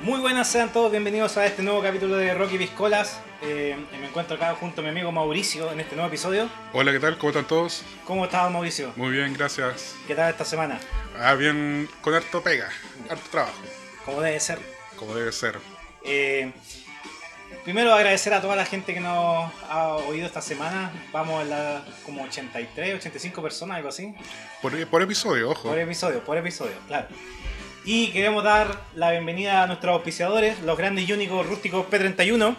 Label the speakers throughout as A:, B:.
A: Muy buenas, sean todos bienvenidos a este nuevo capítulo de Rocky Piscolas. Eh, me encuentro acá junto a mi amigo Mauricio en este nuevo episodio.
B: Hola, ¿qué tal? ¿Cómo están todos?
A: ¿Cómo estás, Mauricio?
B: Muy bien, gracias.
A: ¿Qué tal esta semana?
B: Ah, bien, con harto pega, harto trabajo,
A: Como debe ser.
B: como debe ser.
A: Eh, primero agradecer a toda la gente que nos ha oído esta semana. Vamos a la, como 83, 85 personas, algo así.
B: Por, por episodio, ojo.
A: Por em- episodio, por episodio, claro. Y queremos dar la bienvenida a nuestros auspiciadores, los grandes y únicos rústicos P31.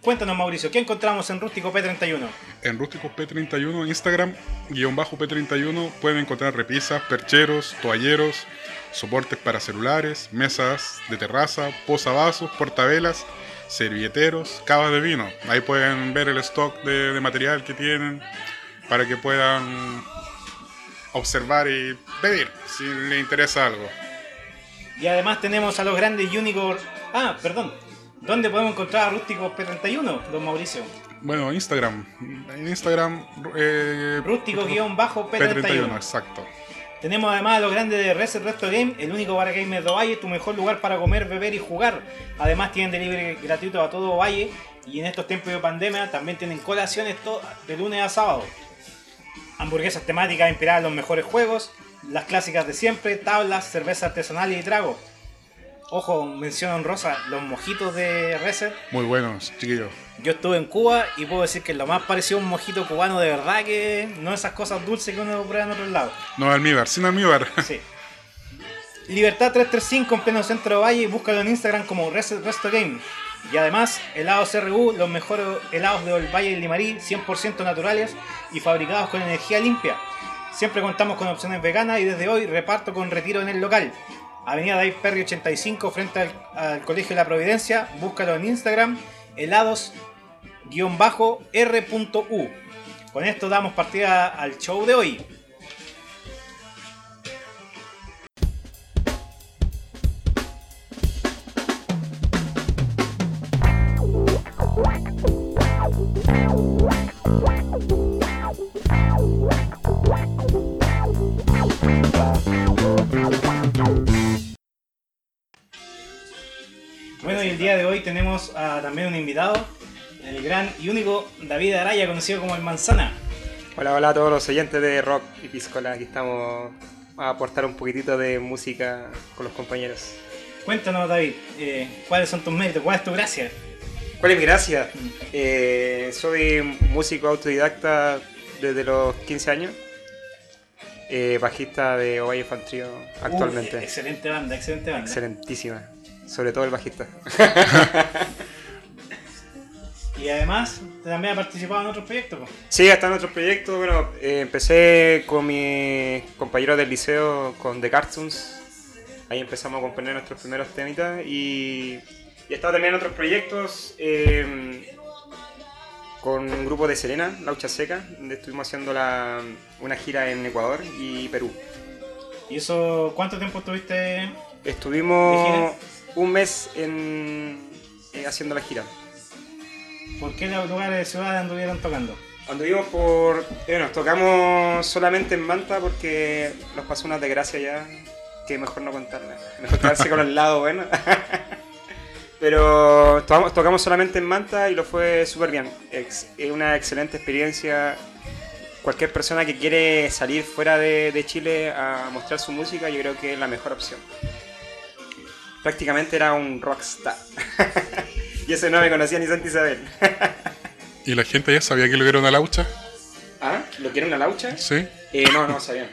A: Cuéntanos, Mauricio, ¿qué encontramos en Rústico P31?
B: En Rústicos P31 en Instagram, guión bajo P31, pueden encontrar repisas, percheros, toalleros, soportes para celulares, mesas de terraza, posavasos, portavelas, servilleteros, cavas de vino. Ahí pueden ver el stock de, de material que tienen para que puedan observar y pedir si les interesa algo.
A: Y además tenemos a los grandes y únicos. Ah, perdón. ¿Dónde podemos encontrar a Rústico P31, don Mauricio?
B: Bueno, Instagram. En Instagram. eh,
A: Rústico-P31.
B: exacto.
A: Tenemos además a los grandes de Reset Resto Game, el único bar gamer de Valle, tu mejor lugar para comer, beber y jugar. Además tienen delivery gratuito a todo Valle y en estos tiempos de pandemia también tienen colaciones to- de lunes a sábado. Hamburguesas temáticas inspiradas en los mejores juegos, las clásicas de siempre, tablas, cerveza artesanal y trago. Ojo, mención honrosa, los mojitos de Reset.
B: Muy buenos, chiquillos.
A: Yo estuve en Cuba y puedo decir que lo más parecido a un mojito cubano de verdad que no esas cosas dulces que uno prueba en otros lados.
B: No almíbar, sin almíbar.
A: Sí. Libertad 335 en pleno centro de Valle, búscalo en Instagram como Reset Resto Game. Y además, helados RU, los mejores helados del Valle del Limarí, 100% naturales y fabricados con energía limpia. Siempre contamos con opciones veganas y desde hoy reparto con retiro en el local. Avenida Dave Perry 85 frente al, al Colegio La Providencia, búscalo en Instagram, helados-r.u. Con esto damos partida al show de hoy. Bueno, y el día de hoy tenemos a también un invitado, el gran y único David Araya, conocido como el Manzana.
C: Hola, hola a todos los oyentes de Rock y Piscola. Aquí estamos a aportar un poquitito de música con los compañeros.
A: Cuéntanos, David, eh, cuáles son tus méritos, cuál es tu gracia.
C: ¿Cuál es mi gracia? Eh, soy músico autodidacta desde los 15 años. Eh, bajista de Ovalle Fan Trio
A: Uh,
C: actualmente.
A: excelente banda, excelente banda.
C: Excelentísima. Sobre todo el bajista.
A: Y además, también ha participado en otros proyectos. po.
C: Sí, hasta en otros proyectos. Bueno, eh, empecé con mis compañeros del liceo, con The Cartoons. Ahí empezamos a componer nuestros primeros temitas. Y, y he estado también en otros proyectos eh, con un grupo de Serena, Laucha Seca, donde estuvimos haciendo la- una gira en Ecuador y Perú.
A: ¿Y eso cuánto tiempo estuviste?
C: Estuvimos un mes en, eh, haciendo la gira.
A: ¿Por qué los lugares de ciudad anduvieron tocando?
C: Anduvimos por. eh, nos tocamos solamente en Manta porque nos pasó una desgracia ya que mejor no contarla. Mejor quedarse con el lado bueno. Pero tocamos, tocamos solamente en Manta y lo fue súper bien. Ex- es una excelente experiencia. Cualquier persona que quiere salir fuera de, de Chile a mostrar su música, yo creo que es la mejor opción. Prácticamente era un rockstar. y eso no me conocía ni Santa Isabel.
B: ¿Y la gente ya sabía que lo era una laucha?
C: ¿Ah? ¿Lo quiere una laucha?
B: Sí.
C: Eh, no, no, sabían.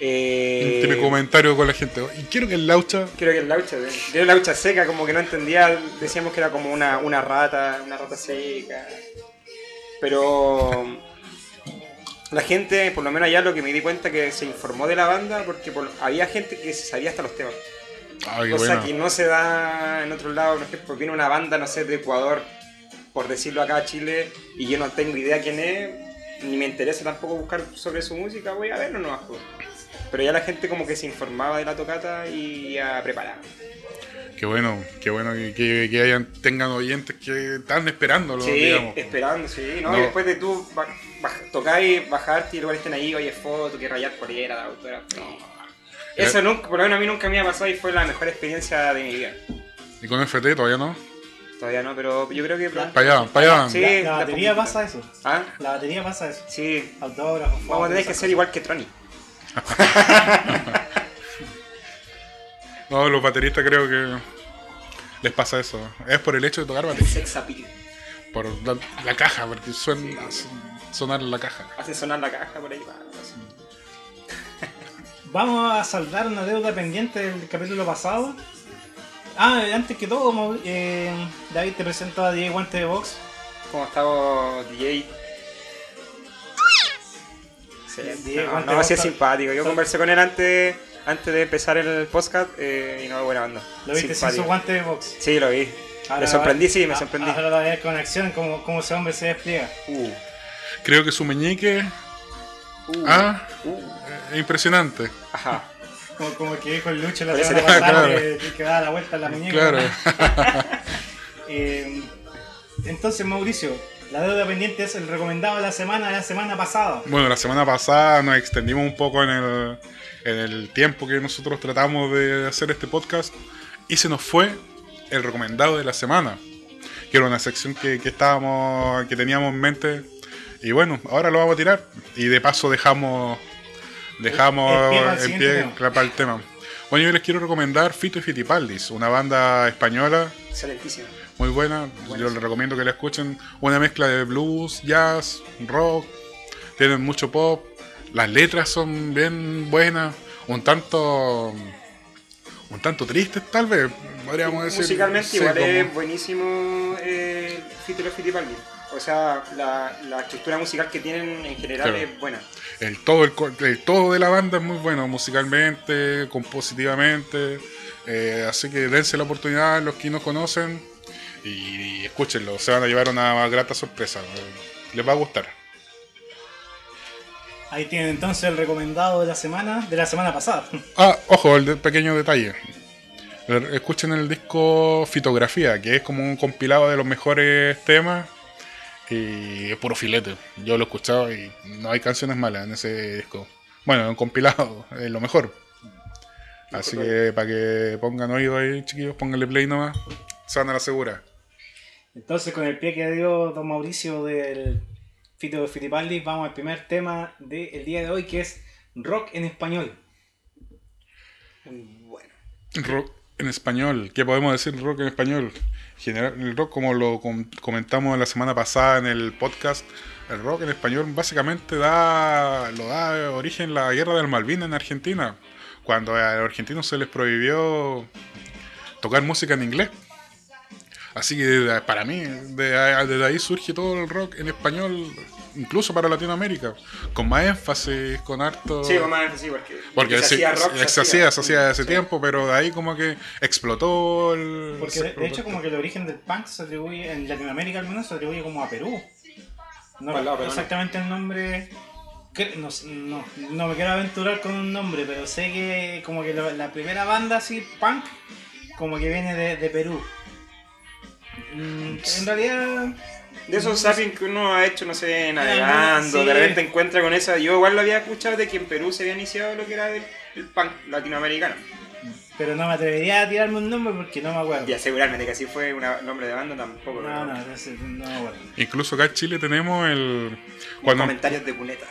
C: eh,
B: Tiene comentario con la gente. Y quiero que el laucha.
C: Creo que es laucha. eh. Yo laucha seca, como que no entendía. Decíamos que era como una, una rata, una rata seca. Pero la gente, por lo menos allá, lo que me di cuenta que se informó de la banda porque por- había gente que se sabía hasta los temas.
B: Ah, qué
C: cosa
B: bueno.
C: que no se da en otros lados. Por ejemplo, viene una banda, no sé, de Ecuador, por decirlo acá a Chile, y yo no tengo idea quién es, ni me interesa tampoco buscar sobre su música, voy a verlo nomás. pues. Pero ya la gente como que se informaba de la tocata y ya preparaba.
B: Qué bueno, qué bueno que, que- que hayan, tengan oyentes que están esperándolo,
C: Sí,
B: digamos.
C: esperando, sí. ¿no?
B: No.
C: Y después de tú ba- baj- tocar y bajarte y luego estén ahí, oye, foto, que rayar por era, la autora. No. Eso nunca, por lo menos a mí nunca me ha pasado y fue la mejor experiencia de mi vida.
B: ¿Y con FT todavía no?
C: Todavía no, pero yo creo que. pro-
B: Para allá, para allá.
C: Sí.
A: la, la
C: la
A: batería
C: poquita.
A: pasa eso.
C: ¿Ah?
A: La batería pasa eso.
C: Sí.
A: Autógrafo.
C: Vamos a tener que ser igual que Tronic.
B: No, los bateristas creo que les pasa eso. Es por el hecho de tocar batería.
C: Sexapil.
B: Por la, la caja, porque suena sonar la caja.
C: Hace sonar la caja por ahí. va, no sé.
A: Vamos a saldar una deuda pendiente del capítulo pasado. Ah, eh, antes que todo, como, eh, David te presenta a DJ Guante de Box.
C: ¿Cómo estaba eh, DJ? Excelente.
A: DJ,
C: No,
A: Guante
C: no, sí es
A: Boca.
C: simpático. Yo
A: Son-
C: conversé con él antes, antes de empezar el podcast eh, y no, buena onda.
A: Lo viste sin su
C: Simpático.
A: guante Ah, de box.
C: Sí, lo vi.
A: Ahora
C: me sorprendí,
A: va-
C: sí, me
A: a-
C: sorprendí.
A: Ahora va a ver con acción cómo, cómo ese hombre se despliega.
C: Uh,
B: Creo que su meñique
C: uh,
B: ah,
C: uh.
B: es impresionante.
C: Ajá.
A: Como, como que dijo el Lucho la
C: Parece
A: semana
B: que-
A: pasada
B: claro.
A: que, que daba la vuelta a la muñeca.
B: Claro.
A: Eh, entonces, Mauricio, la deuda pendiente es el recomendado de la semana de la semana pasada.
B: Bueno, la semana pasada nos extendimos un poco en el, en el tiempo que nosotros tratamos de hacer este podcast y se nos fue el recomendado de la semana, que era una sección que, que estábamos, que teníamos en mente y bueno, ahora lo vamos a tirar y de paso dejamos dejamos
A: El- el pie para el
B: en
A: siguiente
B: pie
A: tema.
B: claro, para el tema. Bueno, yo les quiero recomendar Fito y Fitipaldis, una banda española
C: Excelentísimo.
B: muy buena. Yo les recomiendo que la escuchen. Una mezcla de blues, jazz, rock. Tienen mucho pop. Las letras son bien buenas. Un tanto. Un tanto tristes, tal vez. Podríamos decir.
C: Musicalmente
B: Sí,
C: igual
B: como-
C: es buenísimo eh, Fito Fittipaldi. O sea, la, la estructura musical que tienen en general
B: Claro.
C: es buena.
B: el todo el, co- el todo de la banda es muy bueno musicalmente compositivamente eh, así que dense la oportunidad los que no conocen y, y escúchenlo se van a llevar una grata sorpresa eh, les va a gustar
A: Ahí tienen entonces el recomendado de la semana de la semana pasada.
B: Ah, ojo, el de- pequeño detalle. Re- Escuchen el disco Fitografía, que es como un compilado de los mejores temas. Y es puro filete. Yo lo he escuchado y no hay canciones malas en ese disco. Bueno, un compilado es lo mejor. Así que para que pongan oído ahí, chiquillos, pónganle play nomás. Se van a la segura.
A: Entonces, con el pie que dio don Mauricio del Fito de Fitipaldi, vamos al primer tema del día de hoy que es rock en español.
C: Bueno.
B: Rock en español. ¿Qué podemos decir rock en español? General, el rock, como lo com- comentamos la semana pasada en el podcast, el rock en español básicamente da, lo da origen la guerra del Malvinas en Argentina, cuando a los argentinos se les prohibió tocar música en inglés. Así que de- para mí, de- desde ahí surge todo el rock en español, incluso para Latinoamérica, con más énfasis, con harto...
C: Sí, con más énfasis porque,
B: Porque se, se- se hacía, se hacía hace
C: Sí.
B: tiempo, pero de ahí como que explotó el...
A: Porque
B: se
A: de, de hecho
B: explotó.
A: como que el origen del punk se atribuye, en Latinoamérica al menos se atribuye como a Perú. No
C: Para el
A: recuerdo
C: lado peruano.
A: exactamente el nombre. cre- No, sé, no, no me quiero aventurar con un nombre, pero sé que como que lo- la primera banda así, punk, como que viene de, de Perú. Mm, En realidad,
C: De esos zappings que uno ha hecho, no sé,
A: Sí.
C: navegando, de repente encuentra con esa. Yo igual lo había escuchado de que en Perú se había iniciado lo que era el, el punk latinoamericano.
A: pero no me atrevería a tirarme un nombre porque no me acuerdo.
C: Y asegurarme de que así fue un nombre de banda tampoco.
A: No,
C: pero-
A: no, no, sé, no me acuerdo.
B: Incluso acá en Chile tenemos el... Cuando,
C: Comentarios de cuneta.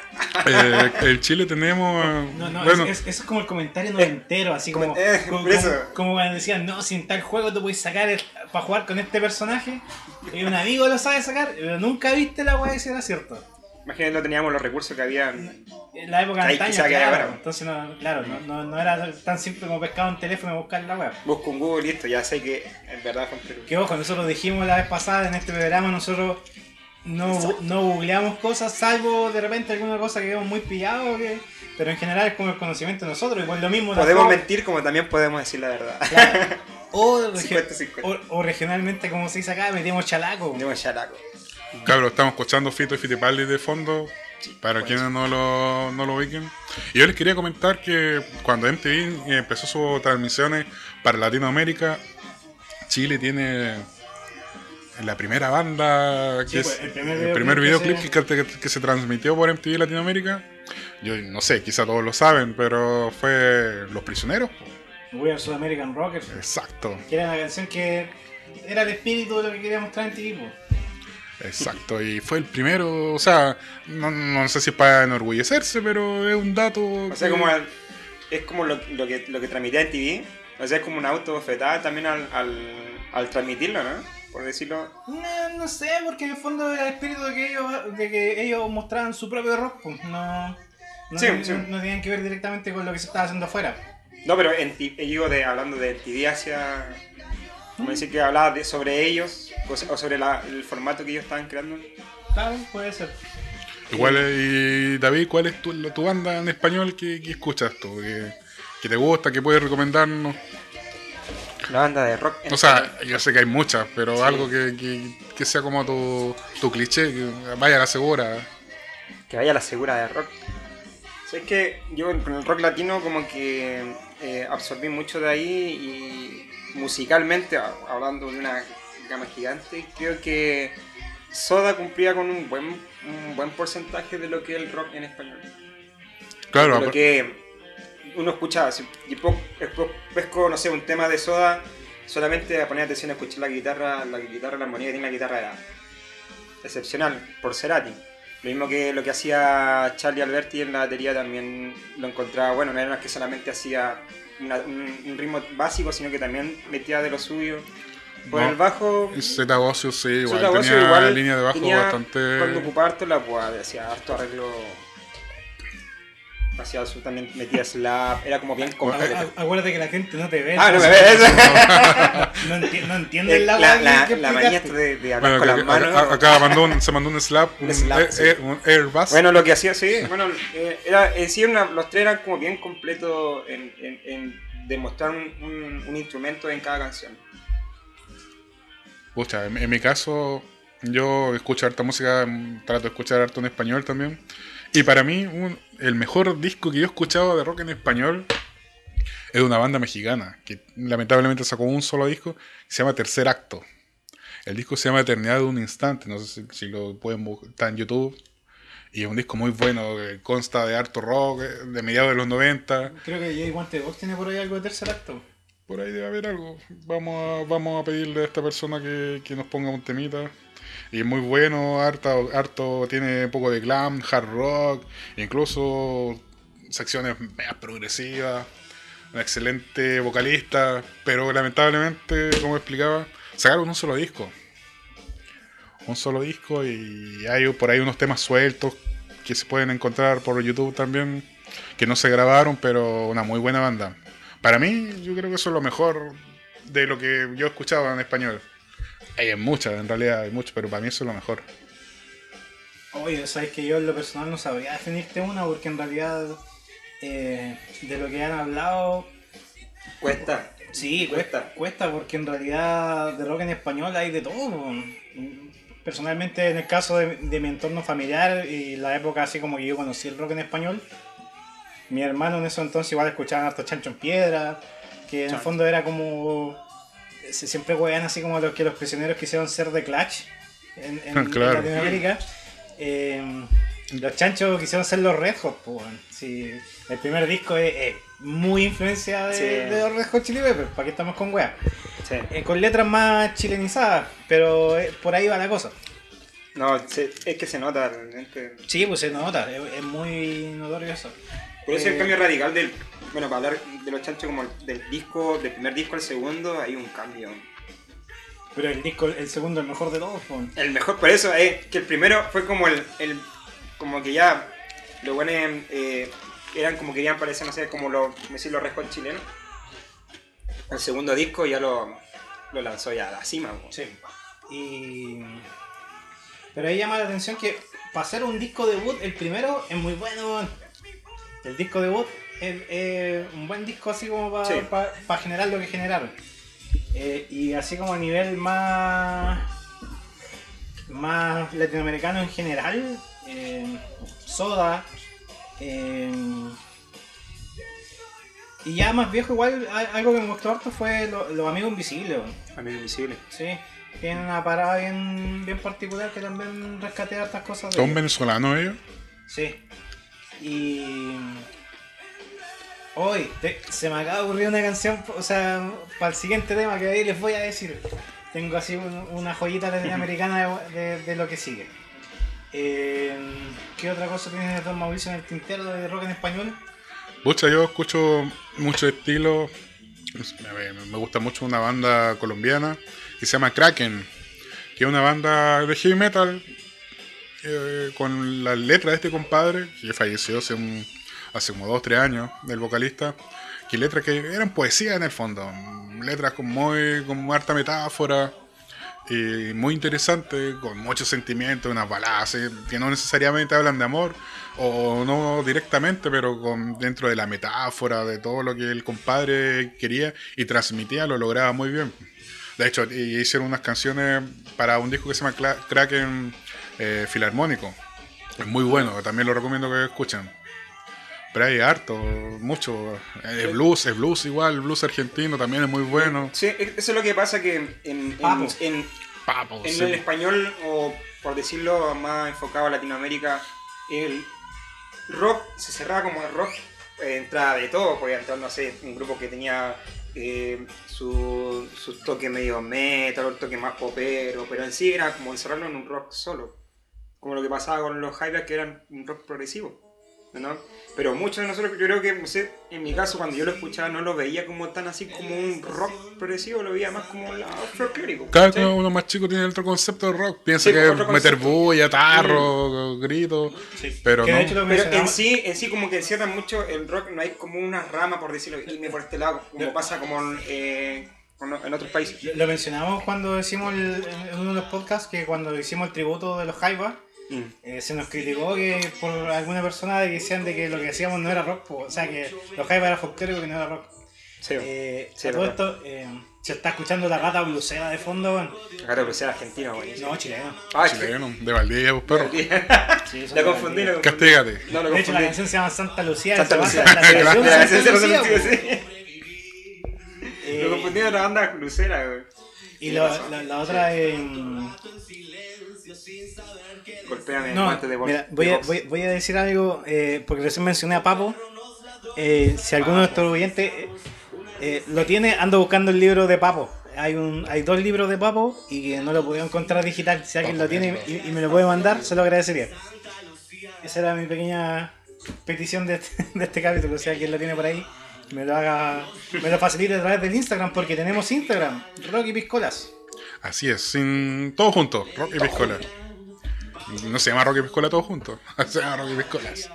B: eh, en Chile tenemos...
A: No, no,
B: bueno,
A: es- es- eso es como el comentario noventero, así como,
C: comen- eh,
A: como,
C: por eso.
A: como- como cuando decían, no, si en tal juego te puedes sacar para jugar con este personaje, y un amigo lo sabe sacar, pero nunca viste la weá si era cierto.
C: Imagínate, no teníamos los recursos que había.
A: En la época de
C: Ahí
A: antaño,
C: quizá que
A: claro,
C: era, bueno.
A: entonces no, claro, no, no- no era tan simple como pescar un teléfono y buscar la weá.
C: Busco un Google y listo, ya sé que en verdad fue en Perú.
A: Que ojo, nosotros dijimos la vez pasada en este programa, nosotros no, bu- no googleamos cosas, salvo de repente alguna cosa que vemos muy pillado, que- pero en general es como el conocimiento de nosotros, y por lo mismo
C: Podemos
A: tampoco-
C: mentir como también podemos decir la verdad.
A: Claro. O, regi-
C: 50-50.
A: o- o regionalmente, como se dice acá, metimos chalaco.
C: Tenemos chalaco.
B: cabros, estamos escuchando Fito y Fitipaldi de fondo, para
C: pues.
B: quienes no lo, no lo ubiquen. Y yo les quería comentar que cuando MTV empezó sus transmisiones para Latinoamérica, Chile tiene... La primera banda
A: Sí,
B: que
A: pues,
B: es
A: el primer
B: el
A: videoclip
B: primer
A: que
B: videoclip
A: se-
B: que, que- que se transmitió por MTV Latinoamérica, yo no sé, quizá todos lo saben, pero fue Los Prisioneros. po.
A: We Are South American Rockers.
B: Exacto,
A: Que era una canción que era el espíritu de lo que quería mostrar en TV. po.
B: exacto. Y fue el primero, o sea, no, no sé si es para enorgullecerse, pero es un dato.
C: O sea, como el- es como lo, lo que, lo que transmitía en TV. O sea, es como una autobofetada también al, al, al transmitirlo, ¿no? Por decirlo.
A: No, no sé, porque en el fondo era el espíritu de que ellos, de que ellos mostraban su propio rock. po. No, no,
C: Sí, sí.
A: no- no tenían que ver directamente con lo que se estaba haciendo afuera.
C: No, pero en ti- eh, digo de, hablando de TV hacia. Como decir que hablaba de, sobre ellos o se- o sobre la- el formato que ellos estaban creando.
A: Tal, puede ser.
B: Igual, y David, ¿cuál es tu, la- tu banda en español que, que escuchas tú? Que, que te gusta, que puedes recomendarnos.
C: La banda de rock. en
B: O sea,
C: español.
B: yo sé que hay muchas, pero
C: Sí.
B: algo que, que- que sea como tu, tu cliché, que vaya a la segura.
C: que vaya a la segura de rock. O sea, es que yo con el rock latino como que eh, absorbí mucho de ahí y musicalmente, a- hablando de una gama gigante, creo que Soda cumplía con un buen, un buen porcentaje de lo que es el rock en español.
B: Claro,
C: De lo
B: apar-
C: que uno escuchaba, si y po- espo- pesco, no sé, un tema de Soda, solamente a poner atención a escuchar la guitarra, la guitarra, la armonía que tiene la guitarra era excepcional, por Cerati. Lo mismo que lo que hacía Charlie Alberti en la batería también lo encontraba, bueno, no era que solamente hacía una- un, un ritmo básico, sino que también metía de lo suyo. Por
B: No,
C: el bajo...
B: Z Ocio sí, igual
C: Sota Bosio
B: tenía
C: igual
B: línea de bajo
C: tenía-
B: bastante.
C: Cuando ocupaba harto la pues, hacía harto arreglo. Hacía su también metía slap, era como bien
A: A-
B: eh,
C: completo.
A: a- acuérdate que la gente no te ve.
C: eh, Ah, no me ves.
A: No, enti- no entiende
C: Eh,
A: la,
C: la, la,
A: la,
C: la, manía esta de, de
B: Bueno,
C: hablar con
B: creo
C: las
B: que acá,
C: manos.
B: acá mandó un- se mandó un slap, un,
C: Un slap,
B: air-
C: sí.
B: air- un airbus.
C: Bueno, lo que hacía, sí, bueno, eh, era, en sí una- los tres eran como bien completos en, en, en demostrar un, un- un instrumento en cada canción.
B: Pucha, en, en mi caso, yo escucho harta música, mm, trato de escuchar harto en español también. Y para mí, un- el mejor disco que yo he escuchado de rock en español es de una banda mexicana, que lamentablemente sacó un solo disco, que se llama Tercer Acto. El disco se llama Eternidad de un Instante, no sé si, si lo pueden buscar en YouTube. Y es un disco muy bueno, que consta de harto rock, eh, de mediados de los 90.
A: Creo que Jay Guante de Box tiene por ahí algo de tercer acto.
B: Por ahí debe haber algo. Vamos a, vamos a pedirle a esta persona que, que nos ponga un temita. Y es muy bueno, harto, harto, tiene un poco de glam, hard rock, incluso secciones más progresivas. Un excelente vocalista, pero lamentablemente, como explicaba, sacaron un solo disco. Un solo disco y hay por ahí unos temas sueltos que se pueden encontrar por YouTube también, que no se grabaron, pero una muy buena banda. Para mí, yo creo que eso es lo mejor de lo que yo escuchaba en español. Hay muchas, en realidad hay muchas, pero para mí eso es lo mejor.
A: Oye, sabes que yo en lo personal no sabría definirte una porque en realidad eh, de lo que han hablado,
C: Cuesta.
A: sí, cuesta,
C: Cuesta.
A: cuesta porque en realidad de rock en español hay de todo. po. Personalmente en el caso de, de mi entorno familiar y la época así como que yo conocí el rock en español, mi hermano en eso entonces igual escuchaban harto Chancho en Piedra, que en el
C: Chancho.
A: fondo era como... se- Siempre huevean así como los que los prisioneros quisieron ser de Clash en, en- en
B: Claro.
A: Latinoamérica. Eh, los chanchos quisieron ser los Red Hot, pues, weón. Sí, el primer disco es, es muy influencia de,
C: Sí.
A: de los Red Hot Chili Peppers, ¿para qué estamos con weas?
C: Sí.
A: Eh, con letras más chilenizadas, pero eh, por ahí va la cosa.
C: No, se- es que se nota realmente.
A: Sí, pues se nota, es, es muy notorio eso.
C: Por eso
A: Eh,
C: el cambio radical del. Bueno, para hablar de los chanchos como del disco, del primer disco al segundo, hay un cambio.
A: Pero el disco, el segundo, el mejor de todos, pues.
C: El mejor por eso es que el primero fue como el. el- como que ya. Los buenos eh, eran como querían parecer, no sé, como los. Me decís, los Red Hot chilenos. El segundo disco ya lo, lo lanzó ya a la cima. po.
A: Sí. Y... Pero ahí llama la atención que para hacer un disco debut, el primero es muy bueno. weón. El disco debut es, es un buen disco así como para
C: Sí.
A: generar lo que generaron. Eh, y así como a nivel más, más latinoamericano en general, eh, Soda, eh, y ya más viejo igual, a- algo que me gustó harto fue lo- Los Amigos Invisibles. weón.
C: Amigo Invisible.
A: Sí, tiene una parada bien, bien particular que también rescatea estas cosas. de-
B: ¿Son venezolanos ellos?
A: Sí. Y. Hoy te- se me acaba de ocurrir una canción, o sea, para el siguiente tema que ahí les voy a decir. Tengo así un- una joyita latinoamericana de, de- de lo que sigue. Eh, ¿Qué otra cosa tiene Don Mauricio en el tintero de rock en español?
B: Pucha, yo escucho mucho estilo. Me, me- me gusta mucho una banda colombiana que se llama Kraken, que es una banda de heavy metal eh, con la letra de este compadre que falleció hace, un- hace como 2-3 años, del vocalista. Que letras que eran poesía en el fondo, letras con muy con harta metáfora y muy interesante, con mucho sentimiento, unas baladas eh, que no necesariamente hablan de amor, o no directamente, pero con, dentro de la metáfora, de todo lo que el compadre quería y transmitía, lo lograba muy bien. De hecho, y- hicieron unas canciones para un disco que se llama Cla- Kraken eh, Filarmónico. Es muy bueno, también lo recomiendo que escuchen. Pero hay harto, mucho. eh, Es blues, es blues igual, blues argentino también es muy bueno.
C: Sí, e- eso es lo que pasa que en, en-
A: Papo.
C: en-
B: Papo,
C: en
B: sí.
C: el español, o por decirlo más enfocado a Latinoamérica, el rock se cerraba como el rock, eh, entraba de todo, podía entrar, no sé, un grupo que tenía eh, su- sus toques medio metal, otro toque más popero, pero en sí era como encerrarlo en un rock solo, como lo que pasaba con los Highlights que eran un rock progresivo. ¿no? Pero muchos de nosotros, yo creo que, no sé, en mi caso, cuando yo lo escuchaba, no lo veía como tan así como un rock progresivo, lo veía más como la folclórico.
B: Cada
C: ¿cachai?
B: uno- uno más chico tiene otro concepto de rock. Piensa
C: Sí,
B: que
C: otro
B: es meter
C: concepto. Mm.
B: bulla, tarro, grito. Pero
A: que
B: no.
A: de hecho lo
C: Pero en
A: mencionamos.
C: sí, en sí como que encierra mucho el rock, no hay como una rama, por decirlo, irme por este lado, como pasa como eh, con- en otros países.
A: Lo mencionamos cuando hicimos el- en uno de los podcasts que cuando hicimos el tributo de los Jaivas
C: Mm.
A: eh, se nos criticó que por alguna persona de que decían de que lo que hacíamos no era rock, po, o sea que los Jaivas era folclórico que no era rock.
C: Sí,
A: Eh,
C: sí,
A: a todo
C: verdad.
A: esto eh, se está escuchando la rata blusera de fondo, weón.
C: acá te parecía argentino, güey.
A: no chileno.
C: Ah,
B: Chileno, de Valdivia, pues, perro.
A: Sí, son de Valdivia.
C: La confundí, la confundí.
B: Castígate.
C: No, la
A: De hecho la
C: confundí.
A: canción se llama Santa Lucía. y
C: Santa
A: se basa
C: Lucía.
A: en La selección de
C: La
A: Santa
C: canción se
A: Lucía,
C: reconoció,
A: weón.
C: sí.
A: Eh,
C: Lo confundí con la banda crucera, güey.
A: Y la, la- la otra eh, es...
C: Golpéame
A: No,
C: antes Eh, de vol-
A: mira,
C: de
A: voy, a,
C: box.
A: voy- voy a decir algo, eh, porque recién mencioné a Papo. Eh, si alguno de nuestros oyentes eh, eh, lo tiene, ando buscando el libro de Papo. Hay, un, hay dos libros de Papo y que no lo pude encontrar digital. Si alguien lo tiene y, y me lo puede mandar, se lo agradecería. Esa era mi pequeña petición de este, de este capítulo. Si alguien lo tiene por ahí, me lo haga, me lo facilite a través del Instagram, porque tenemos Instagram, Rocky Piscolas.
B: Así es, sin... todo junto, rock y piscola. No se llama rock y piscola todo junto, se llama rock y piscolas.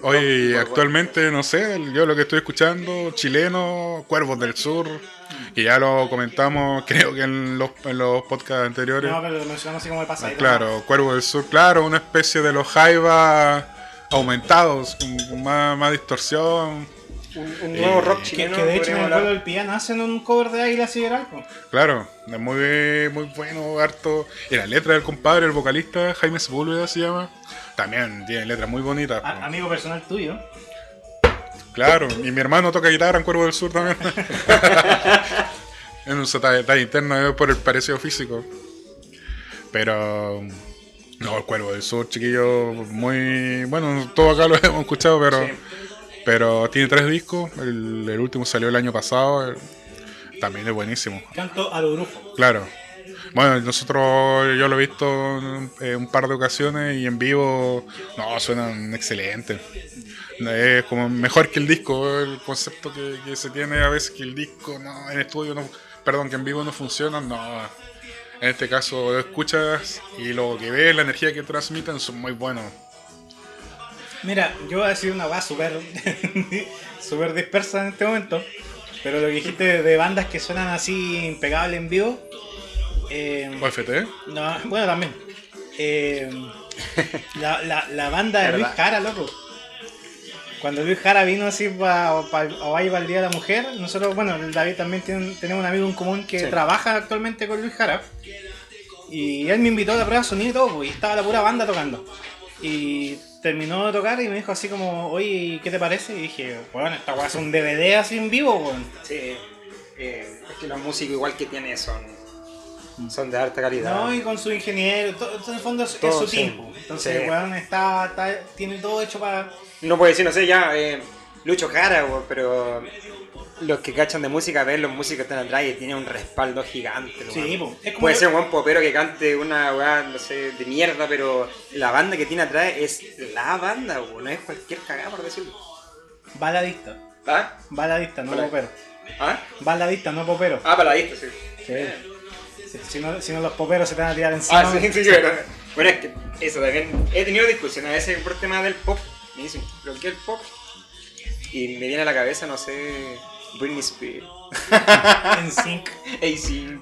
B: Hoy actualmente, no sé, yo lo que estoy escuchando, chileno, Cuervos del Sur, que ya lo comentamos creo que en los, en los podcasts anteriores.
A: No, pero lo mencionamos así como de
B: Ah,
A: pasadita.
B: claro, Cuervo del Sur, claro, una especie de los Jaivas aumentados, con con más, más distorsión.
C: Un, un nuevo
B: Eh,
C: rock
B: que-
A: Que,
C: chileno,
A: que de hecho en
C: podríamos
A: el
C: hablar.
A: vuelo del piano hacen un cover de Águila Sideral. po.
B: Claro, es muy, muy bueno, harto. Y la letra del compadre, el vocalista, Jaime Sepúlveda se llama, también tiene letras muy bonitas.
A: A-
B: po.
A: amigo personal tuyo.
B: Claro, y mi hermano toca guitarra en Cuervo del Sur también. en un detalle detalle interno eh, por el parecido físico. Pero. No, el Cuervo del Sur, chiquillo, muy. Bueno, todo acá lo hemos escuchado, pero. Pero tiene tres discos. El, el último salió el año pasado. eh, También es buenísimo.
A: Canto a lo brujo.
B: Claro. Bueno, nosotros, yo lo he visto en un par de ocasiones y en vivo, no, suenan excelentes. Es como mejor que el disco, el concepto que, que se tiene a veces que el disco, no, en estudio, no, perdón, que en vivo no funciona, no. En este caso, lo escuchas y lo que ves, la energía que transmiten son muy buenos.
A: Mira, yo voy a decir una va súper súper dispersa en este momento. Pero lo que dijiste de bandas que suenan así impecable en vivo. eh,
B: OFT,
A: no, bueno, también. Eh, la, la- la banda de Luis
C: Verdad.
A: Jara, loco. Cuando Luis Jara vino así para Hawaii para el Día de la Mujer, nosotros, bueno, el David también tiene un- tenemos un amigo en común que
C: Sí.
A: trabaja actualmente con Luis Jara. Y él me invitó a la prueba de sonido y todo, pues, y estaba la pura banda tocando. Y terminó de tocar y me dijo así como, oye, ¿qué te parece? Y dije, bueno, esta weá es un DVD así en vivo, weón.
C: Sí, eh, es que los músicos igual que tiene son, son de alta calidad.
A: Mm. No, y con su ingeniero, todo, todo en el fondo es, es
C: Ah. Todo,
A: su
C: sí.
A: tiempo. Entonces,
C: Sí.
A: weón, está, está- tiene todo hecho para...
C: No puede decir, no sé, ya, eh, Lucho Cara, weón, pero los que cachan de música ven los músicos que están atrás y tienen un respaldo gigante.
A: Sí,
C: weón.
A: po. Es como
C: Puede
A: yo-
C: ser un buen popero que cante una weá, no sé, de mierda, pero la banda que tiene atrás es la banda, weón, no es cualquier cagada, por decirlo.
A: Baladista.
C: ¿Ah?
A: Baladista, no
C: Hola.
A: popero.
C: ¿ah?
A: Baladista, no popero.
C: Ah, baladista, sí.
A: Sí. Si, si no, si no, los poperos se te van a tirar encima.
C: Ah, sí, sí, sí, verdad. Bueno, es que eso también. He tenido discusiones a veces por tema del pop. Me dicen, ¿pero qué es el pop? Y me viene a la cabeza, no sé, Britney Spears,
A: En sync.
C: AC.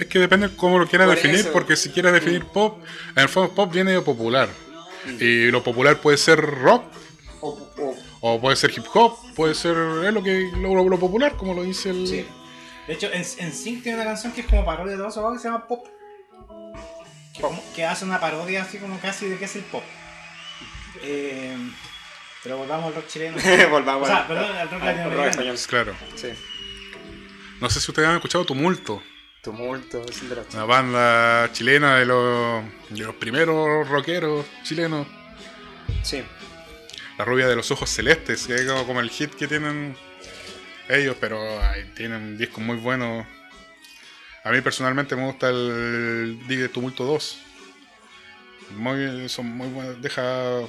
B: Es que depende de cómo lo quieras
C: Por
B: definir,
C: eso.
B: porque si quieres definir pop, en el fondo pop viene de popular.
C: Mm.
B: Y lo popular puede ser rock,
C: O, o-
B: o puede ser hip hop, puede ser es lo que lo, lo- lo popular, como lo dice el.
C: sí.
A: De hecho, en, en sync tiene una canción que es como parodia de todos esos que se llama Pop. Que, como- que hace una parodia así como casi de qué es el pop. Eh, pero volvamos al rock chileno.
C: Volvamos
A: O sea,
C: al-
A: perdón, al rock
C: al
A: latinoamericano.
C: español.
B: Claro.
C: Sí.
B: No sé si ustedes han escuchado Tumulto,
C: Tumulto, es de los-
B: una banda chilena de los, de los primeros rockeros chilenos.
C: Sí.
B: La rubia de los ojos celestes, que es como- como el hit que tienen ellos, pero ay, tienen discos muy buenos. A mí personalmente me gusta el Dig de Tumulto 2. Muy, son muy buenos. Deja,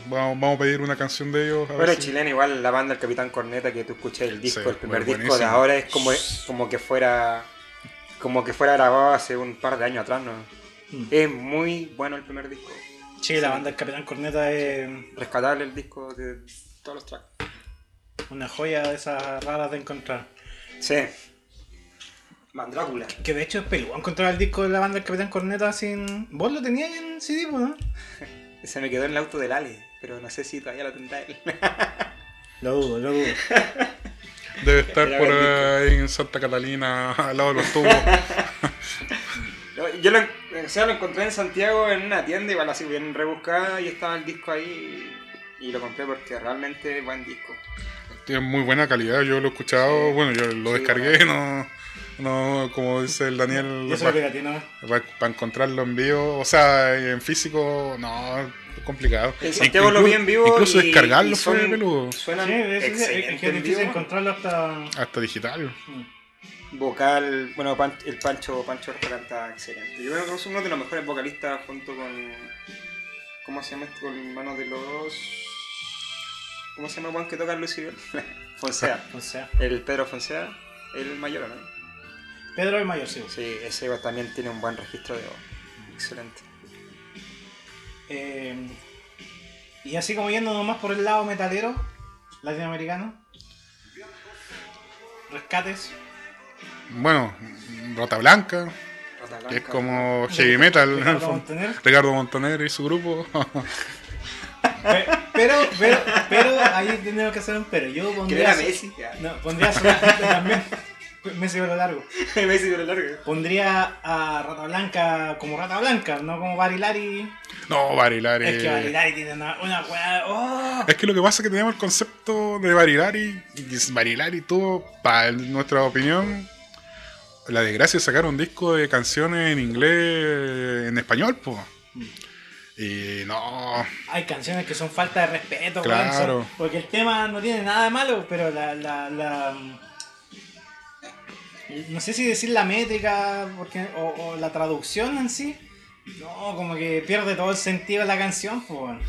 B: vamos, vamos a pedir una canción de ellos. a ver
C: Bueno,
B: si-
C: chileno, igual la banda El Capitán Corneta que tú escuché el disco,
B: Oh, Sí,
C: el primer
B: bueno,
C: disco de
B: buenísimo.
C: ahora es como, como que fuera como que fuera grabado hace un par de años atrás, ¿no?
A: Mm.
C: Es muy bueno el primer disco.
A: Sí, la banda del Capitán Corneta es
C: Rescatable el disco de todos los tracks.
A: una joya de esas raras de encontrar.
C: Sí. Mandrácula.
A: Que de hecho es peludo encontrar el disco de la banda del Capitán Corneta sin. Vos lo tenías en CD, po, ¿no?
C: Se me quedó en el auto del Ale, pero no sé si todavía lo tendrá él.
A: Lo dudo, lo dudo.
B: Debe estar
C: Era
B: por
C: el
B: ahí en Santa Catalina, al lado de los tubos.
C: No, Yo lo, o sea, lo encontré en Santiago en una tienda, igual así bien rebuscada, y estaba el disco ahí y lo compré porque realmente buen disco.
B: Tiene muy buena calidad, yo lo he escuchado.
C: Sí.
B: Bueno, yo lo
C: Sí,
B: descargué, no, no, como dice el Daniel.
A: Y eso
B: va-
A: lo piratino.
B: Para encontrarlo en vivo, o sea, en físico, no, es complicado.
C: En
B: Inc-
C: Santiago lo vi en vivo.
B: Eh, Incluso
C: y-
B: descargarlo
C: y
B: fue
C: son-
B: peludo,
A: Sí,
C: Suenan
A: es, es, es que
C: excelente
A: es
C: en
A: difícil
C: vivo.
A: encontrarlo hasta.
B: hasta digital.
C: Vocal, bueno, Pan- el Pancho, Pancho Ortega canta excelente. Yo creo que es uno de los mejores vocalistas junto con. ¿Cómo se llama este? Con el hermano de los. ¿Cómo se llama Juan que toca Lucibel? Fonsea.
A: O sea,
C: El Pedro Fonsea, el mayor, ¿no?
A: Pedro el Mayor, sí.
C: Sí, ese igual también tiene un buen registro de voz. Excelente.
A: Eh, y así como yendo nomás por el lado metalero, latinoamericano. Rescates.
B: Bueno, Rata Blanca,
C: Rata
B: que es
C: Blanca.
B: como heavy metal. en el
A: Ricardo
B: fondo.
A: Montaner.
B: Ricardo Montaner y su grupo.
A: Pe- Pero, pero, pero, ahí tenemos que hacer un pero. Yo
C: Que
A: pondría.
C: era Messi. ya.
A: No, pondría a Soda- también. Messi pero largo.
C: Messi de lo largo.
A: Pondría a Rata Blanca como Rata Blanca, no como Barilari.
B: no, eh, Barilari.
A: Es que Barilari tiene una, una weá. ¡oh!
B: Es que lo que pasa es que tenemos el concepto de Barilari. Y Barilari tuvo, para nuestra opinión, la desgracia de sacar un disco de canciones en inglés, en español, pues. Y no,
A: Hay canciones que son falta de respeto, weón,
B: Claro.
A: son- Porque el tema no tiene nada de malo, pero la. la, la- no sé si decir la métrica porque, o, o la traducción en sí. No, como que pierde todo el sentido de la canción, pues. weón.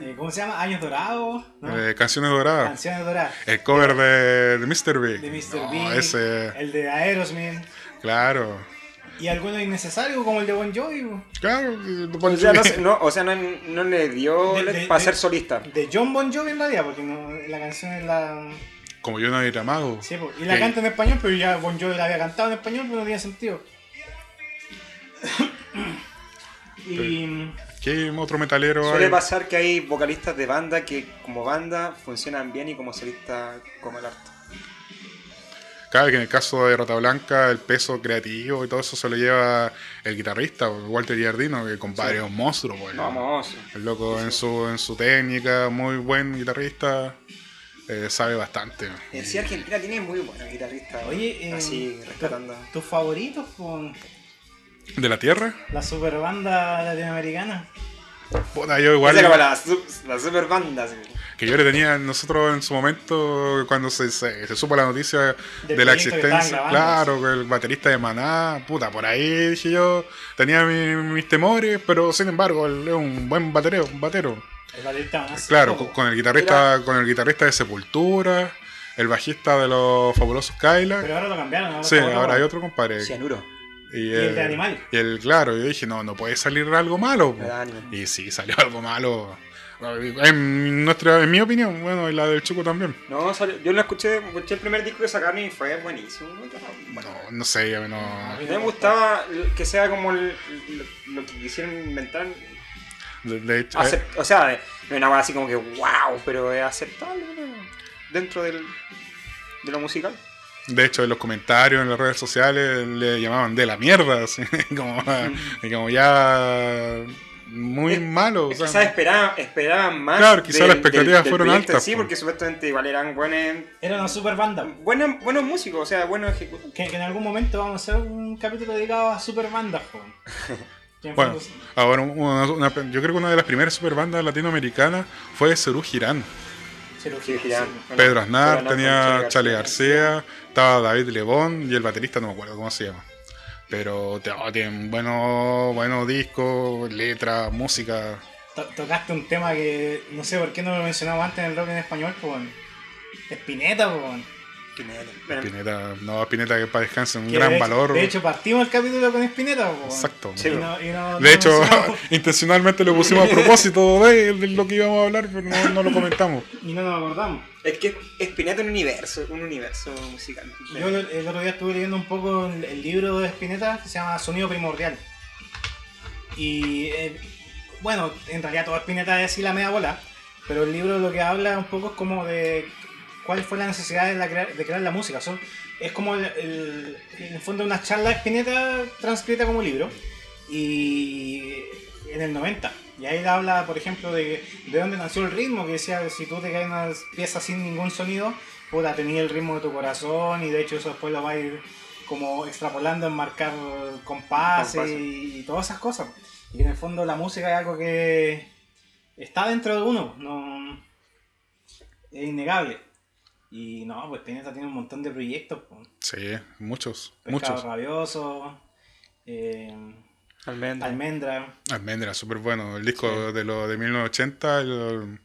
A: Eh, ¿Cómo se llama? Años Dorados. ¿no?
B: eh, canciones doradas.
A: Canciones Doradas.
B: El cover de, de Mr. Big.
A: De Mr.
B: No,
A: Big,
B: ese,
A: el de Aerosmith.
B: claro.
A: Y algunos innecesarios como el de Bon Jovi, weón.
B: Claro, eh, lo
C: O
B: pones
C: sea, no,
B: bien.
C: se- no, o sea, no, no le dio
A: De- de-
C: para
A: de-
C: ser solista.
A: De John Bon Jovi en realidad, porque no- la canción es la.
B: Como yo no había amado.
A: Sí, po, y la
B: Que-
A: canta en español, pero ya Bon Jovi la había cantado en español, pero no tenía sentido. y
B: ¿Qué otro metalero
C: Suele
B: hay?
C: pasar que hay vocalistas de banda que como banda funcionan bien y como solista como el arte.
B: Claro que en el caso de Rata Blanca, el peso creativo y todo eso se lo lleva el guitarrista, pues, Walter Giardino, que compadre
C: Sí.
B: es un monstruo. pues,
C: Vamos.
B: El loco en
C: Sí.
B: su, en su técnica, muy buen guitarrista, eh, sabe bastante.
C: En sí, Argentina tiene muy buenos guitarristas.
A: oye, eh,
C: así
A: tu-
C: rescatando.
A: tus favoritos con
B: ¿De la tierra?
A: la super banda latinoamericana.
B: Puta, yo
C: Esa
B: igual.
C: era para la, super banda.
B: que yo le tenía nosotros en su momento, cuando se, se, se supo la noticia
A: Del
B: de la
A: proyecto que estaban grabando,
B: existencia, claro, que el baterista de Maná, puta, por ahí dije yo, tenía mi- mis temores, pero sin embargo, él es un buen batereo, un batero.
A: El baterista más.
B: Claro,
A: poco.
B: con, con el guitarrista, con el guitarrista de Sepultura, el bajista de los fabulosos Kyla.
A: Pero ahora lo cambiaron. ahora
B: sí,
A: está otro.
B: ahora hay otro compadre.
D: Cianuro.
B: Y
A: el de Animal.
B: Y el, claro, yo dije, no, no puede salir algo malo. po.
D: Era de Animal.
B: Y sí, salió algo malo. En, nuestra, en mi opinión, bueno, y la del Chuco también.
C: No, salió- yo lo escuché, escuché el primer disco que sacaron y fue buenísimo. ¿no? Bueno,
B: No, no sé, yo no.
C: a mí me gustaba que sea como el- lo, lo que quisieron inventar.
B: De, de hecho, eh,
C: Acep- o sea, no es una cosa así como que wow, pero es aceptable ¿no? dentro del, de lo musical.
B: de hecho, en los comentarios, en las redes sociales, le llamaban de la mierda. así, como, y como ya. Muy
C: Es-
B: malo. o
C: Es que,
B: sea,
C: ¿sabes? esperaban, esperaban más.
B: Claro, quizá las expectativas fueron
C: proyecto en
B: altas,
C: Sí,
B: pues.
C: porque supuestamente igual eran buenos,
A: Era una super banda.
C: buenos, buenos músicos, o sea, buenos ejecutantes.
A: Que, que en algún momento vamos a hacer un capítulo dedicado a super bandas, joven. Que en
B: Bueno,
A: fondo son-
B: ahora una- una- yo creo que una de las primeras superbandas latinoamericanas fue Cerú Girán.
A: se lo
C: Sí,
A: giran,
C: giraban.
A: sí.
C: Bueno,
B: Pedro Aznar,
C: Pedro
B: tenía
C: con
B: Chale García, estaba David Lebón y el baterista no me acuerdo cómo se llama. Pero te- oh, tienen buenos buenos discos, letras, música.
A: To- tocaste un tema que no sé por qué no lo mencionamos antes en el rock en español, pues. Espineta, pues.
C: Bueno,
B: Pineta, no, Pineta que para descanse, un
A: Que
B: gran
A: de hecho-
B: valor.
A: De hecho, partimos el capítulo con Espineta, po, weón.
B: Exacto.
A: Y no- y no- no
B: De hecho,
A: mencionamos-
B: intencionalmente lo pusimos a propósito de, de lo que íbamos a hablar, pero no, no lo comentamos.
A: y no nos acordamos.
C: Es que Spinetta es un universo, un universo musical.
A: Yo el el otro día estuve leyendo un poco el, el libro de Spinetta que se llama Sonido Primordial. Y eh, bueno, en realidad todo Spinetta es así la media bola, pero el libro lo que habla un poco es como de cuál fue la necesidad de, la crear, de crear la música. Son, es como el, el- en el fondo una charla de Spinetta transcrita como libro. Y en el 90. Y ahí habla, por ejemplo, de, de dónde nació el ritmo, que decía, si tú te caes en una pieza sin ningún sonido, puta, tenía el ritmo de tu corazón y de hecho eso después lo va a ir como extrapolando en marcar compases
C: Compases.
A: y, y todas esas cosas. Y en el fondo la música es algo que está dentro de uno, no es innegable. Y no, pues Pineta tiene un montón de proyectos, po.
B: Sí, muchos,
A: Pescado
B: muchos.
A: Rabioso, eh,
C: Almendra.
A: Almendra.
B: Almendra, súper bueno. El disco de lo de 1980, el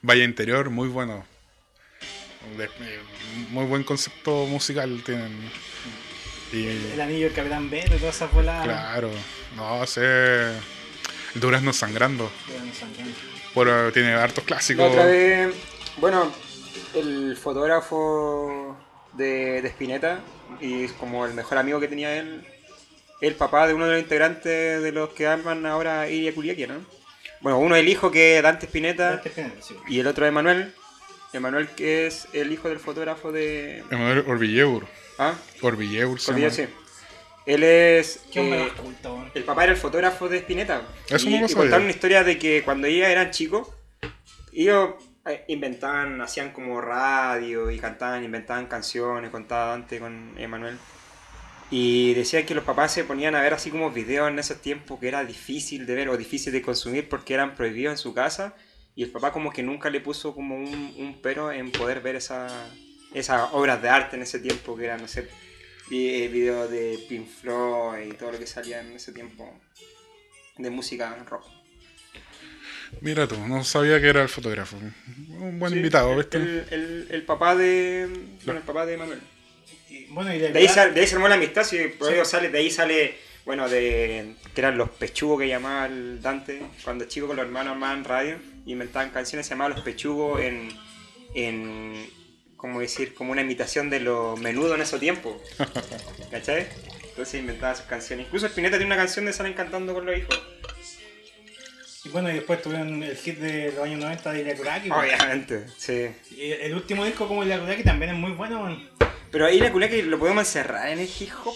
B: Valle Interior, muy bueno. De- eh, muy buen concepto musical tienen. Y
A: El anillo del Capitán Beto, todas esas bolas.
B: claro, no sé. Durazno sangrando.
A: Bueno, no son gente.
B: Pero tiene hartos
C: La
B: clásicos.
C: otra vez, bueno, el fotógrafo de, de Spinetta y es como el mejor amigo que tenía él, el papá de uno de los integrantes de los que arman ahora Iria Kuliaki, ¿no? Bueno, uno es el hijo que es Dante Spinetta
A: Este es género, sí.
C: y el otro es Manuel. Emanuel que es el hijo del fotógrafo de...
B: Emanuel Orvilleur.
C: Ah,
B: Orvilleur se
C: Cordillo,
B: llama.
C: sí. Él es...
A: Qué hombre
C: eh,
A: más culto, weón.
C: El papá era el fotógrafo de Spinetta.
B: Eso
C: y,
B: no lo
C: y
B: sabía.
C: contaron una historia de que cuando ellos eran chicos, ellos eh, inventaban, hacían como radio y cantaban, inventaban canciones, contaba Dante con Emanuel. Y decían que los papás se ponían a ver así como videos en esos tiempos que era difícil de ver o difícil de consumir porque eran prohibidos en su casa. Y el papá como que nunca le puso como un, un pero en poder ver esa- esas obras de arte en ese tiempo que eran, no sé, vi- eh, videos de Pink Floyd y todo lo que salía en ese tiempo de música rock.
B: Mira tú, no sabía que era el fotógrafo. Un buen invitado, ¿viste?
C: El, el- el papá de. Bueno, el papá de Manuel.
A: Y, bueno, y del
C: De ahí,
A: gra-
C: sal- de ahí se armó la amistad, sí, por
A: Sí.
C: ello sale, de ahí sale, bueno, de que eran los pechugos que llamaba el Dante, cuando chico con los hermanos armaban radio, inventaban canciones, se llamaban los pechugos en, en, ¿cómo decir? Como una imitación de los menudos en esos tiempos, ¿cachai? Entonces inventaban sus canciones, incluso Spinetta tiene una canción de Salen cantando con los hijos,
A: y bueno, y después tuvieron el hit de los años 90 de Ilya Kuraki.
C: Oh,
A: weón.
C: obviamente, sí.
A: Y el- el último disco como Ilya Kuraki también es muy bueno, weón.
C: Pero ahí la culea que lo podemos encerrar en el hip hop.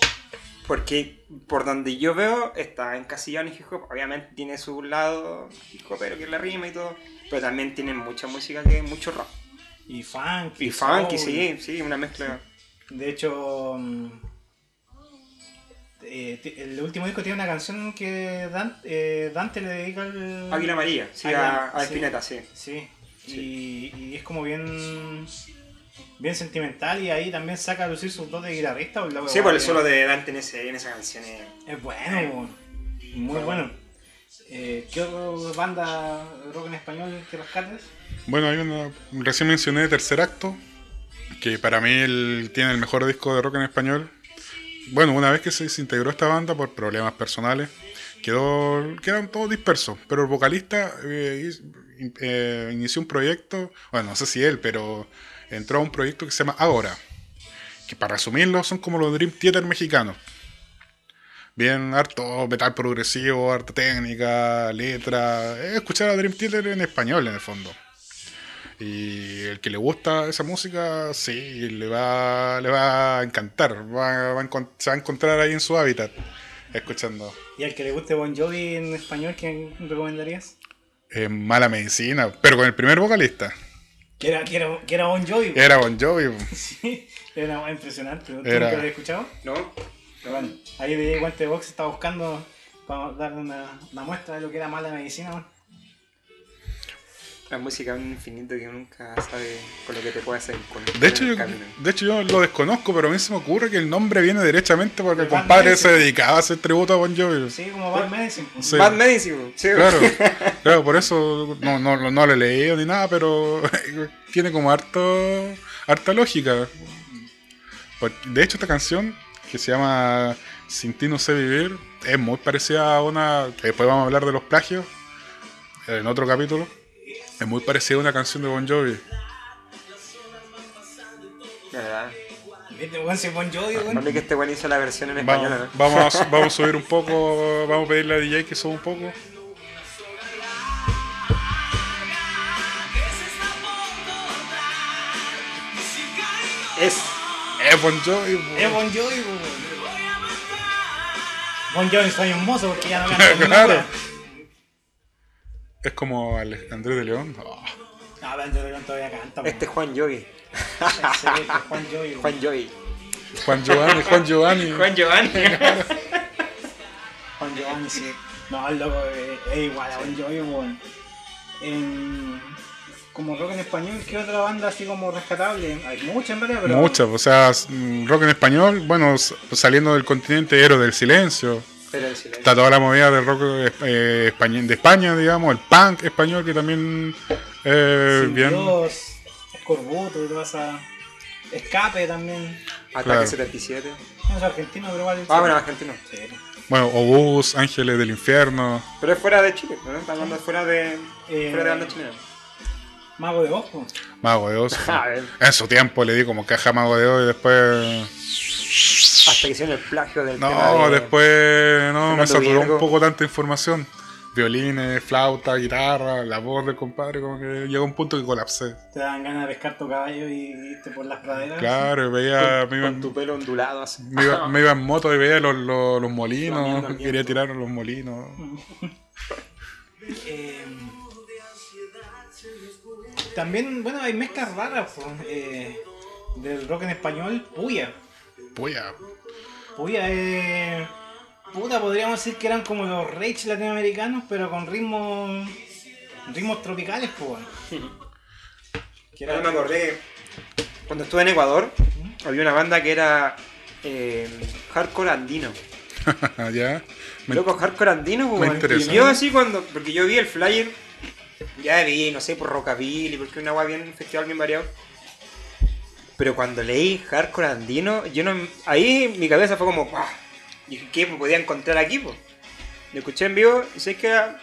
C: Porque por donde yo veo está encasillado en el hip hop. Obviamente tiene su lado hip hopero que es la rima y todo. Pero también tiene mucha música que es mucho rock.
A: Y funk.
C: Y funky,
A: soul.
C: sí, sí, una mezcla.
A: De hecho, mm, eh, ti- el último disco tiene una canción que Dan- eh, Dante, le dedica al...
C: Águila María, sí,
A: Águila-
C: a, a
A: sí.
C: Spinetta, sí.
A: Sí. Y, y es como bien bien sentimental y ahí también saca a lucir sus dos de guitarrista. pues, la
C: Sí,
A: weá,
C: por el
A: que-
C: solo de Dante en, ese, en esa canción eh, es...
A: Es bueno, weón. muy bueno. Eh, ¿Qué otra banda rock en español que rescates?
B: Bueno, hay una. Recién mencioné Tercer Acto, que para mí él tiene el mejor disco de rock en español. Bueno, una vez que se desintegró esta banda por problemas personales, quedó, quedaron todos dispersos. Pero el vocalista eh, in- eh, inició un proyecto, bueno, no sé si él, pero entró a un proyecto que se llama Ahora, que para resumirlo son como los Dream Theater mexicanos. Bien, harto metal progresivo, harta técnica, letra. Es escuchar a Dream Theater en español en el fondo. Y el que le gusta esa música, sí, le va, le va a encantar. Va, va a encon- se va a encontrar ahí en su hábitat, escuchando.
A: Y al que le guste Bon Jovi en español, ¿quién recomendarías?
B: Eh, mala medicina, pero con el primer vocalista.
A: Que era, que era, que era Bon Jovi. weón.
B: Era Bon Jovi.
A: Sí, era una weá impresionante. ¿Tú
B: Era.
A: nunca lo habías escuchado?
C: ¿No?
A: Pero bueno, ahí de Guante de Box estaba buscando para dar una, una muestra de lo que era mala medicina. weón.
C: La música es un infinito que nunca sabe con lo que te puede hacer. con-
B: De hecho,
C: con
B: yo,
C: el camino.
B: de hecho, yo lo desconozco, pero a mí se me ocurre que el nombre viene derechamente porque el
A: Van
B: compadre se
A: Helsing.
B: dedicaba a hacer tributo a Bon Jovi.
A: Sí, como Bad Medicine. pues. weón.
B: Sí.
C: Bad Medicine, sí.
B: Claro, claro, por eso no, no, no lo he leído ni nada, pero tiene como harto, harta lógica. Por- De hecho, esta canción que se llama Sin ti no sé vivir es muy parecida a una. que Después vamos a hablar de los plagios en otro capítulo. Es muy parecida a una canción de Bon Jovi.
C: La verdad.
A: Viste, weón, si Bon Jovi, weón.
C: Vale que este weón hizo la versión en
B: Vamos,
C: español, ¿no?
B: vamos, a, su- vamos a subir un poco, vamos a pedirle a DJ que suba un poco.
C: Es...
B: Es Bon Jovi. po.
A: Es Bon Jovi, weón. Bon Jovi soy un mozo porque ya no me han
B: Claro. Es como Ale- Andrés de León. Oh.
A: No, pero yo creo que todavía canta. weón.
C: Este es Juan Jovi.
A: Sí, este es Juan Jovi. weón.
C: Juan Jovi.
B: Juan Giovanni, Juan Giovanni.
C: Giovanni.
A: Bon Jovi, sí. No, el loco eh, es igual a Bon Jovi, weón. En- Como rock en español, ¿qué otra banda así como rescatable? Hay muchas en realidad, pero.
B: Muchas, o sea, s- mm, rock en español, bueno, s- saliendo del continente, Héroe del Silencio.
C: Pero el silencio.
B: Está toda la movida del rock eh, español, de España, digamos, el punk español que también
C: pues,
B: eh,
A: Sin
B: bien.
A: Dios, Escorbuto y toda esa. Escape también.
C: Ataque
B: Claro.
C: 77.
A: No es argentino, pero vale.
C: Ah, bueno, argentino.
A: Sí.
B: Bueno, Obús, Ángeles del Infierno.
C: Pero es fuera de Chile, ¿no? Está hablando fuera de...
A: Eh,
C: Fuera de banda chilena.
A: Mago de pues. Ojo.
B: Mago de Oz.
C: A ver.
B: En su tiempo le di como caja a Mago de Oz y después.
C: Hasta que hicieron el plagio del tema
B: No,
C: de-
B: después no, me
C: Fernando
B: saturó
C: Viergo.
B: un poco tanta información. Violines, flauta, guitarra, la voz del compadre, como que llegó un punto que colapsé.
C: Ah,
A: Te dan ganas de pescar tu caballo y irte por las praderas.
B: Claro, veía, me iba,
C: Con tu pelo ondulado así.
B: me iba- me iba en moto y veía los, los, los molinos,
C: Lamiendo el
B: quería
C: viento.
B: tirar los molinos.
A: Eh, también, bueno, hay mezclas raras po, eh, del rock en español. Puya.
B: Puya,
A: Puya es. Puta, podríamos decir que eran como los rage latinoamericanos, pero con ritmos. ritmos tropicales, pues. Que
C: Ahora
A: era-
C: me acordé. Cuando estuve en Ecuador, había una banda que era eh, hardcore andino.
B: ya. Me-
C: Loco, hardcore andino,
B: me
C: weón.
B: interesa.
C: Y yo así cuando. Porque yo vi el flyer. Ya vi, no sé, por Rockabilly, porque una guay bien, un festival bien variado. Pero cuando leí hardcore andino, yo no. Ahí mi cabeza fue como. "Buah". Dije, ¿qué podía encontrar aquí, po? Lo escuché en vivo y sé que era.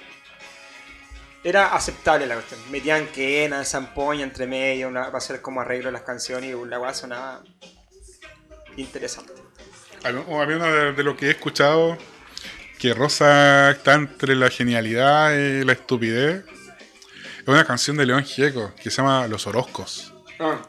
C: Era aceptable la cuestión. Metían quena, zampoña entre medio, una, para hacer como arreglo de las canciones y la guay sonaba. Interesante.
B: Hab- o Había una de, de lo que he escuchado que Rosa está entre la genialidad y la estupidez. Es una canción de León Gieco que se llama Los Orozcos.
C: Ah,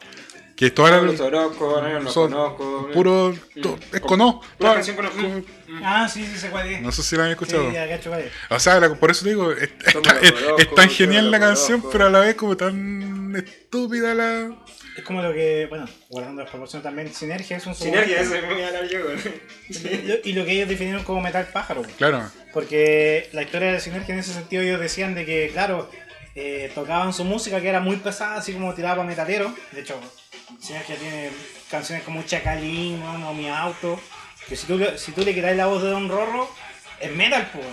B: Que toda la,
C: los Orozco, no, los
B: son
C: conozco.
B: puro. to- es cono-
C: Pura
B: toda-
C: canción con-
A: Ah, sí, sí, se cuál es.
B: No sé si la han
A: Sí,
B: escuchado.
A: ya cacho cuál es.
B: O sea, la- por eso te digo, es, es
C: Yo me
B: tan-
C: lo
B: es-
C: conozco,
B: es tan
C: yo
B: genial
C: me
B: la
C: lo
B: canción,
C: conozco.
B: pero a la vez como tan estúpida la.
A: Es como lo que, bueno, guardando las proporciones también, Sinergia es un
C: Sinergia, eso
A: subgrupo.
C: es muy hablar yo. güey.
A: Lo- Y lo que ellos definieron como metal pájaro.
B: Claro,
A: Porque la historia de Sinergia en ese sentido ellos decían de que, claro, eh, tocaban su música que era muy pesada, así como tiraba para metalero. De hecho, Sinergia tiene canciones como Chacalín, mano, Mi Auto. Que si tú, le- si tú le quitas la voz de Don Rorro, es metal, pues.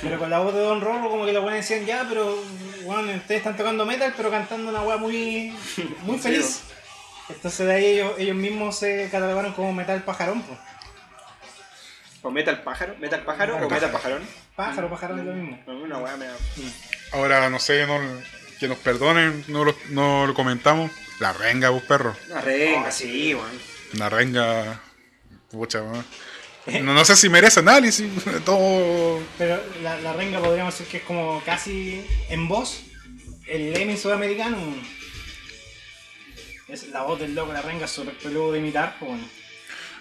A: Pero con la voz de Don Rorro, como que los buenos decían, ya, pero, bueno, ustedes están tocando metal, pero cantando una weá muy, muy feliz. Entonces de ahí ellos, ellos mismos se catalogaron como metal pajarón, pues.
D: ¿O Metal Pájaro? ¿Metal Pájaro o Metal Pajarón?
A: Pájaro, pajarón es lo mismo.
D: Una weá me da.
B: Ahora, no sé, no- que nos perdonen, no lo, no lo comentamos. La renga, vos perro.
C: Ah,
D: Una renga, Oh, sí, weón.
B: La renga. Pucha, weón. no, no sé si merece análisis. Todo.
A: Pero la, la renga podríamos decir que es como casi en voz el Lemmy sudamericano. Es la voz del loco, la renga es súper peludo de imitar. pues, bueno.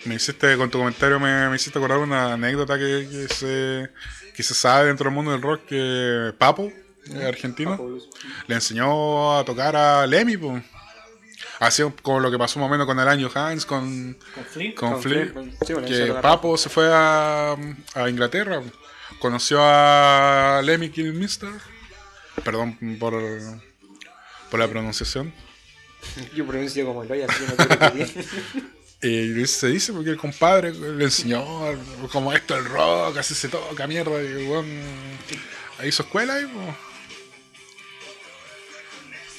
B: Me hiciste, con tu comentario, me, me hiciste acordar una anécdota que, que se, que se sabe dentro del mundo del rock que Papo, eh, argentino, le enseñó a tocar a Lemmy, po. Así como lo que pasó más o menos con Alan Hans, con,
A: Con Flip.
B: con
C: Con pues.
B: Flip,
C: Flip, sí, bueno, eso
B: que
C: lo da
B: Papo se fue a, a Inglaterra, conoció a Lemmy Kilmister, perdón por, por la pronunciación,
C: Yo pronuncio como el hoyo, así que no quiero repetir.
B: y se dice porque el compadre le enseñó como esto el rock, así se toca, mierda, y el weón ahí hizo escuela y po.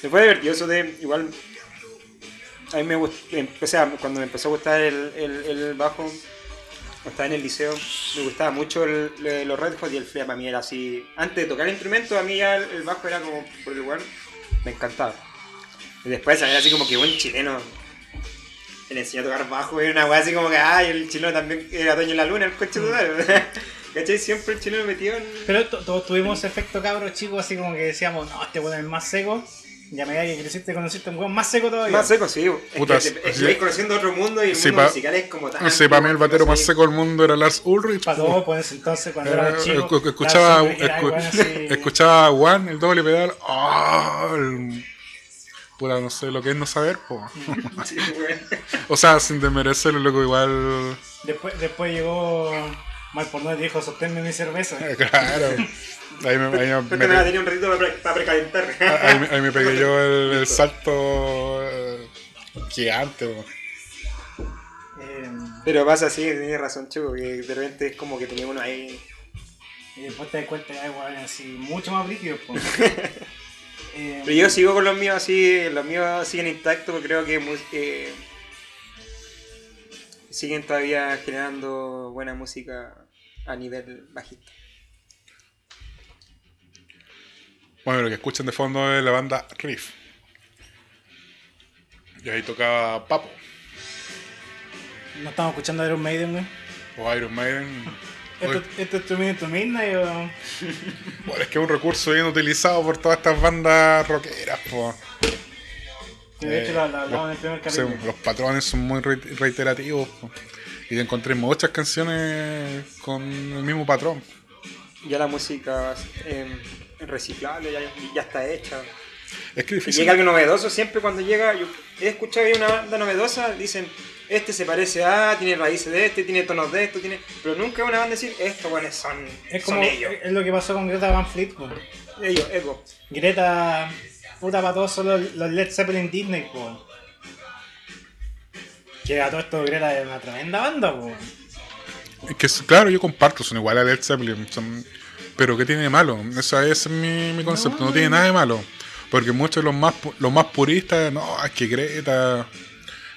C: Se fue divertido eso de igual. A mí me gustó, empecé a- cuando me empezó a gustar el, el, el bajo, cuando estaba en el liceo, me gustaba mucho el- le- los Red Hot y el Flea para mí era así. Antes de tocar el instrumento, a mí ya el, el bajo era como, por igual, me encantaba. Y después era así como que un chileno le enseñó a tocar bajo y una weá así como que, ay, el chileno también era dueño de la luna, el coche total. ¿Cachai? Siempre el chileno metido en.
A: Pero to- todos tuvimos ese efecto cabros chicos, así como que decíamos, no, este bueno es el más seco. Y a medida que creciste conociste un weón más seco todavía.
C: Más seco, sí.
B: Puta,
C: es que te- es
B: sí.
C: que vais conociendo otro mundo y el
B: Sí,
C: mundo
B: pa-
C: musical es como tan.
B: Así para mí el batero más
C: Ah, Sí.
B: seco del mundo era Lars Ulrich.
A: Para
B: po.
A: todos, pues entonces cuando
B: Era-
A: éramos chicos.
B: escu- escuchaba,
A: era- era-
B: escu-
A: era- así-
B: escuchaba a Juan, el doble pedal. ¡Ah! el- Puta, no sé lo que es no saber, po.
C: Sí, güey.
B: O sea, sin desmerecerlo, loco, igual.
A: Después, después llegó Malporno y dijo, sosténme mi cerveza.
B: Eh. Claro. Ahí me, ahí me-
C: Porque me va a tener un ratito para, pre- para precalentar.
B: ahí me- ahí me pegué yo el, el salto eh, gigante, po.
A: Eh,
C: Pero pasa así, tienes razón, chico, que de repente es como que tenía uno ahí.
A: y después te das cuenta, ay, weón, así, mucho más brígido. pues. Eh,
C: Pero yo sigo con los míos así, los míos siguen intactos, porque creo que mu- eh, siguen todavía generando buena música a nivel bajista.
B: Bueno, lo que escuchan de fondo es la banda Riff. Y ahí tocaba Papo,
A: No estamos escuchando Iron Maiden, güey.
B: o Iron Maiden. Uy.
A: Esto, esto es tu Minute to Midnight, o-
B: Bueno, es que es un recurso bien utilizado por todas estas bandas rockeras, po.
A: que De hecho,
B: Eh,
A: lo lo hablamos
B: los-
A: en el primer
B: sí,
A: capítulo.
B: los patrones son muy re- reiterativos, po. Y te encontré muchas canciones con el mismo patrón.
C: Ya la música eh, reciclable ya, ya está hecha.
B: Es que es
C: Si
B: difícil.
C: llega algo novedoso, siempre cuando llega, yo he escuchado que hay una banda novedosa, dicen, este se parece a, tiene raíces de este, tiene tonos de esto, tiene... Pero nunca una banda decir, estos bueno, son,
A: Es
C: son
A: como eh,
C: ellos.
A: es lo que pasó con Greta Van Fleet, güey.
C: Ellos, ego.
A: Greta, puta para todos son los, los Led Zeppelin Disney, güey. Que a todo esto Greta es una tremenda banda, güey.
B: Es que es- claro, yo comparto, son igual a Led Zeppelin. son- Pero ¿qué tiene de malo? Esa ese es mi, mi concepto, no, tiene nada de malo. Porque muchos de los más, pu- los más puristas, no, es que Greta,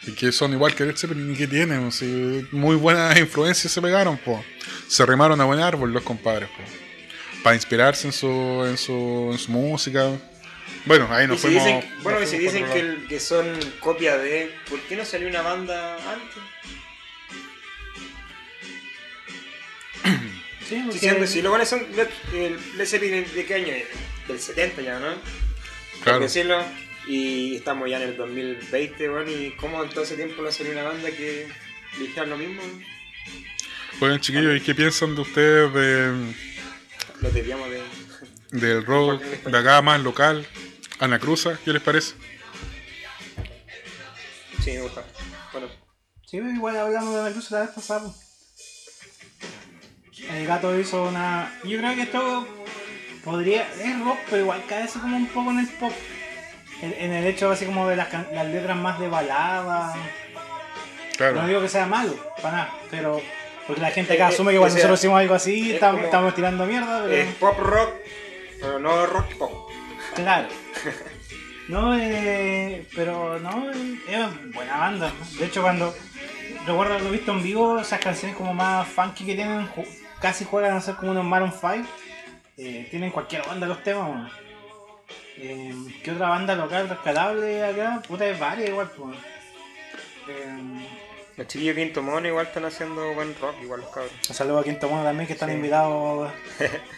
B: y que son igual que Led Zeppelin, ¿y qué tienen? Si muy buenas influencias se pegaron, po. Se remaron a buen árbol los compadres, po. Para inspirarse en su, en, su, en su música. Bueno, ahí
C: Y
B: nos
C: si
B: fuimos.
C: dicen,
B: nos
C: bueno, y si
B: fuimos por
C: dicen
B: otro
C: que,
B: lado.
C: el- que son copia de... ¿Por qué no salió una banda antes?
A: Sí, porque-
C: Diciendo, si lo bueno son Led, el Led Zeppelin, ¿de qué año? era? Del 70 ya, ¿no?
B: Claro.
C: Por decirlo. Y estamos ya en el 2020, bueno, ¿y cómo en todo ese tiempo no salió una banda que dijera lo mismo?
B: Oigan, pues, chiquillos, ¿y qué piensan de ustedes de,
C: Lo debíamos de...
B: del rock de acá más local? Ana Cruza, ¿qué les parece?
C: Sí, me gusta. Bueno,
A: Sí, pero igual hablamos de la cruz la vez pasada. pues. po. El gato hizo una. Yo creo que esto podría. Es rock, pero igual cae eso como un poco en el pop. En, en el hecho así como de las, can- las letras más de balada. No
B: Claro.
A: digo que sea malo, para nada, pero. Porque la gente acá
C: Eh,
A: asume que cuando
C: o sea,
A: nosotros hicimos algo así,
C: es
A: estamos,
C: como-
A: estamos tirando mierda, pero.
C: Es pop rock, pero no rock pop.
A: Claro. No, eh, pero no, eh, es buena banda. ¿no? De hecho, cuando recuerdo haberlo visto en vivo, esas canciones como más funky que tienen, ju- casi juegan a ser como unos Maroon 5. Eh, tienen cualquier banda los temas. weón. Eh, ¿Qué otra banda local rescatable acá? Puta, es varias igual. Pues. Eh,
C: Los chiquillos de Quinto Mono igual están haciendo buen rock, igual los cabros.
A: un saludo a Quinto Mono también, que están
C: Sí.
A: invitados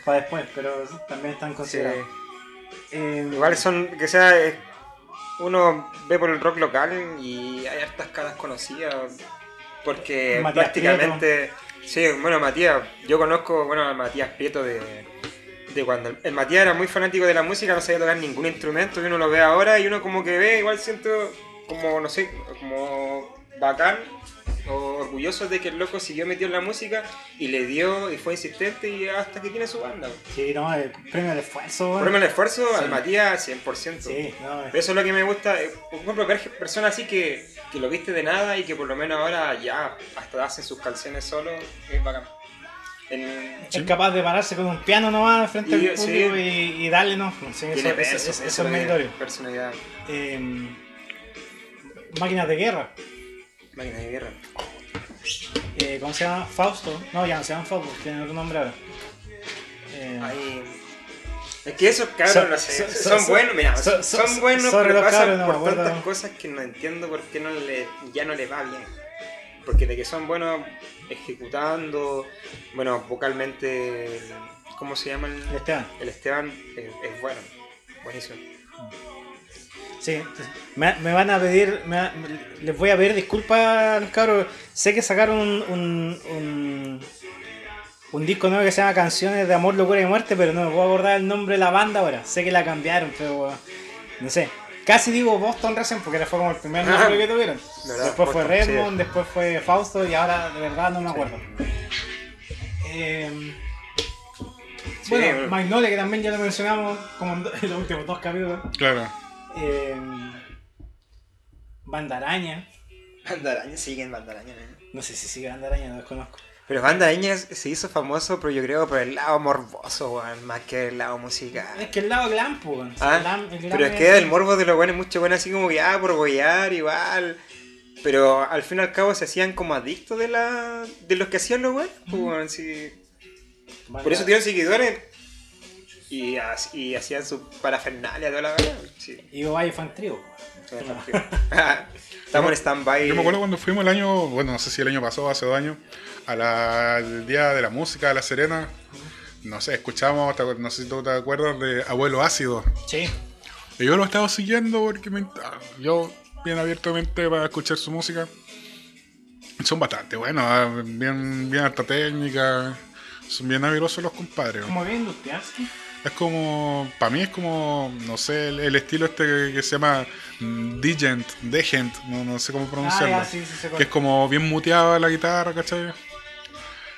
A: para después, pero también están
C: Sí.
A: considerados. Eh,
C: Igual son, que sea, eh, uno ve por el rock local y hay hartas caras conocidas. Porque
A: Matías
C: prácticamente. Sí, bueno, Matías, yo conozco bueno, a Matías Prieto de, de cuando. El, el Matías era muy fanático de la música, no sabía tocar ningún instrumento y uno lo ve ahora y uno como que ve, igual siento como, no sé, como bacán o orgulloso de que el loco siguió metido en la música y le dio y fue insistente y hasta que tiene su banda.
A: Sí, no, el premio al esfuerzo. weón.
C: Ponemos el esfuerzo
A: Sí.
C: al Matías 100%.
A: Sí, no,
C: Pero Eso es lo que me gusta. eh, Por ejemplo, ver personas así que, que lo viste de nada y que por lo menos ahora ya hasta hacen sus canciones solo. Es bacán. En-
A: es capaz de pararse con un piano nomás frente
C: Y-
A: al público
C: sí.
A: y, y darle, ¿no? Sí, eso,
C: tiene
A: eso-
C: peso,
A: eso- eso es
C: tiene
A: meritorio.
C: Personalidad.
A: Eh, máquinas de guerra.
C: Máquina de guerra.
A: Eh, ¿Cómo se llama? Fausto. No, ya no se llama Fausto, tiene otro nombre ahora. Eh,
C: Ahí- Es que esos cabros,
A: So-
C: no sé,
A: so-
C: son
A: so-
C: buenos, mira,
A: so-
C: son,
A: so-
C: buenos,
A: sorry,
C: pero
A: los
C: pasan
A: cabros, no me
C: por
A: acuerdo.
C: tantas cosas que no entiendo por qué no le, ya no le va bien. Porque de que son buenos ejecutando, bueno, vocalmente, ¿cómo se llama? el-
A: Esteban.
C: El Esteban eh, es, bueno, buenísimo.
A: Sí, me, me van a pedir, me va- les voy a pedir disculpas a los cabros. Sé que sacaron un, un, un, un disco nuevo que se llama Canciones de Amor, Locura y Muerte, pero no me puedo acordar el nombre de la banda ahora. Sé que la cambiaron, pero no sé. Casi digo Boston recién porque era- fue como el primer
C: Ah,
A: nombre que tuvieron.
C: verdad,
A: después fue
C: Boston, sí.
A: Redmond, después fue Fausto y ahora de verdad no me acuerdo. Eh,
C: Sí,
A: bueno,
C: bueno.
A: Magnolia que también ya lo mencionamos como en do- en los últimos dos capítulos.
B: Claro.
A: Eh, Banda Araña.
C: Bandaraña, siguen Bandaraña.
A: No sé si sigue Banda Araña, no los conozco.
C: Pero Bandaraña se hizo famoso, pero yo creo por el lado morboso, weón, más que el lado musical.
A: Es que el lado glam, pues. weón. O sea,
C: Ah,
A: el glam- el glam
C: pero es que el morbo de los buenos es mucho bueno, así como que, ah, por boyar, igual. Pero al fin y al cabo se hacían como adictos de la de los que hacían los buenos. pues, weón, sí.
A: Banda-
C: Por eso tienen seguidores y, ha- y hacían su parafernalia toda la verdad. Sí.
A: Y Ovalle pues, fue en trío.
C: Estamos en stand-by.
B: Yo me acuerdo cuando fuimos el año, bueno, no sé si el año pasado, hace dos años, a la- al Día de la Música de La Serena. No sé, escuchamos, te acuer- no sé si tú te acuerdas de Abuelo Ácido.
A: Sí.
B: Y yo lo he estado siguiendo porque me, ah, yo, bien abiertamente, para escuchar su música. Son bastante buenos, ah, bien, bien alta técnica. Son bien habilidosos los compadres.
A: Como bien industrial. sí.
B: Es como, para mí es como, no sé, el, el estilo este que, que se llama mm, Digent, Degent, no, no sé cómo
A: Ah,
B: pronunciarlo.
A: ya, sí, sí, se
B: Que es como bien muteada la guitarra, ¿cachai?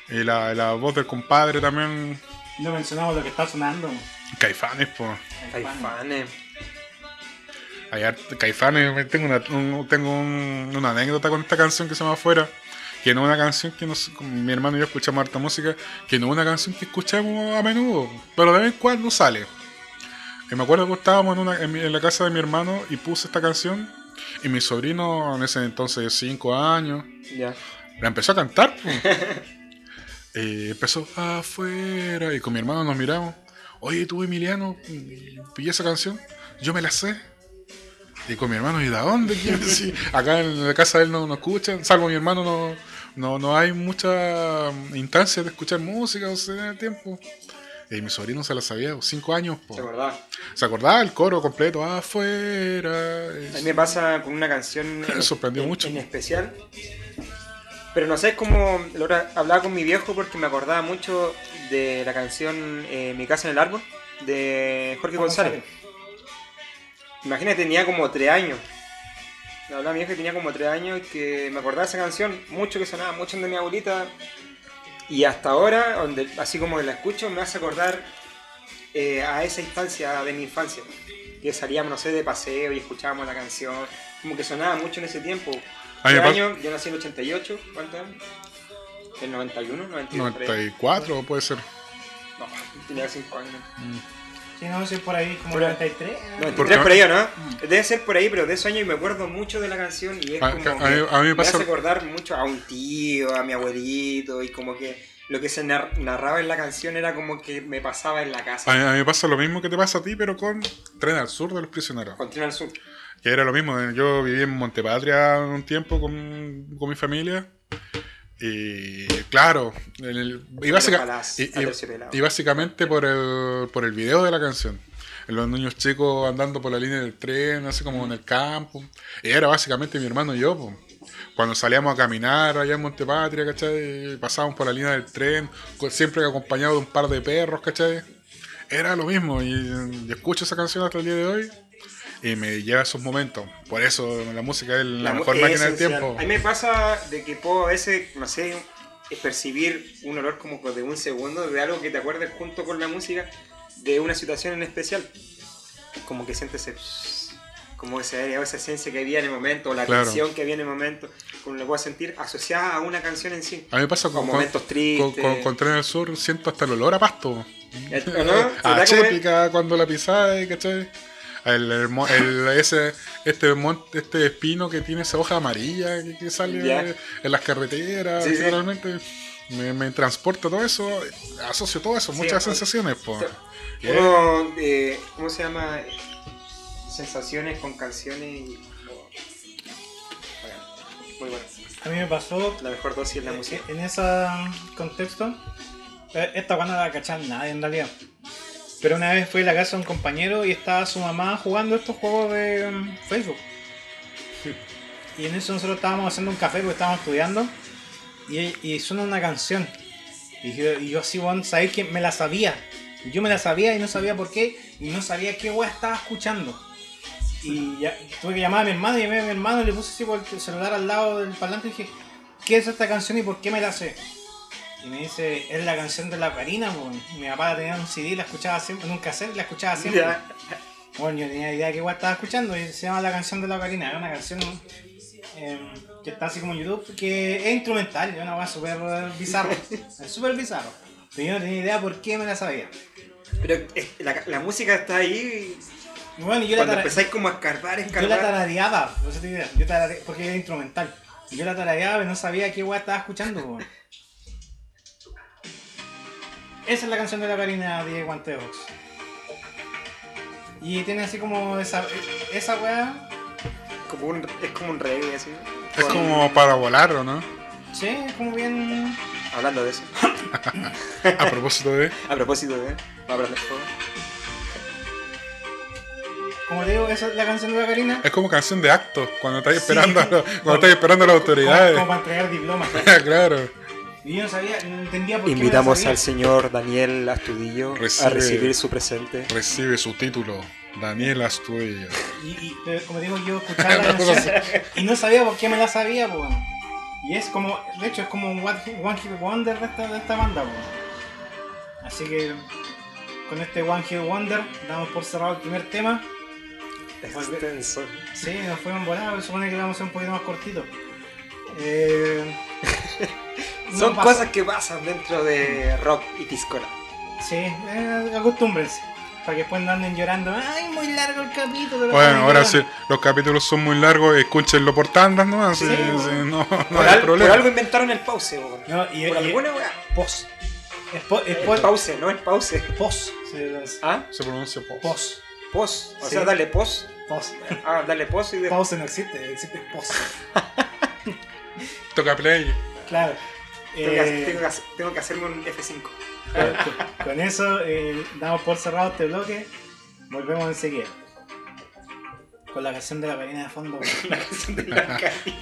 B: Y la, la voz del compadre también.
A: No mencionamos lo que está sonando. weón.
B: Caifanes, pues.
C: Hay fanes.
B: Hay hart- Caifanes, me- tengo, una, un- tengo un- una anécdota con esta canción que se llama Afuera. Que no es una canción que nos, con mi hermano y yo escuchamos harta música. Que no es una canción que escuchamos a menudo. Pero de vez en cuando sale. Y me acuerdo que estábamos en, una- en mi- en la casa de mi hermano y puse esta canción. Y mi sobrino, en ese entonces de 5 años,
C: Ya.
B: La empezó a cantar. po. Eh, empezó afuera y con mi hermano nos miramos. Oye, tú Emiliano, mm, pillé esa canción, yo me la sé. Y con mi hermano, ¿y de dónde? ¿Quién? Sí, acá en la casa de él no nos escuchan, salvo mi hermano, no, no, no hay mucha instancia de escuchar música o sea, en el tiempo. Y mi sobrino se la sabía, po, cinco años. po.
C: ¿Se acordaba?
B: Se acordaba el coro completo, afuera.
C: A mí me pasa con una canción
B: Me sorprendió
C: en-
B: mucho.
C: en especial. Pero no sé, es como la otra- hablaba con mi viejo porque me acordaba mucho de la canción eh, Mi casa en el árbol de Jorge
A: Ah,
C: González.
A: González.
C: Imagínate, tenía como 3 años. Le hablaba a mi viejo que tenía como 3 años y que me acordaba de esa canción, mucho que sonaba, mucho de mi abuelita. Y hasta ahora, donde, así como la escucho, me hace acordar eh, a esa instancia de mi infancia. Que salíamos, no sé, de paseo y escuchábamos la canción. Como que sonaba mucho en ese tiempo.
B: A mí me
C: ¿Qué
B: pasa-
C: año? Yo nací en el 88, ¿cuánto? año? ¿El 91? 92, por ahí.
B: 94 puede ser.
C: No, tenía 5 años.
A: Si no, si es por ahí como
C: Pero-
A: 93.
C: No,
B: Porque-
C: por ahí, ¿o ¿no? Debe ser por ahí, pero de esos años me acuerdo mucho de la canción y es
B: A-
C: como
B: a-
C: que
B: a mí- a mí me pasa-
C: hace acordar mucho a un tío, a mi abuelito y como que lo que se nar- narraba en la canción era como que me pasaba en la
B: A
C: casa.
B: mí, a mí me pasa lo mismo que te pasa a ti, pero con Tren al Sur de los Prisioneros.
C: Continúa el sur.
B: Que era lo mismo. eh, Yo viví en Montepatria un tiempo con, con mi familia. Y claro, en el- y, básica-
C: palaz-
B: y- y-
C: aterciopelado.
B: y básicamente por el, por el video de la canción. Los niños chicos andando por la línea del tren, así como en el campo. Y era básicamente mi hermano y yo. po. Cuando salíamos a caminar allá en Montepatria, ¿cachai? Y Pasábamos por la línea del tren, co- siempre acompañado de un par de perros, ¿cachai? Era lo mismo. Y, y escucho esa canción hasta el día de hoy y me lleva a esos momentos. Por eso la música es la,
C: mu-
B: mejor
C: es
B: máquina del
C: esencial.
B: tiempo.
C: A mí me pasa de que puedo a veces, no sé, es percibir un olor como de un segundo de algo que te acuerdes junto con la música de una situación en especial. Como que sientes ese- como ese aire, o esa esencia que había en el momento, o la
B: Claro.
C: canción que había en el momento, como la puedo sentir asociada a una canción en sí.
B: A mí me pasa con,
C: Con
B: con,
C: momentos tristes.
B: con- con- con Tren del Sur, siento hasta el olor a pasto.
C: ¿O no?
B: a
C: ¿Será como es?
B: Chépica Ah, cuando la pisáis, ¿cachai? El, el mo- el- ese, este, mon- este espino que tiene esa hoja amarilla que, que sale
C: Ya.
B: en las carreteras,
C: Sí, sí.
B: generalmente. Me, me transporta todo eso, asocio todo eso,
C: Sí,
B: muchas
C: o-
B: sensaciones. po. Y es-
C: Uno, eh, ¿cómo se llama? Sensaciones con canciones y... oh. Bueno, muy bueno.
A: A mí me pasó
C: La mejor dosis es la música.
A: Eh, en ese contexto. eh, Esta guana no la cachan nadie en realidad. Pero una vez fui a la casa de un compañero y estaba su mamá jugando estos juegos de mm, Facebook. Y en eso nosotros estábamos haciendo un café porque estábamos estudiando. Y, y suena una canción. Y yo, y yo así, bueno, sabéis que me la sabía. Yo me la sabía y no sabía por qué. Y no sabía qué weá estaba escuchando. Y ya, tuve que llamar a mi hermano. Llamé a mi hermano y le puse así por el celular al lado del parlante. Y dije, ¿qué es esta canción y por qué me la sé? Y me dice, es la canción de la Karina. weón". Y Mi papá tenía un CD, la escuchaba siempre, en un cassette, la escuchaba siempre.
C: Ya.
A: Bueno, yo tenía idea de qué guay estaba escuchando y se llama La canción de la ocarina. Es una canción eh, que está así como en YouTube, que es instrumental, es una guay súper eh, bizarra. Es súper bizarro. Pero yo no tenía idea por qué me la sabía.
C: Pero eh, la, la música está ahí.
A: Y Bueno, yo
C: Y
A: la,
C: cuando
A: tara-
C: empezáis como a escarbar,
A: yo la
C: escarbar.
A: tarareaba, por eso te digo, yo tarare- porque era instrumental. Y Yo la tarareaba y no sabía qué guay estaba escuchando. po. Esa es la canción de la ocarina de Guante Box. Y tiene así como esa, esa weá
C: Como un, es como un reggae así.
B: es
C: Con-
B: como para volar, ¿o no?
A: Sí, es como bien.
C: Hablando de eso.
B: A propósito de...
C: A propósito de. Va a hablar de todo.
A: Como te digo, esa es la canción de la Karina.
B: Es como canción de acto, cuando estáis
A: Sí.
B: esperando, a lo- cuando estáis esperando a las
A: Como,
B: autoridades.
A: como para entregar diplomas.
B: claro.
A: Y yo no sabía, no entendía por qué. me la
C: Invitamos
A: sabía.
C: al señor Daniel Astudillo
B: Recibe-
C: a recibir su presente.
B: Recibe su título, Daniel Astudillo.
A: Y, y, pero como digo, yo escuchaba la canción y no sabía por qué me la sabía, po. Y es como, de hecho, es como un One Hit- One Hit Wonder de esta, de esta banda, po. Así que con este One Hit Wonder damos por cerrado el primer tema. Pues,
C: Extenso.
A: Sí, nos fuimos volados, se supone que lo vamos a hacer un poquito más cortito. Eh, no
C: Son
A: pasa.
C: cosas que pasan dentro de rock y piscola.
A: Sí, eh, acostúmbrense. Para que después no anden llorando. ¡Ay, muy largo el capítulo!
B: Bueno, ahora sí,
A: sí.
B: los capítulos son muy largos, escúchenlo por tandas, ¿no? Así,
A: Sí.
B: sí, no, no
C: Por,
B: hay
C: al- por
B: problema.
C: algo inventaron el pause, weón.
A: No, y,
C: Por
A: y-
C: alguna weá.
A: pos. Es po- es po-
C: El pause, no el pause.
A: pos. se-
C: ¿Ah?
B: Se pronuncia po.
A: Pos.
C: Pos. O
A: Sí.
C: sea, dale pos.
A: Pos.
C: Ah, dale pos y después.
A: Pause no existe, existe pos.
B: Toca play.
A: Claro.
C: Tengo que,
A: Eh,
C: hacer- tengo que hacer- tengo que hacerme un F5.
A: con- con eso eh, damos por cerrado este bloque. Volvemos enseguida. Con la canción de la Karina de fondo.
C: La canción de la Karina.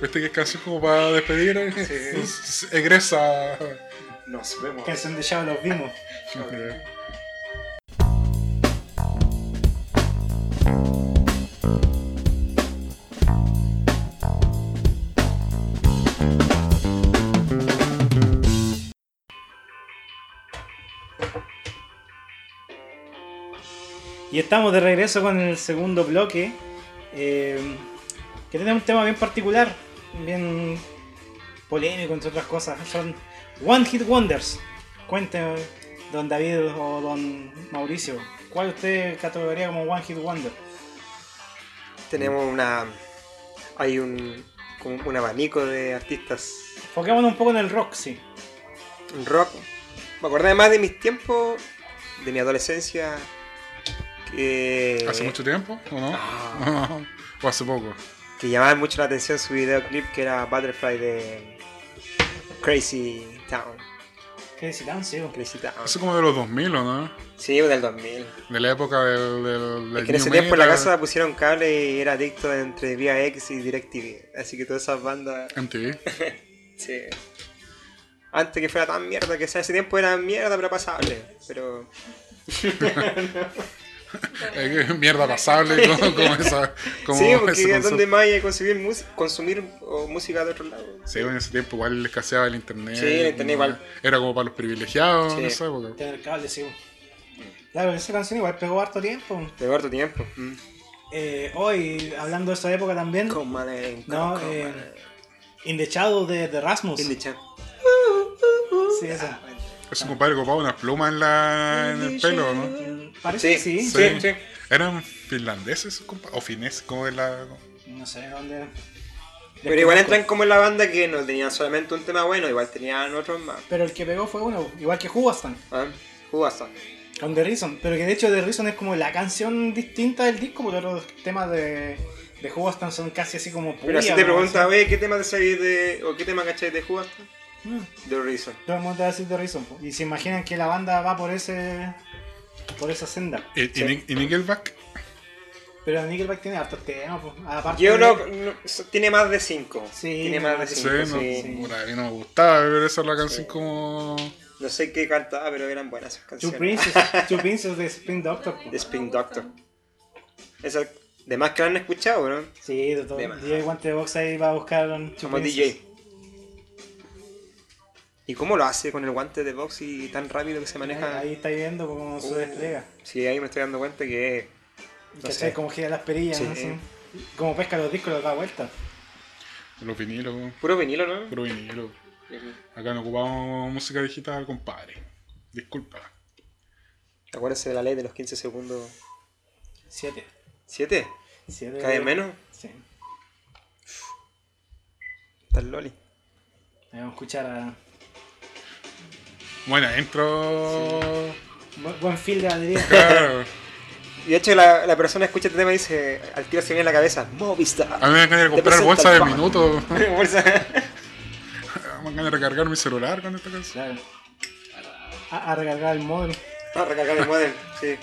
B: ¿Viste que es canción como para despedir? ¿eh?
C: Sí.
B: Egresa.
C: Nos vemos.
A: canción de Chavo los vimos. Y estamos de regreso con el segundo bloque. eh, que tiene un tema bien particular, bien polémico, entre otras cosas. Son One Hit Wonders. Cuénteme, don David o don Mauricio, ¿cuál usted categoría como One Hit Wonder?
C: Tenemos una. Hay un, como un abanico de artistas
A: Foquémonos un poco en el rock, sí.
C: rock. Me acordé más de mis tiempos, de mi adolescencia. Que,
B: ¿Hace mucho tiempo o no?
C: Ah.
B: ¿O hace poco?
C: que llamaba mucho la atención su videoclip que era Butterfly de Crazy Town.
A: Qué silencio.
C: Crazy Town.
B: Hace como de los 2000 o no?
C: Sí, del 2000.
B: De la época del. del, del
C: Es que en ese
B: new
C: tiempo en la
B: metal,
C: casa pusieron cable y era adicto entre Vía X y DirecTV. Así que todas esas bandas.
B: MTV.
C: Sí. Antes que fuera tan mierda, que sea ese tiempo era mierda pero pasable. Pero.
B: Eh, qué mierda pasable, como, como esa. Como
C: sí, porque
B: ese
C: es donde
B: concepto.
C: más hay que consumir, mus- consumir o música de otro lado.
B: Sí, en ese tiempo igual le escaseaba el internet.
C: Sí, el internet igual.
B: Era como para los privilegiados en
C: Sí.
B: esa época.
A: Tener cable, sí. Claro, esa canción igual pegó harto tiempo.
C: De corto tiempo. Mm.
A: Eh, hoy, hablando de esa época también,
C: Come on, eh,
A: No,
C: come on,
A: eh,
C: eh.
A: In the Shadow de, de Rasmus.
C: In the Ah, chat.
A: Sí, esa.
B: Es un compadre copaba una pluma en, la, en el pelo, ¿no?
A: Parece
C: Sí,
A: que sí.
C: sí, sí.
B: ¿Eran finlandeses esos compadres? ¿O fineses? ¿Cómo es la.?
A: No sé dónde.
C: Pero igual entran como en la banda que no tenían solamente un tema bueno, igual tenían otros más.
A: Pero el que pegó fue uno, igual que Hubastan,
C: ¿Ah? Jugasa.
A: con The Reason. Pero que de hecho The Reason es como la canción distinta del disco, porque los temas de, de Hubastan son casi así como
C: Pero si
A: puya,
C: te
A: ¿no?
C: preguntas, oye, ¿qué tema te sabéis de. o qué tema cacháis de Jugasa?
A: Mm,
C: The Reason.
A: Todo el mundo va a decir The Reason. po. Y se imaginan que la banda va por ese por esa senda.
B: ¿Y, y Ni- y Nickelback?
A: Pero Nickelback tiene hartos temas, po. aparte
C: Yo
A: de-
C: no, no- so- Tiene más de 5.
A: Sí,
C: Tiene más de
A: sí,
B: Sí,
C: 5.
B: no,
C: sí.
A: sí.
B: puta, a mí no me gustaba ver esa la canción como.
C: No sé qué cantaba, pero eran buenas esas
A: Two
C: canciones.
A: Princes, Two Princes de Spin Doctor. po.
C: De Spin Doctor. Esa, de más que la han escuchado, ¿no?
A: Sí, de todo.
C: De más.
A: DJ Guante de Box ahí va a buscar un
C: Como DJ. ¿Y cómo lo hace con el guante de box y tan rápido que se maneja?
A: Ahí está viendo como su
C: Uh,
A: despliega.
C: Sí, ahí me estoy dando cuenta que. No
A: ¿Cachai?
C: sé.
A: Como gira las perillas,
C: Sí.
A: ¿no? Así. Como pesca los discos y los da vuelta.
B: Los vinilos, weón.
C: Puro vinilo, ¿no?
B: puro vinilo. Acá no ocupamos música digital, compadre. Disculpa.
C: Acuérdense de la ley de los 15 segundos.
A: Siete.
C: ¿Siete?
A: Siete.
C: ¿Cada vez menos?
A: Sí.
C: Está el Loli.
A: Vamos a escuchar a.
B: Bueno, entro.
A: bu- Buen feel de batería.
B: Claro.
C: Y de hecho, la, la persona escucha este tema y dice: al tiro se viene en la cabeza. Movistar.
A: Ah.
B: A mí me dan ganas de
C: Te
B: comprar
C: presenta
B: bolsa
C: el
B: de
C: pan.
B: minutos. Me
C: Bolsa.
B: dan ganas de recargar mi celular con esta canción.
A: Claro. A, a recargar el móvil.
C: Ah, recargar el modem, sí.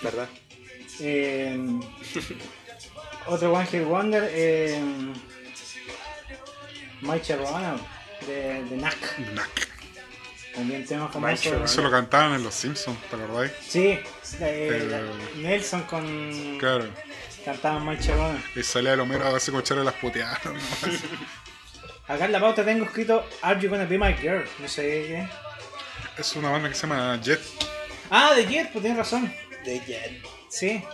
C: ¿Verdad?
A: Eh, otro One Hit Wonder. Eh, My Charuana de, de Knack.
B: Knack.
A: También tema
C: My Charuana.
A: famoso.
B: Eso lo cantaban en Los Simpsons, ¿te acordáis?
A: ¿eh? Sí, eh,
B: Pero-
A: Nelson con
B: Claro.
A: cantaban My Charuana.
B: Y salía el Homero a verse con echarle las puteadas. ¿no?
A: Acá en la pauta tengo escrito Are You Gonna Be My Girl? No sé ¿eh? qué. es.
B: Es una banda que se llama Jet.
A: Ah, de Jet, pues tienes razón.
C: De Jet.
A: Sí.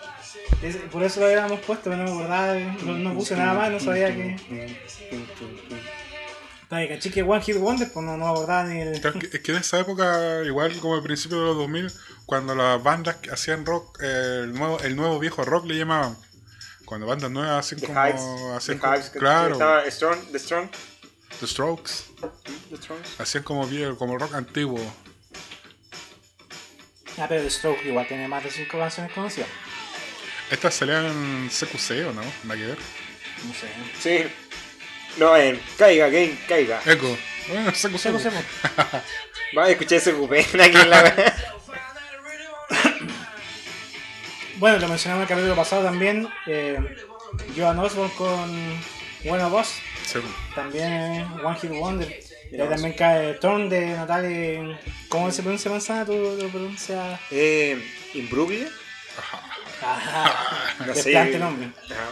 A: Es- por eso lo habíamos puesto, pero no me acordaba, no, no puse nada más, no sabía que. Ay, caché que One Hit Wonder, pues no, no abordaba ni el.
B: Claro, Es que- es que en esa época, igual como al principio de los 2000, cuando las bandas que hacían rock, eh, el, nuevo, el nuevo viejo rock le llamaban. Cuando bandas nuevas hacían
C: The
B: como.
C: Hives. The
B: hacían como-
C: Hives. que
B: claro,
C: Estaba Strong. The Strong.
B: The Strokes.
C: The Strong.
B: Hacían como, vie- como rock antiguo.
A: Ah, pero The Stroke igual tiene más de 5 canciones conocidas.
B: Estas salían en CQC o no? Nada que ver.
A: No sé.
C: Sí. No, en Caiga, Game, Caiga.
B: Echo. Bueno, CQC.
A: No sé, no sé, pues.
C: Va a escuchar ese cupé aquí en la.
A: Bueno, lo mencionamos en el capítulo pasado también. Eh, Joan Osborne con Bueno Boss.
B: Sí.
A: También eh, One Hit Wonder. Y
C: Mira
A: ahí
C: vos.
A: también cae Torn de Natalie. ¿Cómo se pronuncia manzana? ¿Tú lo pronuncias?
C: Eh, Imbruglia.
A: Ajá.
C: No sé.
A: Desplante el nombre.
C: Ajá.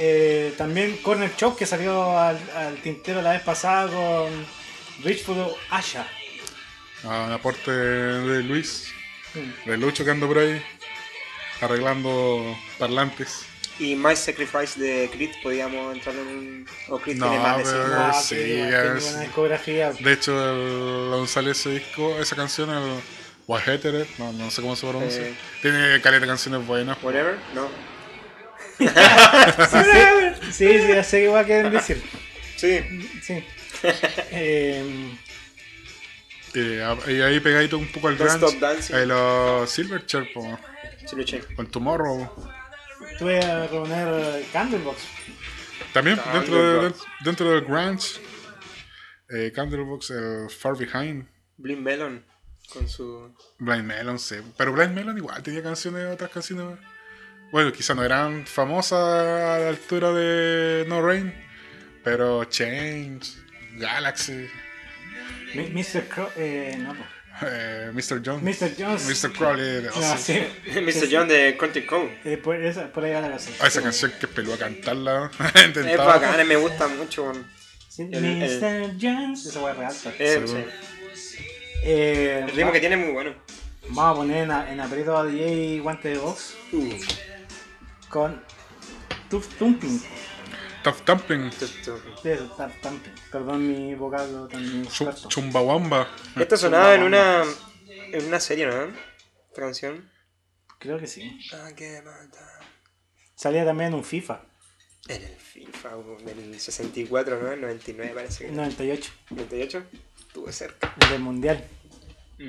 A: Eh, también Corner Chop que salió al, al tintero la vez pasada con Richford Asha.
B: Ah, un aporte de Luis,
A: Mm.
B: de Lucho que anda por ahí. arreglando parlantes.
C: Y My Sacrifice de Creed, podíamos entrar en un. O Creed
B: No,
C: tiene más de
B: pero-
C: cinco.
A: Ah, sí,
B: sí, a
A: tiene
B: ver si-
A: buena discografía.
B: De hecho, el González ese disco, esa canción, el Wahetere, no, no sé cómo se pronuncia,
C: Eh.
B: tiene caleta de canciones buenas.
C: Whatever, no.
A: Sí, sí, ya sé que va a querer decir.
C: Sí,
A: Sí. Eh,
B: Eh, a- y ahí pegadito un poco al
C: Don't
B: grunge,
C: Stop Dancing.
B: a los Silverchair, po,
C: sí lo eché.
B: con Tomorrow.
A: tuve a poner Candlebox.
B: También
C: Candlebox.
B: dentro, de- dentro del grunge, eh, Candlebox, el Far Behind,
C: Blind Melon con su.
B: Blind Melon, sí. Pero Blind Melon igual tenía canciones, otras canciones. Bueno, quizá no eran famosas a la altura de No Rain, pero Change, Galaxy,
A: Mi- Mr. Cro eh, no, po.
B: eh, Mr. Jones,
A: Mr. Jones.
B: Mr. Crowley. no
A: No,
B: sé.
A: Ah, sí.
C: Mr. John de Content Code.
A: Eh, por, esa- por ahí va la cosa.
B: Ah, esa canción que peló a cantarla.
C: Es
B: Intentaba.
C: bacana, me gusta mucho. bueno.
A: Sí,
C: el-
A: Mr. Jones. Esa weá es real. po.
C: Eh,
B: Sí,
C: sí.
B: bueno.
A: Eh,
C: El ritmo que tiene es muy bueno.
A: Vamos a poner en, a- en aprieto a DJ Guante de Box
B: Uh.
A: con Tuff Tumping.
B: Tough Thumping,
C: Tu- tu-
A: Sí, eso, Tuff Tumping. Perdón mi vocablo también.
B: Chu- Chumbawamba.
C: Esto sonaba en una. En una serie, ¿no? Esta canción.
A: Creo que sí.
C: Ah, qué maldad.
A: Salía también en un FIFA.
C: En el FIFA, del 64, ¿no? El 99 parece que.
A: en 98.
C: 98. Estuve cerca.
A: el Del Mundial.
C: Mm.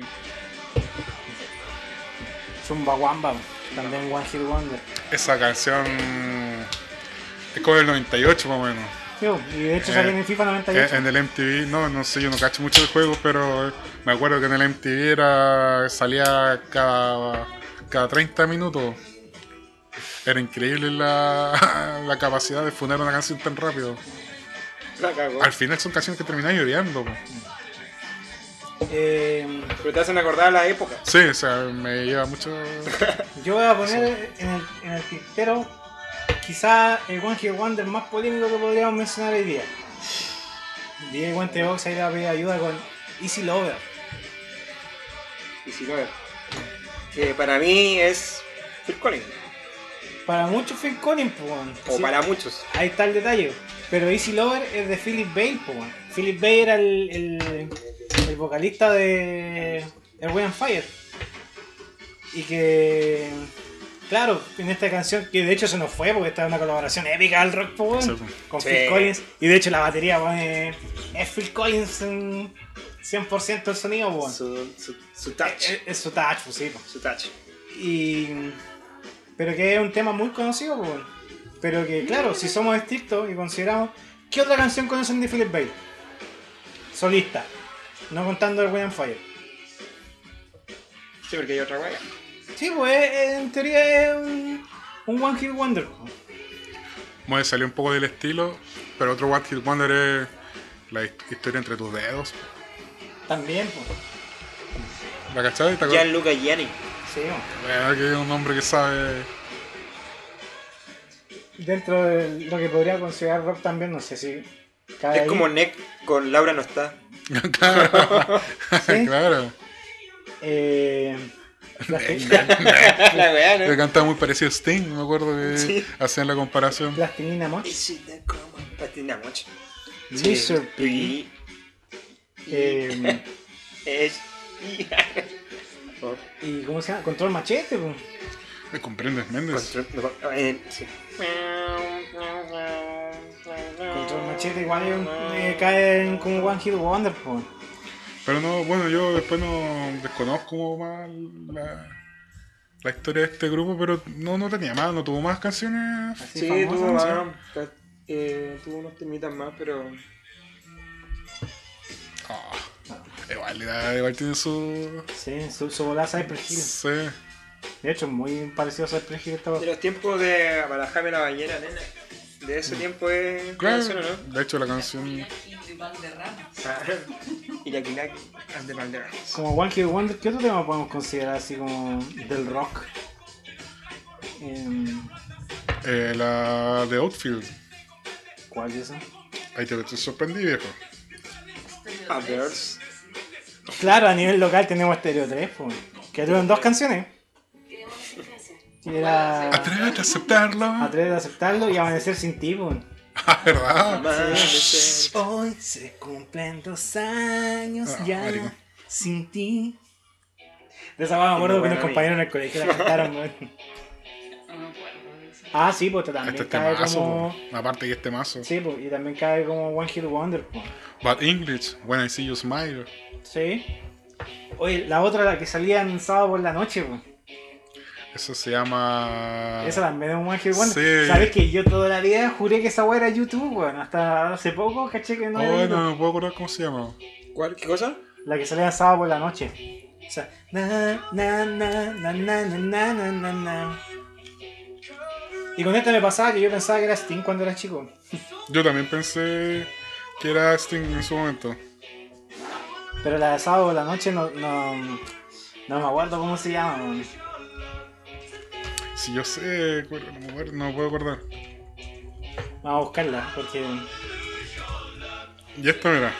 A: Zumba Wamba. También One Hit Wonder.
B: Esa canción es como del 98 más o menos.
A: Sí, y de hecho
B: Eh,
A: salió en el FIFA
B: Eh,
A: 98.
B: En el MTV, no, no sé, yo no cacho mucho el juego, pero eh, me acuerdo que en el MTV era, salía cada, cada 30 minutos. Era increíble la, la capacidad de fundar una canción tan rápido.
C: La cagó.
B: Al final son canciones que termináis odiando. po.
A: Eh,
C: Pero te hacen acordar la época.
B: Sí, o sea, me lleva mucho.
A: yo voy a poner en el, en el tintero quizá el One Hit Wonder más polémico que podríamos mencionar hoy día. DJ Guante de Box ahí le va a pedir ayuda con Easy Lover.
C: Y si no, que para mí es Phil Collins.
A: Para muchos Phil Collins, pues, weón.
C: O
A: Sí.
C: para muchos.
A: Ahí está el detalle. Pero Easy Lover es de Philip Bay, po, weón. Philip Bay era el, el- el vocalista de El Way on Fire. Y que. Claro, en esta canción, que de hecho se nos fue porque esta es una colaboración épica al rock, po, weón,
B: Sí, po.
A: con
C: Sí.
A: Phil Collins. Y de hecho la batería, weón, es, es Phil Collins en 100% el sonido, po, weón.
C: Su, su, su
A: Es,
C: touch.
A: es su touch, pues, sí, po.
C: Su touch.
A: Y... Pero que es un tema muy conocido, po, weón. Pero que, claro, si somos estrictos y consideramos... ¿Qué otra canción conocen de Philip Bale? Solista. No contando el William Fire.
C: Sí, porque hay otra guaya.
A: Sí, pues eh, en teoría es un, un One Hit Wonder. po.
B: Bueno, salió un poco del estilo, pero otro What Hit Wonder es la hist- historia entre tus dedos.
A: También, pues.
B: ¿La cachai? ¿Te acuerdas?
C: Gianluca Gianni.
A: Sí, po.
B: Bueno, que es un hombre que sabe.
A: Dentro de lo que podría considerar rock también, no sé si... cae
C: Es
A: ahí.
C: como Nick con Laura no está.
B: claro.
A: ¿Sí?
B: claro.
A: Eh, la fe-
C: la weá,
B: Le cantaba muy parecido a Sting, me acuerdo que
C: Sí.
B: hacían la comparación.
A: Plastilina Mosh.
C: Is it the common patina much?
A: Mr. P. eh,
C: Es. Oh,
A: y ¿cómo se llama? Control Machete, po.
B: ¿Me comprendes,
C: Pues
A: Pues.
B: Méndez?
C: eh,
A: Control
C: Control
A: Machete igual es un- eh, cae en como One Hit Wonder, po.
B: Pero no, bueno, yo después no desconozco más la, la historia de este grupo, pero no, no tenía más, no tuvo más canciones.
A: Así
C: Sí,
A: famoso,
C: tuvo,
A: ¿no?
C: más, eh, tuvo unos temitas más, pero.
B: Ah, igual, era- igual tiene su.
A: Sí, su, su volada Cypress Hill.
B: Sí.
A: De hecho, muy parecido a Cypress Hill esta
C: De los tiempos de Balajarme la ballena, nena. De
A: Mm.
C: ese tiempo es.
B: Claro,
C: canción, ¿o
B: de hecho la canción.
C: no? Y la Kinaki and the Banderas.
A: Como One Hit Wonder, ¿qué otro tema podemos considerar así como del rock? Em,
B: eh, la de Outfield.
A: ¿Cuál es esa?
B: Ahí te, te sorprendí, viejo.
C: A Birds.
A: Claro, a nivel local tenemos Stereo 3, po, que duran dos canciones. Era
B: Atrévete a aceptarlo.
A: atrever a aceptarlo y amanecer sin ti, weón.
B: Ah, ¿verdad?
C: Amanece.
A: Hoy se cumplen dos años
B: Ah,
A: ya
B: marico.
A: sin ti. De esa weá me acuerdo que
C: Bueno,
A: unos compañeros en el colegio la cantaron, weón.
E: No me acuerdo de eso.
A: Ah, sí, pues también
B: Este es
A: cae
B: temazo.
A: como.
B: po. Aparte que este mazo.
A: Sí, pues, y también cae como One Hit Wonder, pues.
B: But English, when I see you smile.
A: Sí. Oye, la otra, la que salía en sábado por la noche, pues.
B: Eso se llama.
A: Esa también es un One Hit Wonder.
B: Ah. Sí.
A: Sabes que yo toda la vida juré que esa weá era YouTube, weón. Hasta hace poco caché que no
B: Oh,
A: era
B: no,
A: YouTube.
B: no me puedo acordar cómo se llama.
C: ¿Cuál? ¿Qué cosa?
A: La que salía en sábado por la noche. O sea, na, na, na, na, na, na, na, na, na, na. Y con esta me pasaba que yo pensaba que era Sting cuando era chico.
B: Yo también pensé que era Sting en su momento.
A: Pero la de sábado por la noche no, no, no me acuerdo cómo se llama. weón.
B: Si yo sé, cu- no me acuerdo- no me puedo acordar.
A: Vamos a buscarla, porque...
B: Y esta, mira.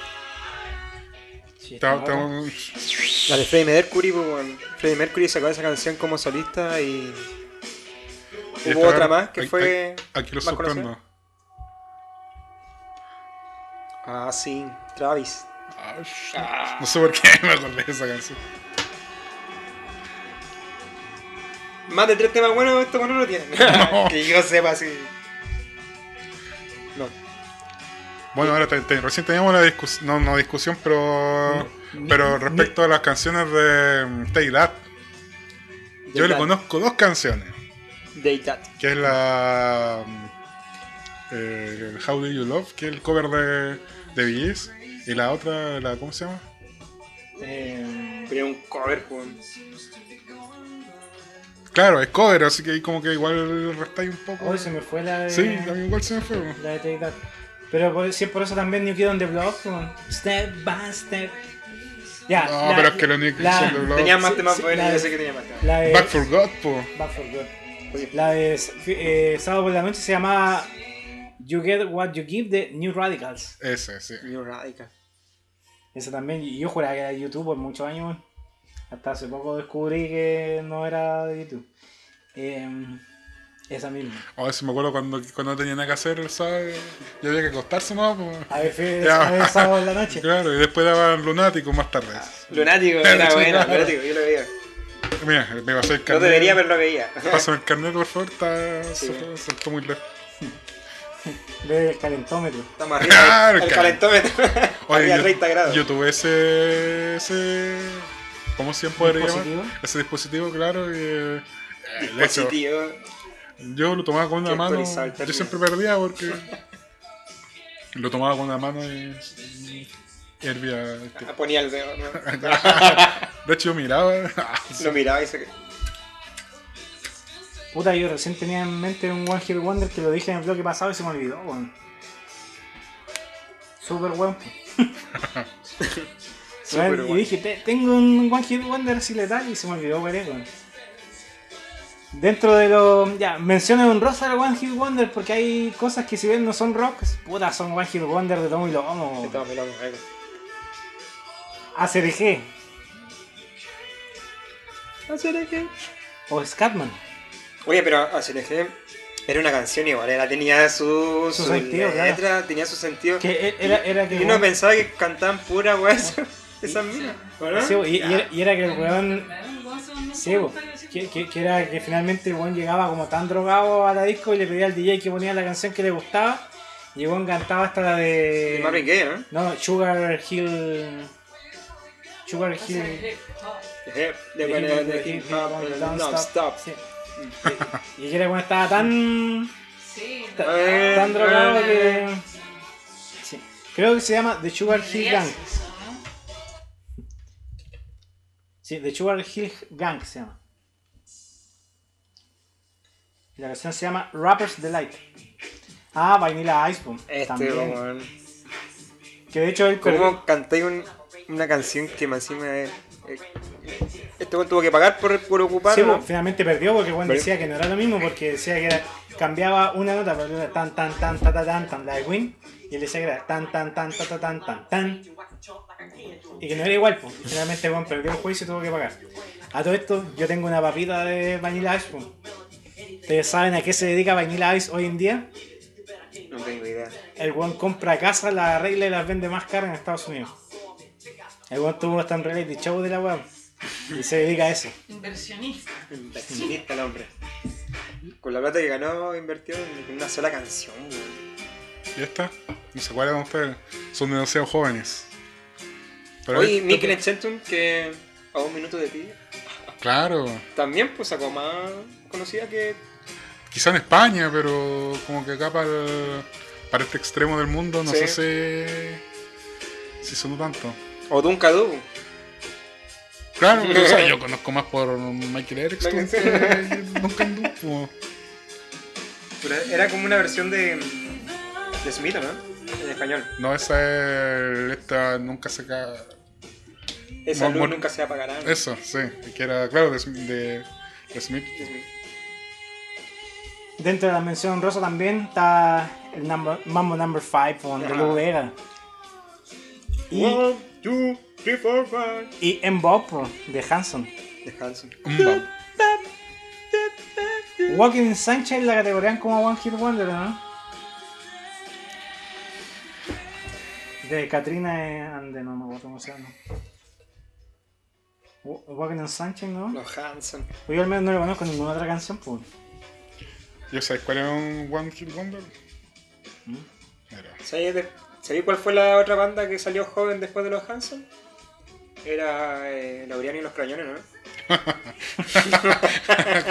A: Sí,
B: Está-
A: está buena.
B: está-
C: La de Freddie Mercury, pues, weón. Freddie Mercury sacó esa canción como solista y.
B: y
C: Hubo
B: esta-
C: otra más que
B: aquí-
C: fue.
B: aquí- Aquí lo
C: más conocida.
B: sorprendo.
C: Ah, sí, Travis.
B: No sé por qué me acordé de esa canción.
C: Más de tres temas buenos, estos buenos no tienen.
B: No.
C: que yo sepa, sí. No.
B: Bueno, ahora te- te- recién teníamos una discusión, no, no discusión, pero, pero respecto a las canciones de mm, Take That, yo le
C: That.
B: conozco dos canciones,
C: They That.
B: que es la mm, eh, el How Do You Love, que es el cover de, de Bee Gees, y la otra, la, ¿cómo se llama?
A: Eh,
C: Pero es un cover, weón.
B: Claro, es cover, así que ahí como que igual restáis un poco.
A: hoy se me fue la de...
B: Sí, también igual se me fue. ¿no?
A: La de Take That. Pero por, si es por eso también New Kid on the Block, weón. Step by step. Ya,
B: No,
A: la-
B: pero es que los New Kids
A: la-
B: on the Block-
C: Tenía más
A: Sí,
C: temas
A: sí,
C: buenos,
A: la-
C: yo sé que tenía más temas.
A: La de...
B: Back for God, po.
A: Back for Good.
C: Sí.
A: La de eh, Sábado por la Noche se llamaba You Get What You Give de New Radicals.
B: Ese, sí.
C: New Radical.
A: Esa también, y yo juraba que era de YouTube por muchos años. weón. Hasta hace poco descubrí que no era de YouTube. Eh, esa misma.
B: A veces Oh, me acuerdo cuando, cuando no tenía nada que hacer, ¿sabes? Y había que acostarse nomás, po.
A: A ver, fue-
B: Ya.
A: a ver, sábado por la noche.
B: Claro, y después daban lunático más tarde.
C: Lunático, era bueno, Lunático, yo lo veía.
B: Mira, me pasó el
C: No
B: carnet.
C: debería, pero lo veía.
B: Pásame el carnet, por favor. Está...
C: Sí.
B: Saltó, saltó muy lejos.
A: Ve el calentómetro.
C: Estamos
B: Claro,
C: arriba del- del
B: claro.
C: calentómetro. Arriba
B: yo-
C: 30 grados.
B: Yo tuve ese. ese ¿Cómo se podría llamar?
A: ¿Dispositivo?
B: Ese dispositivo, claro. que, eh, de hecho,
C: Dispositivo.
B: yo lo tomaba con una
C: Qué
B: mano.
C: actualizado el
B: Yo
C: término.
B: siempre perdía porque. lo tomaba con una mano y. y hervía. el tiempo.
C: Ponía el dedo, ¿no?
B: De hecho, yo miraba.
C: Lo miraba y se.
A: Puta, yo recién tenía en mente un One Hit Wonder que lo dije en el bloque pasado y se me olvidó, weón. Super weón.
C: Super
A: Weón,
C: weón.
A: y dije, "Te- tengo un One Hit Wonder así letal y se me olvidó cuál es, weón. Dentro de lo. Ya, menciono un rosa al One Hit Wonder porque hay cosas que si bien no son rock, puta, son One Hit Wonder de tomo y lomo.
C: Estaba mirando, algo.
A: ACRG
C: ¿Hacer qué?
A: o Scatman.
C: Oye, pero ACNG era una canción igual, era, tenía su,
A: Su
C: su,
A: sentido,
C: letra, tenía su sentido.
A: Que e- era, era que.
C: y uno pensaba que cantaban pura weá esas esas minas, ¿verdad?
A: Ah, Sí, y- y era- y era que el weón
E: Claro, vos sos un
A: Sí, bo, que, que- que era que finalmente el weón llegaba como tan drogado a la disco y le pedía al DJ que ponía la canción que le gustaba. Y el weón cantaba hasta la
C: De
A: de.
C: Marvin Gaye, ¿no?
A: No, Sugar Hill. Sugar Hill.
C: De de-
A: Hill-
C: de- de
A: Hill-
C: hip hop,
A: Hill-
C: de
A: Don't
C: non
A: Stop,
C: stop.
A: sí. Y y que el weón estaba tan.
E: Sí,
A: ta-
C: A ver,
E: Eh.
A: tan drogado
C: a
A: que.
C: ver.
A: Sí. Creo que se llama The Sugar Hill
E: podría
A: Gang.
E: ser eso, ¿no?
A: Sí, The Sugar Hill Gang se llama. Y la canción se llama Rapper's Delight. Ah, Vanilla Icebomb.
C: Este,
A: también.
C: weón.
A: Que de hecho él
C: ¿Cómo cantáis un- una canción que más encima es. es- Este weón tuvo que pagar por, por ocupar.
A: Sí,
C: ¿no?
A: pues, finalmente perdió porque Juan
C: Pero-
A: decía que no era lo mismo porque decía que era- cambiaba una nota, pero era tan tan tan tan tan tan tan la de Queen y él decía que era tan tan tan tan tan tan tan tan y que no era igual, pues. Y Finalmente Juan perdió el juicio y tuvo que pagar. A todo esto yo tengo una papita de Vanilla Ice, pues. ¿Ustedes saben a qué se dedica Vanilla Ice hoy en día?
C: No tengo idea.
A: El weón compra casas, las arregla y las vende más caras en Estados Unidos. El weón tuvo hasta un reality show de la weón. Y se dedica a eso.
E: Inversionista.
C: Inversionista el hombre. Con la plata que ganó, invirtió en una sola canción, güey.
B: ¿Ya está? No se acuerdan ustedes. Son demasiado jóvenes.
C: Hoy
B: esto-
C: Mikel Enchentum, que a un minuto de ti,
B: Claro.
C: también pues sacó más conocida que
B: Quizá en España, pero como que acá para, el- para este extremo del mundo no
C: Sí.
B: sé si, si sonó tanto.
C: Odun Cadu.
B: Claro, pero, o sea, yo conozco más por Michael Erickson que Duncan Dun, como-
C: Pero era como una versión de, de Smith, ¿o ¿no? En español.
B: No, esa es esta nunca se ca...
C: Esa
B: Mon-
C: luz
B: mon-
C: nunca se apagará. ¿no?
B: Eso, sí, que era, claro, de, de- de Smith.
C: De Smith.
A: Dentro de la mención honrosa también está el number- Mambo Number 5 con
C: Ajá.
A: Lulu Vega. Y,
C: One, two, three, four, five.
A: y en Bob po, de Hanson.
C: De Hanson.
B: Mbam.
A: Walking in Sunshine la categorían como One Hit Wonder, ¿no? De Katrina Ande, no me acuerdo cómo se llama. Wa- Walking in Sunshine, ¿no?
C: Los Hanson.
A: Yo al menos no le conozco ninguna otra canción, pues.
B: ¿Yo sabes cuál era un One Hit Wonder?
A: ¿Mm?
B: Mira,
C: ¿Sabéis de- sabéis cuál fue la otra banda que salió joven después de los Hanson? Era eh, Laureano y los Crayones, ¿no?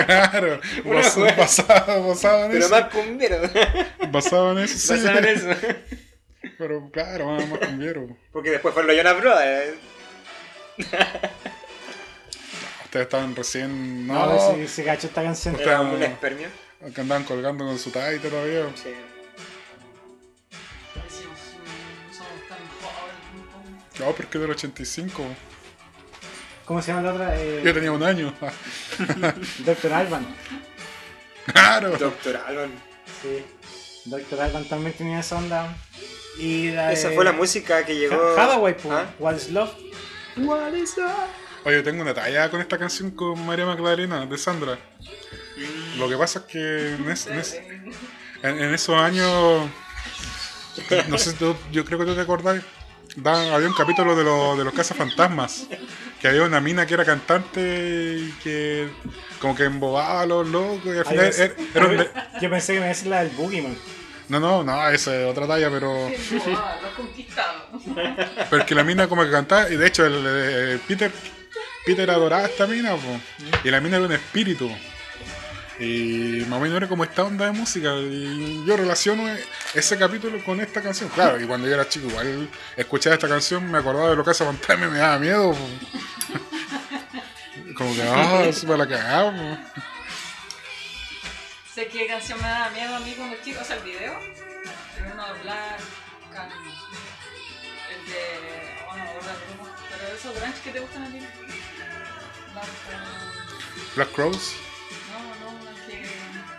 B: claro,
C: Una
B: bas-
C: wea.
B: basado, basado en
C: Pero
B: eso.
C: más cumbiero.
B: Basado en eso, sí.
C: Basado en eso.
B: Pero claro, más, más cumbieron.
C: Porque después fueron los Jonas Brothers. eh,
B: Ustedes estaban recién.
A: No,
B: No,
A: a ver si se cachó esta canción.
B: Puta.
C: Era un espermio.
B: que andaban colgando con su taita todavía.
C: Sí.
E: Parecemos, mm, somos tan jóvenes.
B: No, porque del 85.
A: ¿Cómo se llama la otra?
B: Yo
A: Eh,
B: tenía un año.
A: Doctor Alban.
B: claro.
C: Doctor Alban.
A: Sí. Doctor Alban también tenía esa onda. Y la
C: Esa
A: de-
C: fue la música que llegó.
A: Ha- Ah, eh, Hathaway, pues.
C: ¿Ah?
A: What is Love.
C: What is that?
B: Oye, tengo una talla con esta canción con María Magdalena, de Sandra. Lo que pasa es que en, es- en es- en- en esos años. No sé, tú- yo creo que tú te acordás. da- había un capítulo de, los de los cazafantasmas. Que había una mina que era cantante y que. Como que embobaba a los locos. Y al
A: Ay,
B: final
A: es-
B: era- era un de-
A: Yo pensé que me iba a decir la del Boogeyman.
B: No, no, no, esa es otra talla, pero.
E: Qué bobada, Los conquistados.
B: Pero es que la mina como que cantaba, y de hecho el, eh, Peter Peter adoraba a esta mina, po. y la mina era un espíritu. Y más o menos era como esta onda de música. Y yo relaciono e- ese capítulo con esta canción. Claro, y cuando yo era chico, igual escuchaba esta canción, me acordaba de lo que hace fantasma y me daba miedo. po. Como que, ah, eso para la cagada. po.
E: Sé qué canción me da miedo a mí cuando chico, o sea, el video. El uno de Black, Can- el de. Bueno, me acuerdo del grupo. Pero esos grunge que te gustan a ti. Black, Can-
B: Black Crowes.
E: no, no, la que.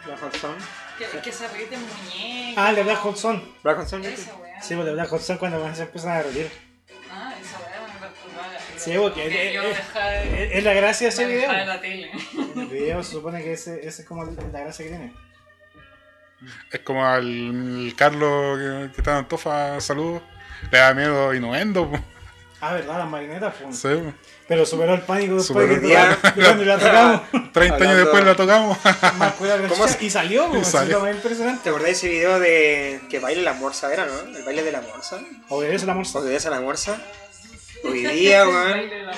C: Black Hanson.
E: que, que se ríe de muñeca.
A: Ah, la Black Hudson.
C: Black Hanson.
E: Esa weá.
A: Sí, pues la Black Hudson cuando se empiezan a reír.
E: Ah, esa weá me perturbaba.
A: Sí, porque-
E: Que yo
A: eh, eh,
E: dejaba de.
A: Es es la gracia de ese video.
E: dejaba de la tele.
A: El video se supone que ese, ese es como la gracia que tiene.
B: Es como al el Carlos que, que está en Antofa, saludos. Le da miedo Inuendo. po.
A: Ah, ¿verdad? Las marionetas, pues.
B: Sí, po.
A: Pero superó el pánico después
B: Superó
A: de
B: el
A: que la- de cuando la tocamos.
B: 30 años
C: Hablando-
B: después la tocamos.
A: Más cuidado que
C: ¿Cómo
A: la chicha. Y salió,
B: Y
A: pues. Eso
B: salió.
A: también es
C: ¿Te
A: impresionante.
C: acordás de ese video de que baile la morsa era, no? El baile de la morsa.
A: Obedece la morsa.
C: ¿Obedece a la morsa? Hoy día, weón.
E: Baile la-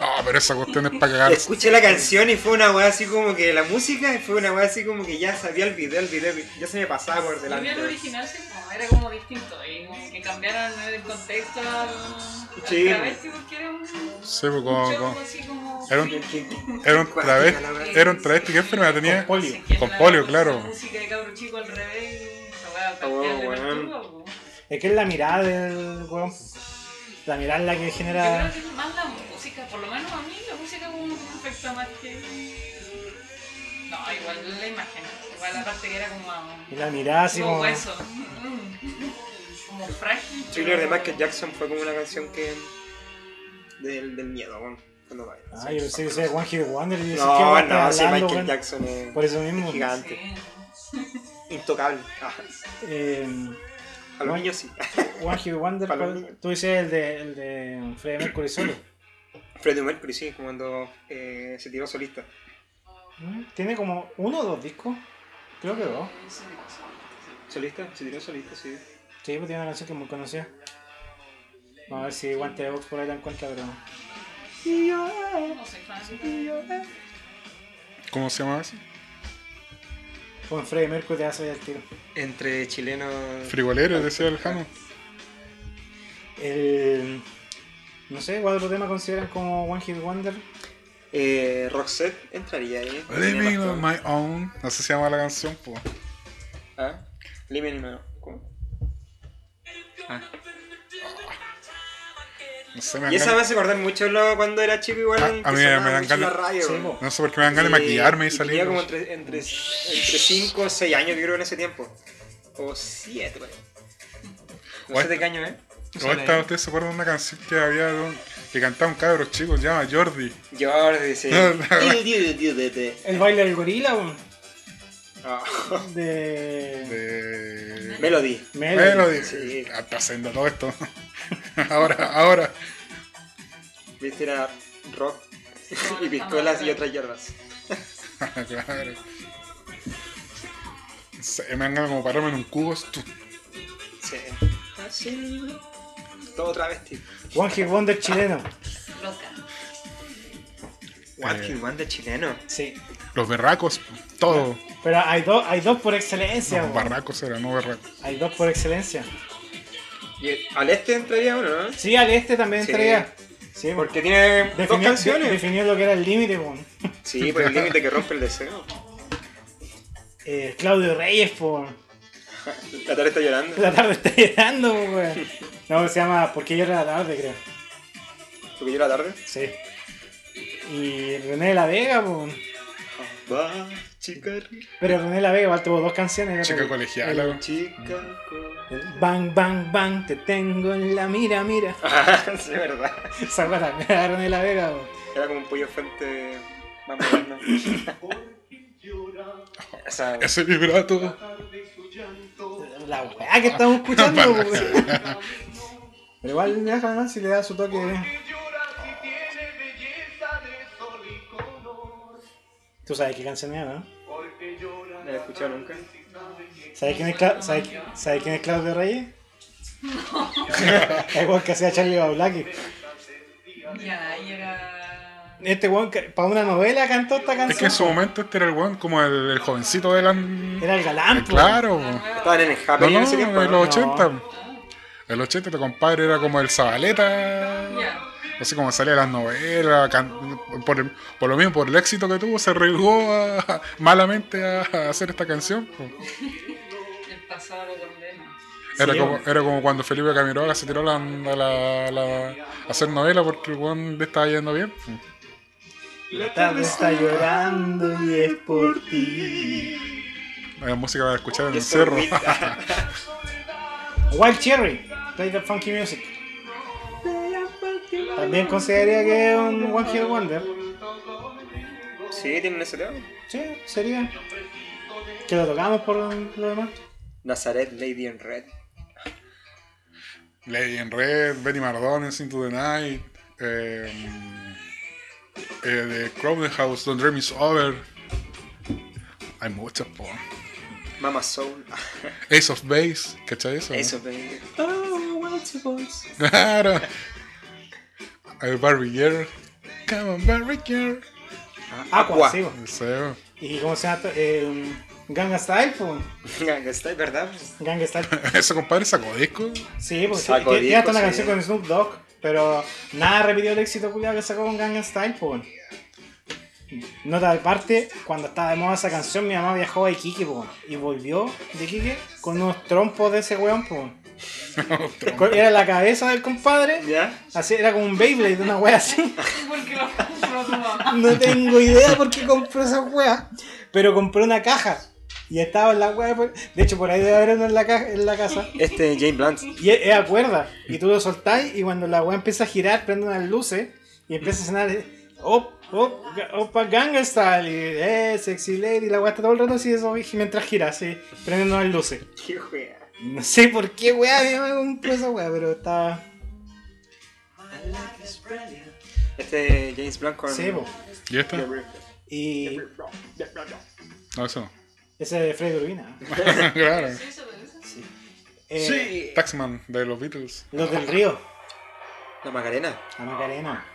B: Ah, pero esa cuestión es para cagar.
C: Escuché la canción y fue una weá así como que la música y fue una weá así como que ya sabía el video, el video, ya se me pasaba por
E: Yo vi
C: delante.
E: el original sí, como, era como distinto y como que cambiaron el contexto al, al
C: Sí.
E: travesti porque era un,
B: Sí, pues,
E: un
B: como-
E: show
B: como-
E: así como
B: Era
C: Que-
B: un-
C: que-
B: Era un travesti,
E: freak.
B: era un travesti, ¿qué enfermedad tenía?
A: Con polio.
E: Se
B: Con
E: queda
B: polio,
E: la
B: claro.
E: música de cabro chico al revés esa wea
C: Ah, weón,
E: le
C: weón.
E: perturba, po.
A: Es que es la mirada del weón. pues. La mirada en la que
E: yo creo
A: genera.
E: que es más la música por lo menos a mí la música como que me afecta más que no igual la imagen igual la parte que era como
A: Y la mirada así
E: como
A: como.
E: hueso Mm. como frágil
C: Thriller de
E: pero-
C: Michael Jackson fue como una canción que. del, del miedo, weón. Cuando vaya.
A: Ah, yo pensé que sea One Hit Wonder y decía, ¿qué
C: No,
A: weón
C: no,
A: estás
C: sí,
A: hablando,
C: Michael
A: weón?
C: Jackson es
A: Por eso mismo.
C: gigante, intocable. Ah,
A: Eh,
C: a los
A: One-
C: niños sí.
A: One Hit Wonder,
C: Para
A: ¿cuál?
C: los niños.
A: tú dices el de, el de Freddie Mercury solo.
C: Freddie Mercury sí, como cuando eh, se tiró solista.
A: ¿Mm? Tiene como uno o dos discos. Creo que dos.
C: ¿Solista? Se tiró solista, sí.
A: Sí, pues tiene una canción que es muy conocida. Vamos a ver si Guante de Box por ahí la encuentra, pero.
E: No soy fanática. Yo
B: ¿Cómo se llama eso?
A: Con Freddie Mercury te hace el tiro.
C: Entre chilenos.
B: Frigoleros, decía el Jano.
A: El. No sé, ¿cuál otro tema consideran como One Hit Wonder?
C: Eh, Roxette entraría ahí.
B: Living
C: Tiene
B: on
C: más
B: my own. Así se llama la canción, pues, po.
C: todo. ¿Ah? Living on my own. ¿Cómo?
B: No sé, me dan
C: Y esa me
B: ganas-
C: hace acordar mucho lo- cuando era chico, igual.
B: Ah,
C: que
B: a mí
C: sonaba
B: me dan
C: mucho en la
B: ganas-
C: radio,
A: Sí,
C: weón.
A: po.
B: No sé por qué me dan ganas de
C: Eh,
B: maquillarme y
C: tenía
B: salir.
C: como entre, entre, 5 o 6 años, yo creo, en ese tiempo. O 7, güey. No sé
B: Bueno.
C: de qué año, ¿eh?
B: ¿O esta- ¿Ustedes se acuerdan de una canción que había de un- que cantaba un cabro chico? Se llama Jordi.
C: Jordi, sí.
B: No, no.
C: Diu, diu, diu, diu, diu.
A: El baile del gorila, weón.
C: Ah,
A: De.
B: De...
C: Melody.
A: Melody.
B: Melody.
C: Sí.
B: Ah, Está haciendo todo esto. ahora, ahora.
C: Viste, era rock y pistolas y otras hierbas.
B: claro. Se- Me dan ganas como pararme en un cubo. tú.
C: Sí. Así. Todo travesti.
B: Eh.
A: One Hit Wonder chileno.
E: Loca.
C: One
B: Eh.
C: Hit Wonder chileno.
A: Sí.
B: Los berracos. Todo.
A: Pero hay dos, hay dos por excelencia,
B: Los
A: weón.
B: barracos eran, no berracos.
A: Hay dos por excelencia.
C: Y el- al este entraría uno, ¿no?
A: Sí, al este también
C: Sí.
A: entraría. Sí,
C: Porque tiene dos
A: definió,
C: canciones.
A: definió lo que era el límite, weón.
C: Sí, por el límite que rompe el deseo.
A: Eh, Claudio Reyes, por.
C: La tarde está llorando.
A: La tarde está llegando, weón. No, se llama Porque yo era la tarde, creo.
C: Porque yo la tarde.
A: Sí. Y René de la Vega, weón.
C: Va, chica rica,
A: Pero René de la Vega igual tuvo dos canciones. era
B: Chica
A: como-
B: colegiala. weón.
C: chica. co-
A: el Bang, bang, bang, te tengo en la mira, mira.
C: Ah, sí, verdad.
A: Esa weá también era René de la Vega, weón.
C: Era como un pollo frente más moderno. o sea,
B: Ese vibrato.
A: La weá que estamos escuchando, weón. Pero igual, déjame ver si le da su toque. eh. Tú sabes qué canción es, ¿no?
C: no la he escuchado nunca.
A: ¿Sabes quién es, Cla- sabes- sabes quién es Claudio Reyes? es igual que hacía Charlie Baulaki.
E: Ya, y era.
A: Este weón, para una novela cantó esta
B: Es que en
A: canción.
B: su momento este era el weón, como el, el jovencito de la.
A: Era el galán, po.
B: Claro.
E: La nueva.
C: Estaban en el Happy
B: No, no,
C: en ese tiempo.
B: en
C: ¿no?
B: los 80. El 80 tu compadre era como el Zabaleta.
E: Ya.
B: Así como salía de las novelas. can- Por, por lo mismo, por el éxito que tuvo, se arriesgó a- malamente a, a hacer esta canción. po.
E: El pasado lo condena.
B: Era,
A: Sí,
B: como,
A: bueno.
B: era como cuando Felipe Camiroaga se tiró la- la- la- la- a hacer novela porque el weón le estaba yendo bien. po.
A: La tarde está llorando y es por ti.
B: Era música para escuchar en
C: Yo
B: el
C: soy
B: cerro.
C: Ruiz.
A: Wild Cherry, play the funky music. También consideraría que es un One Hit Wonder.
C: Sí, tienen ese tema.
A: Sí, sería. Que lo tocamos por lo demás.
C: Nazaret Lady in Red.
B: Lady in Red, Benny Mardone, Into the Night, em, eh, The Crowded House, Don't Dream Is Over. Hay muchas, po.
C: Mama Soul. Ah,
B: Ace of Base, ¿cachai eso? no?
C: Eso, baby. Oh, what's boys.
B: Claro. Hay Barbie Girl. Come on, Barbie Girl.
A: Ah, Aqua, sí, po.
B: No sé, po.
A: Y cómo se llama, esto? el Ganga Style, po.
C: Está verdad. pues.
A: Ganga Style.
B: Ese compadre sacó disco.
A: Sí, porque
C: Sacó
A: tiene- tiene hasta una
C: discos,
A: canción con Snoop Dogg, pero nada repitió el éxito culiado que sacó con Gangnam Style, po. Nota de parte, cuando estaba de moda esa canción, mi mamá viajó a Iquique, po, y volvió de Iquique con unos trompos de ese weón, po. Era la cabeza del compadre,
C: ¿Ya?
A: así, era como un Beyblade, una wea así.
E: Porque lo compró tu mamá.
A: No tengo idea por qué compró esa wea, pero compré una caja y estaba en la wea, por- de hecho por ahí debe haber uno en la, caja, en la casa.
C: Este Jane Blunt.
A: Y es, es a cuerda. Y tú lo soltás y cuando la weá empieza a girar, prende unas luces Y empieza a sonar. eh, Op, op, ga- opa, Gangnam Style. Y, eh, sexy lady. La guasta todo el rato así, eso, y mientras gira, así, prendiendo las luces.
C: Qué wea.
A: No sé por qué, weá, me compró esa weá, pero está.
C: Este James Blunt con...
A: Sí, po.
B: ¿Y esta?
A: Y
B: No, eso no.
A: ese de Freddy Urbina.
B: claro.
E: Sí, se parece.
A: Eh,
B: Taxman de los Beatles.
A: Los del Río,
C: La Macarena.
A: la Macarena.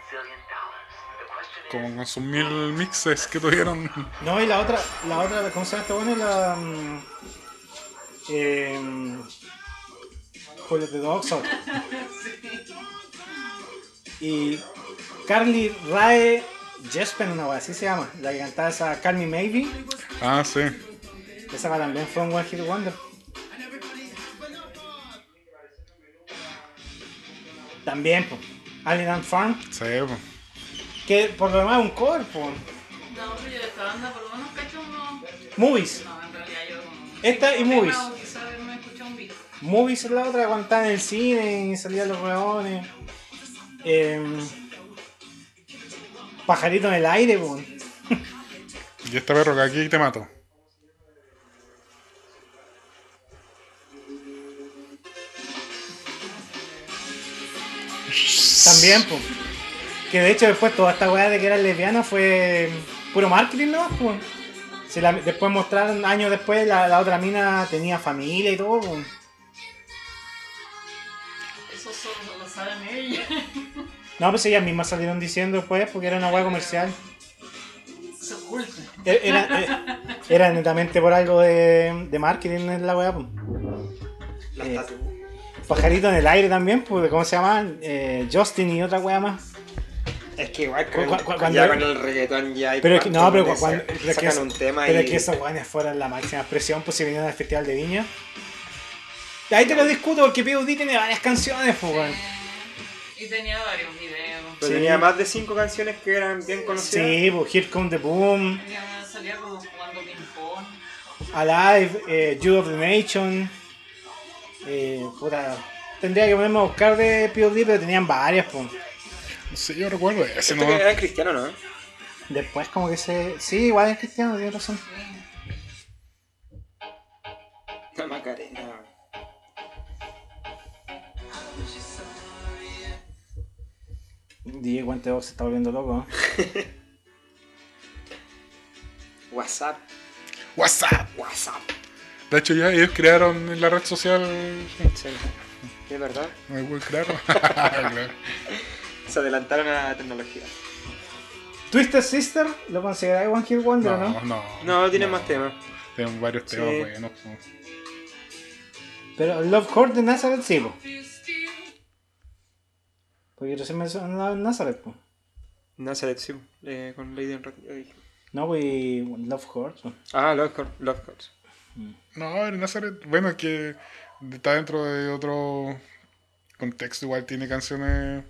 B: Como con sus mil mixes que tuvieron.
A: No, y la otra, la otra, ¿cómo se llama esta buena? La. mm, Eh, Juliet de Oxford. Y Carly Rae Jespen, una weá, así se llama. La que cantaba esa Carly Maybe.
B: Ah, sí.
A: Esa weá también fue un One Hit Wonder. También, pues. Alien Ant Farm,
B: Sí, po.
A: que por lo demás es un cover, po.
E: No, pero yo de esta banda por lo menos cacho uno.
A: Movies.
E: No, en realidad yo como.
A: Esta y
E: Tema,
A: movies.
E: o Quizás no he escuchado un beat.
A: Movies es la otra, cuando estaba en el cine y salían los huevones. Em, pajarito en el aire, po.
B: Y este perro que aquí te mato.
A: También, po. Que de hecho después toda esta weá de que era lesbiana fue puro marketing, ¿no? Po. Se la- después mostraron, años después, la, la otra mina tenía familia y todo, po.
E: Eso solo lo saben ellos.
A: No, pues ellas mismas salieron diciendo después porque era una weá comercial.
E: Se ocultan.
A: E- Era, eh, era netamente por algo de, de marketing en la weá, po.
C: La
A: Eh,
C: estatua.
A: Pajarito en el aire también, pues, ¿cómo se llama? Eh, Justin y otra wea más.
C: Es que igual
A: Cu-
C: con,
A: cu- cu-
C: el-
A: cuando-
C: ya con el reggaetón ya hay
A: Pero es que, no,
C: partes
A: pero
C: donde
A: cuando.
C: sa-
A: Pero es que,
C: sacan
A: es-
C: un tema
A: pero
C: y
A: es que esos weones fueron la máxima expresión, pues si vinieron al Festival de Viña. Ahí te lo discuto porque PewDie tiene varias canciones, pues, weón.
E: Y tenía varios videos.
C: pero
A: sí.
C: tenía más de cinco canciones que eran bien conocidas.
A: Sí, pues Here Come the Boom,
E: Tenía una salida como jugando ping-pong.
A: Alive, eh, Youth of the Nation. Eh, puta. Tendría que ponerme a buscar de PewDie, pero tenían varias, pues.
B: Sí, yo recuerdo ese,
C: Esto
B: ¿no?
C: que era cristiano, ¿no?
A: Después, como que se. Sí, igual es cristiano, tiene razón.
E: Sí.
C: La Macarena.
A: DJ Guante Box se está volviendo loco, ¿eh?
C: WhatsApp.
B: WhatsApp.
C: WhatsApp.
B: De hecho, ya ellos crearon la red social.
C: Sí. Es verdad.
B: No igual crearon. Claro.
C: Se adelantaron a la tecnología.
A: Twisted Sister, ¿lo consideráis One Hit Wonder o no?
B: No, no.
C: No, tienen más temas.
B: Tienen varios temas
C: Sí.
B: buenos. po.
A: Pero Love Horde de Nazareth sí, po. Porque recién mencionaba Nazareth, po.
C: No, selección. Eh, con Lady en Red. eh.
A: No, wey, Love Horde. po.
C: Ah, Love Court. Love Court.
B: No, el Nazareth, bueno, es que está dentro de otro contexto, igual tiene canciones,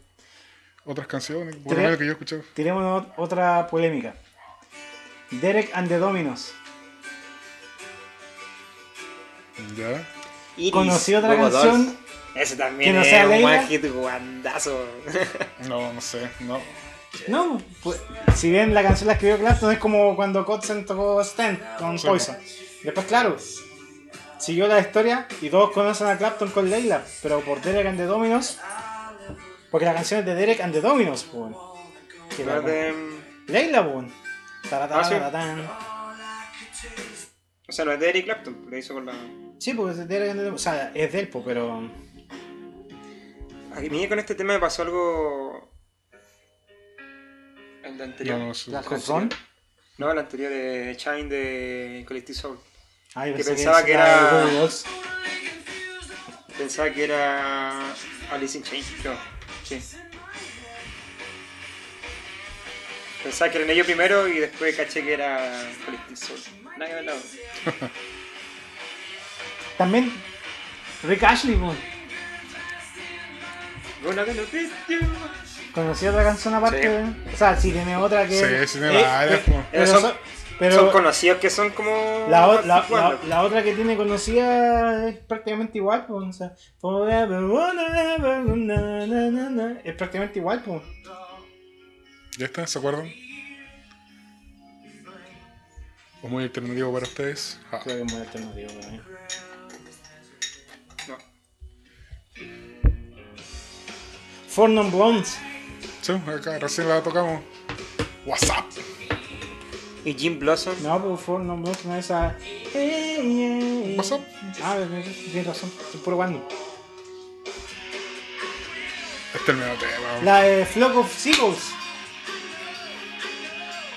B: otras canciones, por lo
A: Creo-
B: menos que yo escuché.
A: Tiremos ot- otra polémica. Derek and the Dominos.
B: Ya.
C: Iris,
A: Conocí otra
C: Bobo Dolls.
A: canción.
C: Ese también
A: que no
C: es
A: sea
C: un
A: Leila.
C: one hit guandazo.
B: No, no sé, no.
A: No, pues, si bien la canción la escribió Clapton, es como cuando Cotsen tocó Stand con
B: Sí,
A: Poison. Después, claro, siguió la historia y todos conocen a Clapton con Leila, pero por Derek and the Dominos. Porque la canción es de Derek and the Dominos, po. Que la-
C: Pero de-
A: Leila, pues, weón.
C: Ah, sí.
A: Tarataratarán.
C: o sea, no es de Eric Clapton, lo hizo con la.
A: Sí, porque es de Eric and the Dom- O sea, es del, po, pero.
C: A mí con este tema me pasó algo. El de anterior.
B: No, no sé.
A: ¿La Hotron?
C: No, el anterior de Shine de Collective Soul.
A: Ah, yo
C: Que pensaba que era-
A: de Google Docs.
C: Pensaba que era Alice in Chains, creo. Sí. Pensaba que eran ellos primero y después caché que era Collective Soul. Nada que ver, no.
A: También. Rick Ashley, po.
C: Gonna gonna beat you.
A: Conocí otra canción aparte.
C: Sí.
A: de- O sea, sí tiene otra que. eh,
B: Sí, sí tiene varias, po.
A: Pero,
C: Son-
A: son- pero
C: Son conocidos que son como.
A: la, o- la-
C: Juan,
A: la- la otra que tiene conocida es prácticamente igual, po. O sea, forever, wanna, ever, na, na, na, na, es prácticamente igual, po.
B: ¿Ya está? ¿Se acuerdan? ¿O muy alternativo para ustedes? Ah, Ja.
A: Creo que es muy alternativo para mí.
D: No.
A: Fornum Blondes.
B: Sí, acá recién la tocamos. WhatsApp.
C: Y Jim Blossom.
A: No, pues Fornum Blondes no esa. eh,
B: WhatsApp.
A: Ah, tienes razón. Es puro guano.
B: Este es el mejor tema.
A: La de Flock of Seagulls.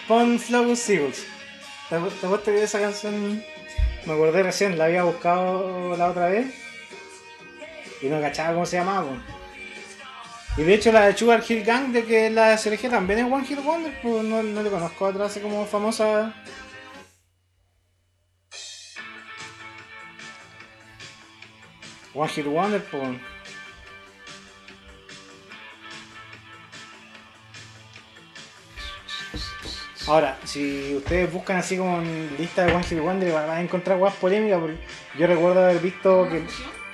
A: Pon Flock of Seagulls. ¿Te acu- te acuerdas de esa canción? Me acordé recién, la había buscado la otra vez. Y no cachaba cómo se llamaba. po. Y de hecho la de Sugar Hill Gang, de que la SLG también es One Hill Wonder, pues no, no le conozco otra así como famosa. One Hit Wonder, pues. Ahora, si ustedes buscan así como en lista de One Hit Wonder, van a encontrar guas polémicas. porque Yo recuerdo haber visto que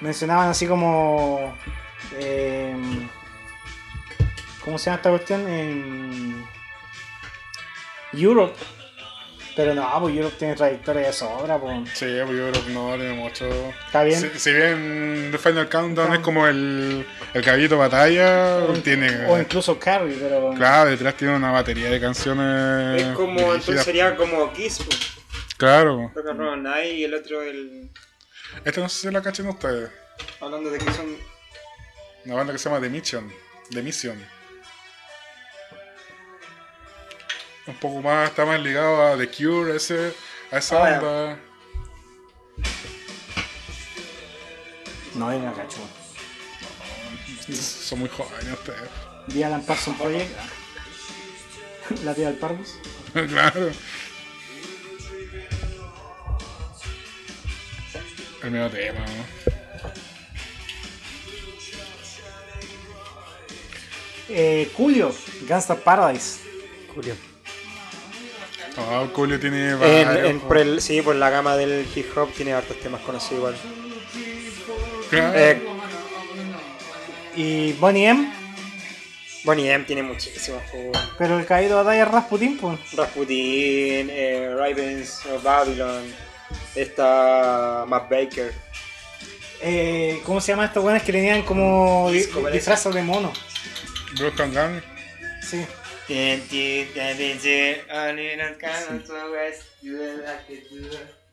A: mencionaban así como. em, ¿Cómo se llama esta cuestión? En Europe. Pero no, pues Europe tiene trayectoria de sobra, pues.
B: Sí, pues yo creo que no tiene mucho.
A: Está bien.
B: Si, si bien The Final Countdown
A: Está-
B: es como el, el caballito de batalla,
A: O,
B: tiene.
A: o incluso Carrie, pero.
B: Claro, detrás tiene una batería de canciones.
D: Es como,
B: dirigidas.
D: entonces sería como Kiss, po.
B: Claro.
D: Rock and Roll Night y el otro el...
B: Esta no sé si la cachen ustedes.
D: Hablando de que son...
B: Una banda que se llama The Mission. The Mission. Un poco más, está más ligado a The Cure, ese, a esa
D: Ah, ya.
B: banda.
A: No, yo no cacho.
B: Son muy jóvenes ustedes.
A: Vi Alan Parson Project. La tía del Parvis.
B: claro. El mismo tema, ¿no?
A: Eh, Julio, Gangsta Paradise.
C: Julio.
B: Ah, eh, oh. Julio tiene
C: En,
B: varios.
C: en- por el- sí, por la gama del hip hop tiene hartos temas conocidos igual.
B: Claro.
C: Eh,
A: Y Bonnie M.
C: Bonnie M tiene muchísimos. po.
A: Pero el caído de batalla es Rasputin, pues.
C: Rasputin, eh, Ravens of Babylon, esta Matt Baker.
A: Eh, ¿Cómo se llama estos weones que tenían como di-
C: Disco, parece.
A: disfrazas de mono?
B: Broken Gang.
A: Sí.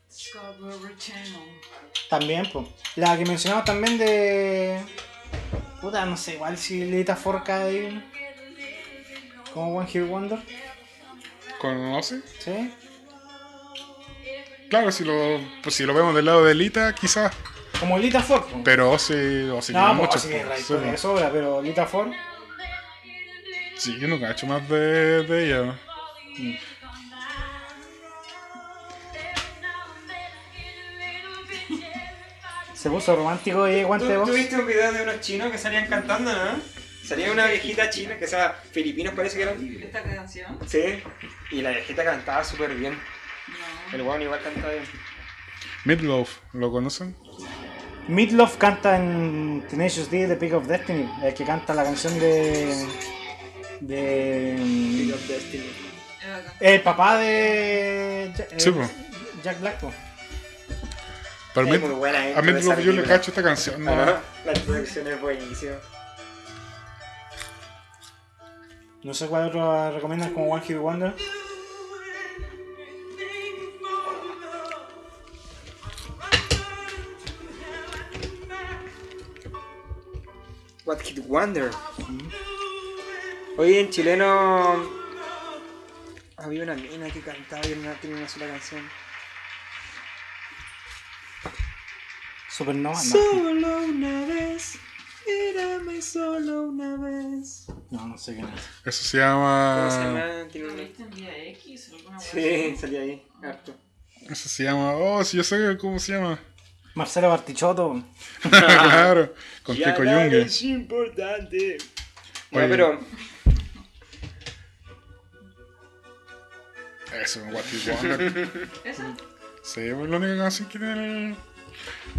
E: Discovery Channel.
A: También, pues. La que mencionaba también de. Puta, no sé, igual si Lita Forca ahí. Como One Hit Wonder.
B: ¿Conoce?
A: Sí.
B: Claro, si lo, pues, si lo vemos del lado de Lita, quizás.
A: Como Lita Fork. po.
B: Pero Ozzy, Ozzy tiene
A: no,
B: mucho.
A: pues, sí,
B: pues,
A: la
B: sí,
A: historia de
B: pues.
A: sobra, pero Lita Fork.
B: Sí, yo nunca he hecho más de, de ella.
A: Se puso romántico y
D: ¿Tú,
A: guante de
D: tú
A: voz.
D: viste un video de unos chinos que salían cantando, no? Salía una viejita china que sea filipinos parece que eran.
E: ¿Esta canción?
D: Sí. Y la viejita cantaba súper bien.
E: No.
D: El weón igual cantaba bien.
B: Midloaf, ¿lo conocen?
A: Midlof canta en Tenacious D, The Peak of Destiny, el que canta la canción de.
D: Big
A: de.
D: Up Destiny.
E: Era acá.
A: El papá de. Ja- eh,
B: Sí, po.
A: Jack Black, po.
B: Pero
D: Es
B: Mid-
D: muy buena
B: a
D: intro de
B: Midloaf
D: esa
B: yo le
D: película.
B: cacho esta canción. ¿no?
D: Ah, La introducción es buenísima.
A: No sé cuál otro recomiendan como One Hit Wonder.
D: What Kid Wonder. Hoy en chileno había una mina que cantaba y una, tenía una sola canción.
A: Supernova,
D: Solo una vez, mírame solo una vez.
A: no. No, no sé quién es.
B: Eso se llama.
D: ¿Cómo se llama? Tiene
E: ¿Lo
D: un...
E: viste en Vía X o alguna wea
D: Sí, salía ahí, harto.
B: Eso se llama. Oh, si yo sé cómo se llama.
A: Marcelo Bartichotto.
B: claro, con Kiko
D: Hablar
B: Yungue.
D: es importante. No,
B: Oye.
D: pero
B: Eso, What You Wonder.
E: así? ¿Esa?
B: Sí, es la única canción que tiene el...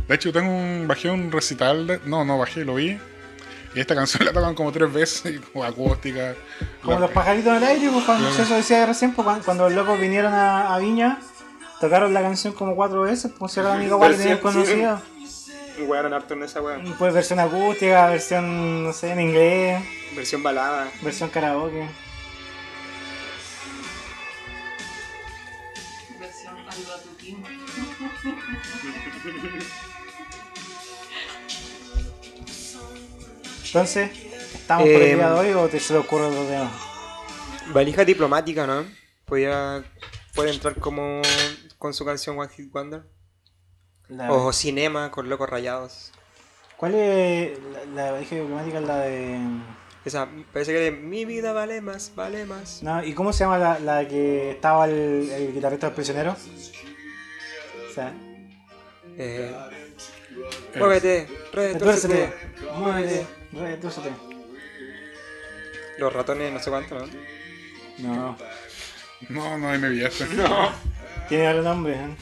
B: De hecho, tengo un, bajé un recital. de- No, no bajé, lo vi. Y esta canción la tocan como tres veces, como acústica.
A: Como
B: La-
A: los pajaritos en el aire, pues cuando
B: Claro.
A: eso decía recién, pues, cuando, cuando los locos vinieron a, a Viña, tocaron la canción como cuatro veces, pues era la única guay que tenían
C: Versión, sí.
A: conocida.
C: Wearon harto en esa weón.
A: Pues versión acústica, versión, no sé, en inglés,
C: Versión balada.
A: versión karaoke.
E: Versión al batutín.
A: Entonces, ¿estamos por
C: Eh,
A: el día de hoy o te se te ocurre otro tema?
C: Valija diplomática, ¿no? Podía, puede entrar como con su canción One Hit Wonder.
A: La-
C: O Cinema con Locos Rayados.
A: ¿Cuál es la, la valija diplomática? La de.
C: Esa, parece que de mi vida vale más, vale más.
A: No, ¿Y cómo se llama la, la que estaba el, el guitarrista del prisionero? O sea,
C: Eh, muévete,
A: retúrcete,
C: retúrcete.
A: Eh. muévete, retúrcete.
C: Los ratones, no sé cuánto, ¿no?
A: No,
B: No, no, ahí me pillaste.
A: tiene otro nombre. ¿eh?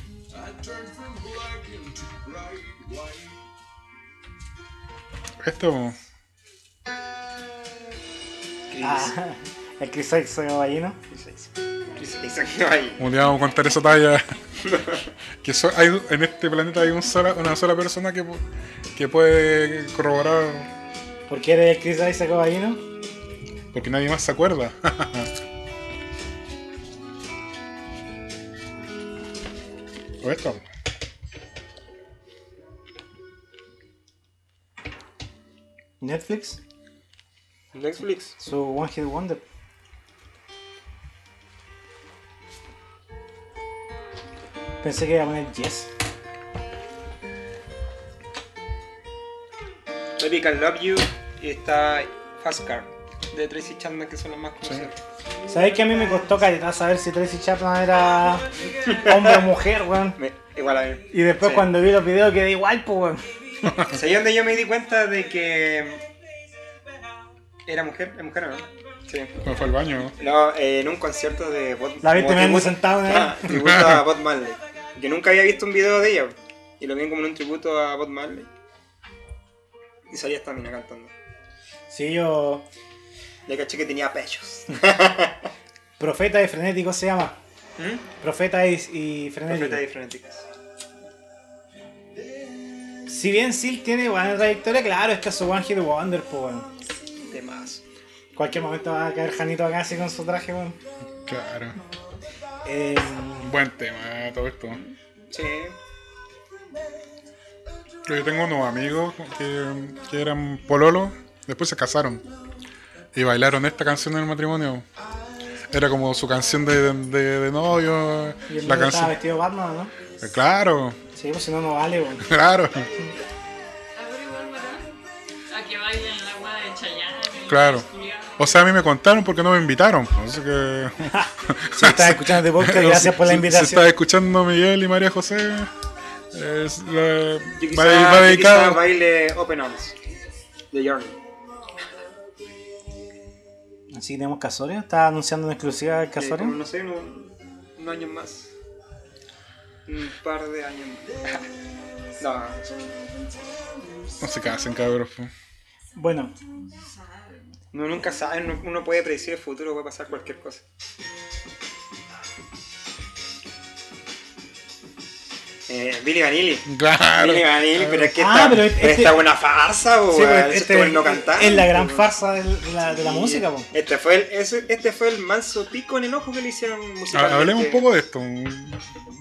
B: Esto.
A: Ah, el Chris Isaac gallino.
B: Un día vamos a contar esa talla. que so- hay- en este planeta hay un sola- una sola persona que, pu- que puede corroborar.
A: ¿Por qué eres el Chris Isaac gallino?
B: Porque nadie más se acuerda. o esto.
A: Netflix,
C: Netflix.
A: su One Hit Wonder. Pensé que iba a poner Yes.
C: Baby Can Love You. Y está Fast Car. De Tracy Chapman, que son los más conocidos.
A: ¿Sabéis que a mí me costó caleta saber si Tracy Chapman era hombre o mujer, weón?
C: Me- igual a ver.
A: Y después
C: Sí.
A: cuando vi los videos quedé igual, pues, weón.
C: Es ahí donde yo me di cuenta de que. ¿Era mujer? ¿Es mujer o no? Sí.
B: Me fue al baño.
C: No, eh, en un concierto de Bot
A: La viste
C: como
A: meando
C: tributo-
A: sentada una vez.
C: Ah, tributo a Bob Marley. Que nunca había visto un video de ella. Y lo vi como en un tributo a Bob Marley. Y salía esta mina cantando.
A: Sí, yo...
C: Le caché que tenía pechos.
A: Profeta y Frenético se llama.
C: ¿Mm?
A: Profeta y, y Frenético.
C: Profetas y frenéticas.
A: Si bien Seal tiene buena trayectoria, claro, es que es su One Hit Wonder, pues, weón.
C: De más.
A: Cualquier momento va a caer Janito acá así con su traje, weón.
B: Claro.
A: Eh,
B: Buen tema todo esto.
C: Sí.
B: Yo tengo unos amigos que, que eran pololo, después se casaron y bailaron esta canción en el matrimonio. Era como su canción de, de- de novio,
A: y el niño
B: la
A: estaba
B: canción.
A: vestido de Batman, ¿no?
B: Claro,
A: Sí, pues si no, no vale, weón.
B: claro,
E: Ah, pero igual, ¿verdad? A que bailen la agua de Chayanne.
B: claro.
E: Julián.
B: O sea, a mí me contaron porque no me invitaron. Así que.
A: Si estás escuchando este podcast, gracias por la
B: Si- Si,
A: invitación.
B: estás escuchando Miguel y María José, es la-
C: Yo quizá,
B: va, de- va
C: yo
B: dedicado.
C: quizá baile Open Arms. De Journey.
A: Así que tenemos Casorio. Está anunciando en exclusiva el
C: Eh, como,
A: Casorio.
C: no sé, un, un año más. Un par de años más. no,
B: No se casen, pues. cabrón. po.
A: Bueno,
C: uno nunca sabe, uno- uno puede predecir el futuro, puede pasar cualquier cosa. Eh, Billy Vanilli.
B: Claro.
C: Billy Vanilli, pero es que
A: Ah,
C: esta,
A: pero
C: pero
A: este-
C: esta es una farsa, bo,
A: sí, pues,
C: Oh, weón,
A: este
C: esto es no cantar.
A: es la gran
C: bo.
A: farsa del- de la, de la
C: Sí,
A: música, po.
C: Este fue, el, ese- este fue el manso pico en el ojo que le hicieron musicalmente.
B: Ah, Hablemos un poco de esto.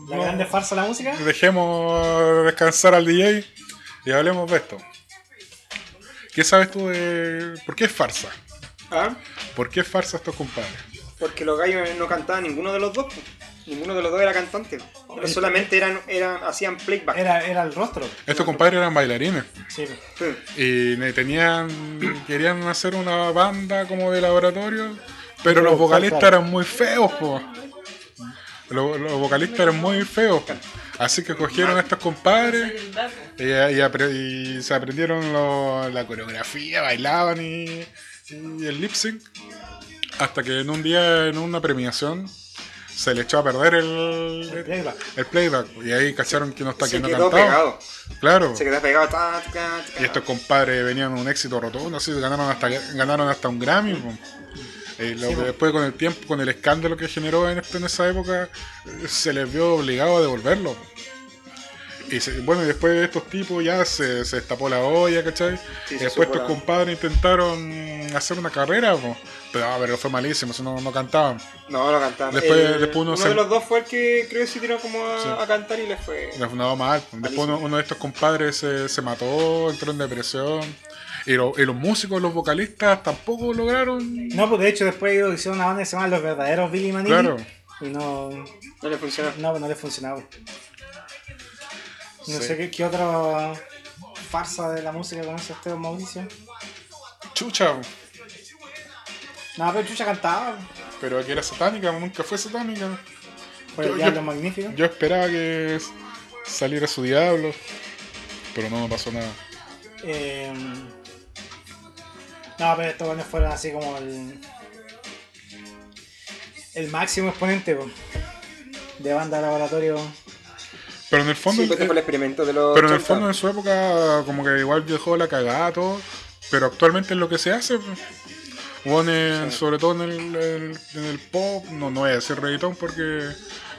A: La
B: No.
A: grande farsa de la música.
B: Dejemos descansar al DJ y hablemos de esto. ¿Qué sabes tú de por qué es farsa?
C: Ah,
B: ¿Por qué es farsa estos compadres?
C: Porque los gallos no cantaban ninguno de los dos. po. Ninguno de los dos era cantante. Pero solamente eran, eran, hacían playback.
A: Oh, este Era, era el rostro.
B: Estos compadres eran bailarines
A: Sí, po.
C: Sí.
B: y ne- tenían querían hacer una banda como de laboratorio, pero los vocalistas eran muy feos, po. Los, los vocalistas eran muy feos, po. así que cogieron a estos compadres
E: El dato.
B: Y, y apre- y se aprendieron lo- la coreografía, bailaban y, y el lip sync. Hasta que en un día, en una premiación, se le echó a perder el,
A: El playback.
B: el playback. Y ahí cacharon que no está que
C: Se
B: no
C: quedó
B: cantaba.
C: pegado.
B: Claro.
C: Se quedó pegado. ta, ta, ta.
B: Y estos compadres venían un éxito rotundo, así ganaron hasta ganaron hasta un Grammy. po. Eh, lo
A: Sí,
B: que
A: po.
B: después con el tiempo, con el escándalo que generó en, este- en esa época, eh, se les vio obligado a devolverlo. Y se- bueno, y después de estos tipos ya se, se destapó la olla, ¿cachai?
C: Sí,
B: Y
C: se
B: después
C: supo
B: estos
C: la-
B: compadres intentaron hacer una carrera, po. pero, ah, pero fue malísimo, eso no, no cantaban.
C: No, lo cantaban.
B: Después-
C: El-
B: después uno
C: uno
B: se-
C: de los dos fue el que creo que se tiró como a,
B: Sí.
C: a cantar y le fue.
B: Le fundaba mal. Después uno, uno de estos compadres se, se mató, entró en depresión. Y, lo- y los músicos, los vocalistas tampoco lograron
A: No, porque de hecho después ellos hicieron una banda que se llama Los Verdaderos Billy Manini.
B: Claro.
A: Y no, pues,
C: No le funcionó.
A: no, no les funcionaba. No
B: Sí.
A: sé qué, qué otra farsa de la música conoce este don Mauricio.
B: Chucha,
A: No, pero Chucha cantaba.
B: pero aquí era satánica, nunca fue satánica.
A: Por
B: Yo-
A: el
B: yo-
A: diablo magnífico.
B: Yo esperaba que s- saliera su diablo, pero no me pasó nada.
A: Eh, no, pero estos buenos fueron así como el, el máximo exponente po, de banda laboratorio.
B: Pero en el fondo,
C: Sí, pues
B: eh,
C: fue el experimento de los.
B: pero en el
C: 80.
B: fondo en su época como que igual dejó la cagada todo, pero actualmente es lo que se hace. pues. Bueno, en- sobre todo en el, el- en el pop, no, no voy a decir reggaetón porque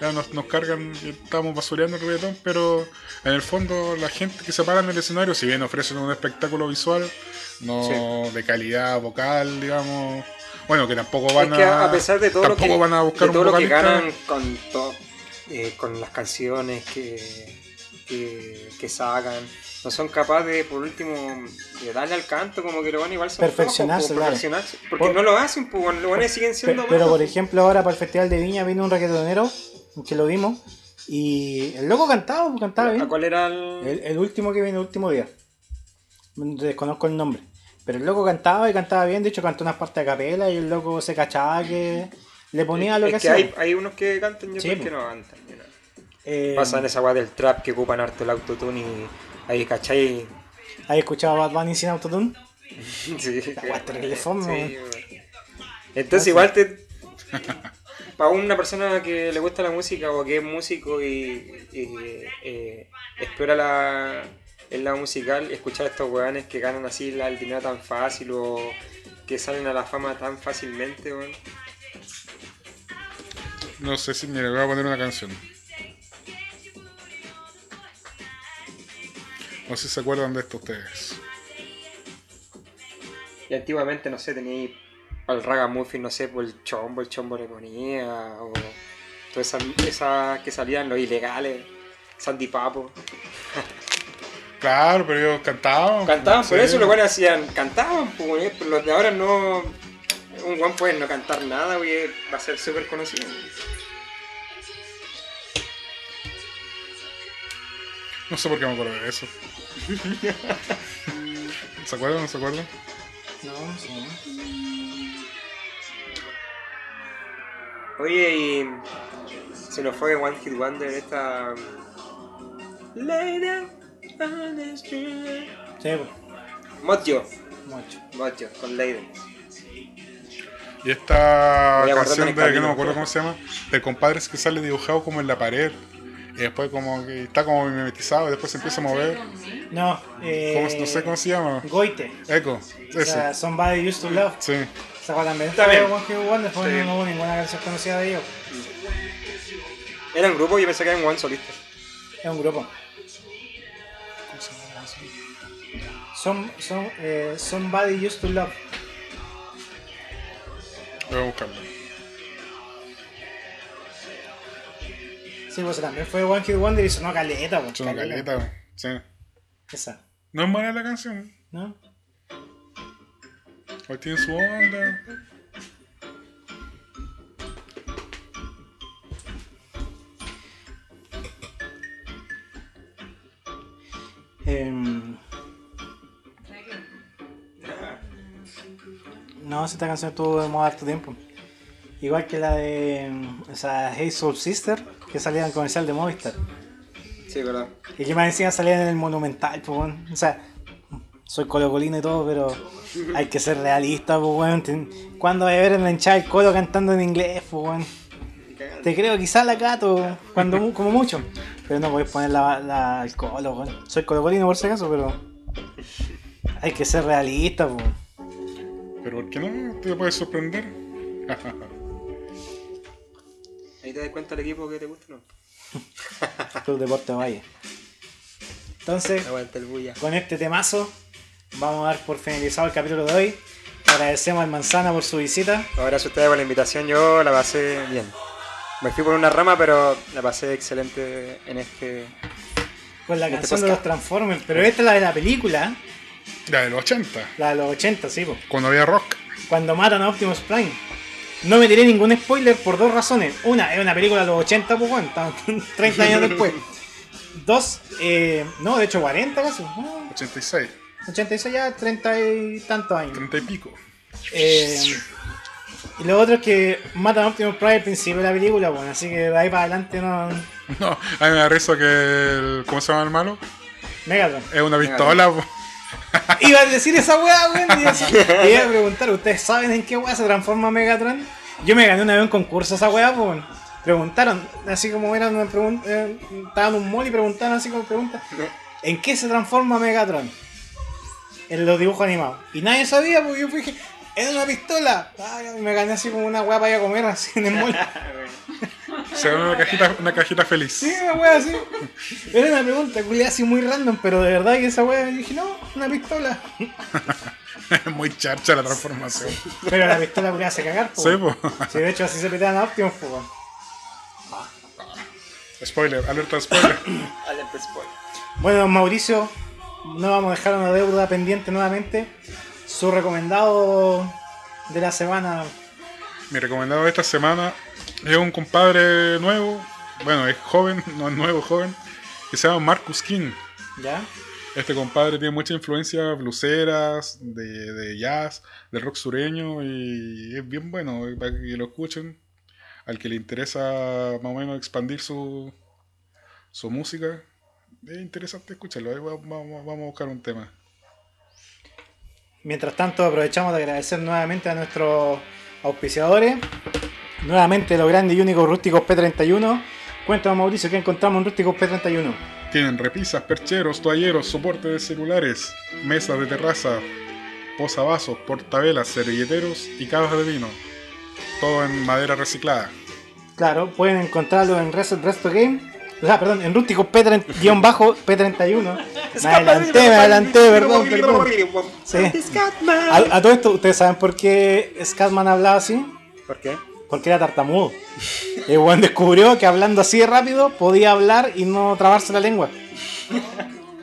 B: ya nos, nos cargan, y estamos basureando el reggaetón, pero en el fondo la gente que se para en el escenario, si bien ofrecen un espectáculo visual, no de calidad vocal, digamos, bueno, que tampoco van
C: es que
B: a,
C: a pesar de todo lo
B: tampoco
C: que,
B: van a buscar
C: de todo
B: un
C: lo que
B: vocalista.
C: ganan con, to- eh, con las canciones que, que, que sacan, no son capaces de, por último, de darle al canto como que lo van igual son flojos,
A: Perfeccionarse,
C: po,
A: claro.
C: perfeccionarse, porque
A: Por-
C: no lo hacen, pues los buenos siguen
A: Pe-
C: siendo
A: pero
C: malos.
A: por ejemplo ahora para el Festival de Viña vino un raquetonero, que lo vimos, y el loco cantaba, po, cantaba bien.
C: ¿A cuál era el...?
A: El, el último que vino, el último día. Desconozco el nombre. Pero el loco cantaba y cantaba bien. De hecho, cantó unas partes a capela y el loco se cachaba que le ponía lo
C: es
A: que,
C: que
A: hacía.
C: hay, hay unos que cantan y
A: Sí,
C: otros
A: po.
C: que no cantan. you know.
A: Eh,
C: Pasan esa weá del trap que ocupan harto el autotune y ahí, ¿cachai?
A: ¿Has escuchado a Bad Bunny sin autotune?
C: Sí,
A: weá es terrible fome,
C: Sí,
A: weón.
C: weón. Entonces igual te... Para una persona que le gusta la música o que es músico y, y, eh, explora la, el lado musical, escuchar a estos weones que ganan así la- el dinero tan fácil o que salen a la fama tan fácilmente, weón.
B: No sé si me voy a poner una canción. No sé si se acuerdan de esto ustedes.
C: Y antiguamente, no sé, tenía al ragamuffin, no sé, por el chombo, el chombo le ponía, o todas esas esas que salían, los ilegales, Sandy Papo.
B: Claro, pero ellos cantaban.
C: Cantaban, por
B: Sí.
C: eso los buenos hacían, cantaban, pues, güey, pero los de ahora no. Un guan puede no cantar nada, güey, va a ser súper conocido.
B: No sé por qué me acuerdo de eso. ¿Se acuerdan o no se acuerdan?
A: No, sí.
C: Oye, y. Se nos fue One Hit Wonder esta. Lady on the street.
A: Sí,
C: Mojo,
A: pues, mucho.
C: Mojo, con Lady.
B: Y esta
C: Voy a guardarme
B: canción
C: en
B: de
C: el
B: que no
C: camino.
B: me acuerdo cómo se llama, del compadre que sale dibujado como en la pared. Y después como que está como mimetizado y después se empieza a mover.
A: No, eh,
B: ¿Cómo se- no sé cómo se llama.
A: Goite.
B: Echo.
A: O sea,
B: Ese.
A: Somebody Used to Love.
B: Sí.
A: Se acuerdan de
C: Está bien.
A: One Hit Wonder, pero
C: Sí.
A: no hubo ninguna canción conocida de ellos.
C: Era un grupo, yo pensé que era un one solista.
A: Es un grupo. Son, son, eh, somebody used to love.
B: Voy a buscarlo.
A: Sí, pues también fue One Hit Wonder y sonó caleta, pues.
B: Es una caleta. Sí.
A: Esa,
B: No es mala la canción.
A: ¿no?
B: Ahí tiene su onda.
A: Em, no, esta canción estuvo de moda harto tiempo. Igual que la de em, esa Hey Soul Sister, que salía en el comercial de Movistar.
C: Sí, verdad.
A: Y que más encima salía en el Monumental, pues, weón. O sea, soy colocolino y todo, pero hay que ser realista, pues, weón. Ten- ¿Cuándo voy a ver en la hinchada el colo cantando en inglés, pues, weón? Te creo, quizás la cato, cuando, mu- como mucho. Pero no podéis poner la, la, el colo, weón. Soy colocolino por si acaso, pero. Hay que ser realista, po.
B: Pero ¿por qué no? Te puedes sorprender.
D: Ahí te das cuenta el equipo que te gusta, ¿no?
A: Club Deporte Valle. Entonces,
D: Aguanta el bulla.
A: con este temazo, vamos a dar por finalizado el capítulo de hoy. Agradecemos al Manzana por su visita.
D: Ahora si ustedes por la invitación, yo la pasé bien. Me fui por una rama, pero la pasé excelente en este.
A: Con Pues la
D: Este
A: canción de
D: podcast.
A: los Transformers. Pero esta es la de la película, ¿eh?
B: La del 80,
A: la de los 80, sí, po.
B: cuando había rock.
A: cuando matan a Optimus Prime. No me tiré ningún spoiler por dos razones. Una, es una película de los 80, pues bueno, estamos 30 años después. Dos, eh, no, de hecho 40 casi. Ah,
B: 86,
A: 86 ya, 30 y tantos años.
B: 30 y pico.
A: Eh, y lo otro es que matan a Optimus Prime al principio de la película, bueno, así que de ahí para adelante no...
B: No, a mí me da risa que el, ¿Cómo se llama el malo?
A: Megatron.
B: Es una pistola. po.
A: Iba a decir esa weá, weón. Y eso- y iba a preguntar, ¿ustedes saben en qué weá se transforma Megatron? Yo me gané una vez un concurso esa weá, pues, weón. Preguntaron, así como eran una pregunta, estaban eh, en un mall y preguntaron así como preguntas, ¿en qué se transforma Megatron? En los dibujos animados. Y nadie sabía, porque yo dije, es una pistola. Ay, me gané así como una weá para ir a comer así en el mall.
B: Se ve una cajita, una cajita feliz.
A: Sí, una wea así. Era una pregunta, culiada así muy random, pero de verdad que esa wea yo dije, no, una pistola.
B: Muy charcha la transformación.
A: Pero la pistola culiada hace cagar, pues.
B: Sí, po.
A: Sí, de hecho así se petean a Optimus, po, weón.
B: Spoiler, alerta spoiler.
A: Bueno, don Mauricio, no vamos a dejar una deuda pendiente nuevamente. Su recomendado de la semana,
B: Mi recomendado de esta semana es un compadre nuevo, bueno, es joven, no es nuevo, joven, que se llama Marcus King.
A: ¿ya?
B: Este compadre tiene mucha influencia bluseras, de, de jazz, del rock sureño y es bien bueno eh, para que lo escuchen. Al que le interesa más o menos expandir su, su música, es interesante escucharlo. Ahí va- vamos, vamos a buscar un tema.
A: Mientras tanto, aprovechamos de agradecer nuevamente a nuestros auspiciadores. Nuevamente, los grandes y únicos rústicos P31. Cuéntanos, Mauricio, ¿qué encontramos en rústicos P31?
B: Tienen repisas, percheros, toalleros, soporte de celulares, mesas de terraza, posavasos, portavelas, servilleteros y cajas de vino. Todo en madera reciclada.
A: Claro, pueden encontrarlo en Reset Resto Game. O sea, perdón, en Rústico P-P31. Me adelanté, me adelanté, perdón, perdón. Sí. A, a todo esto, ¿ustedes saben por qué Scatman hablaba así?
D: ¿Por qué?
A: Porque era tartamudo. El weón descubrió que hablando así de rápido podía hablar y no trabarse la lengua.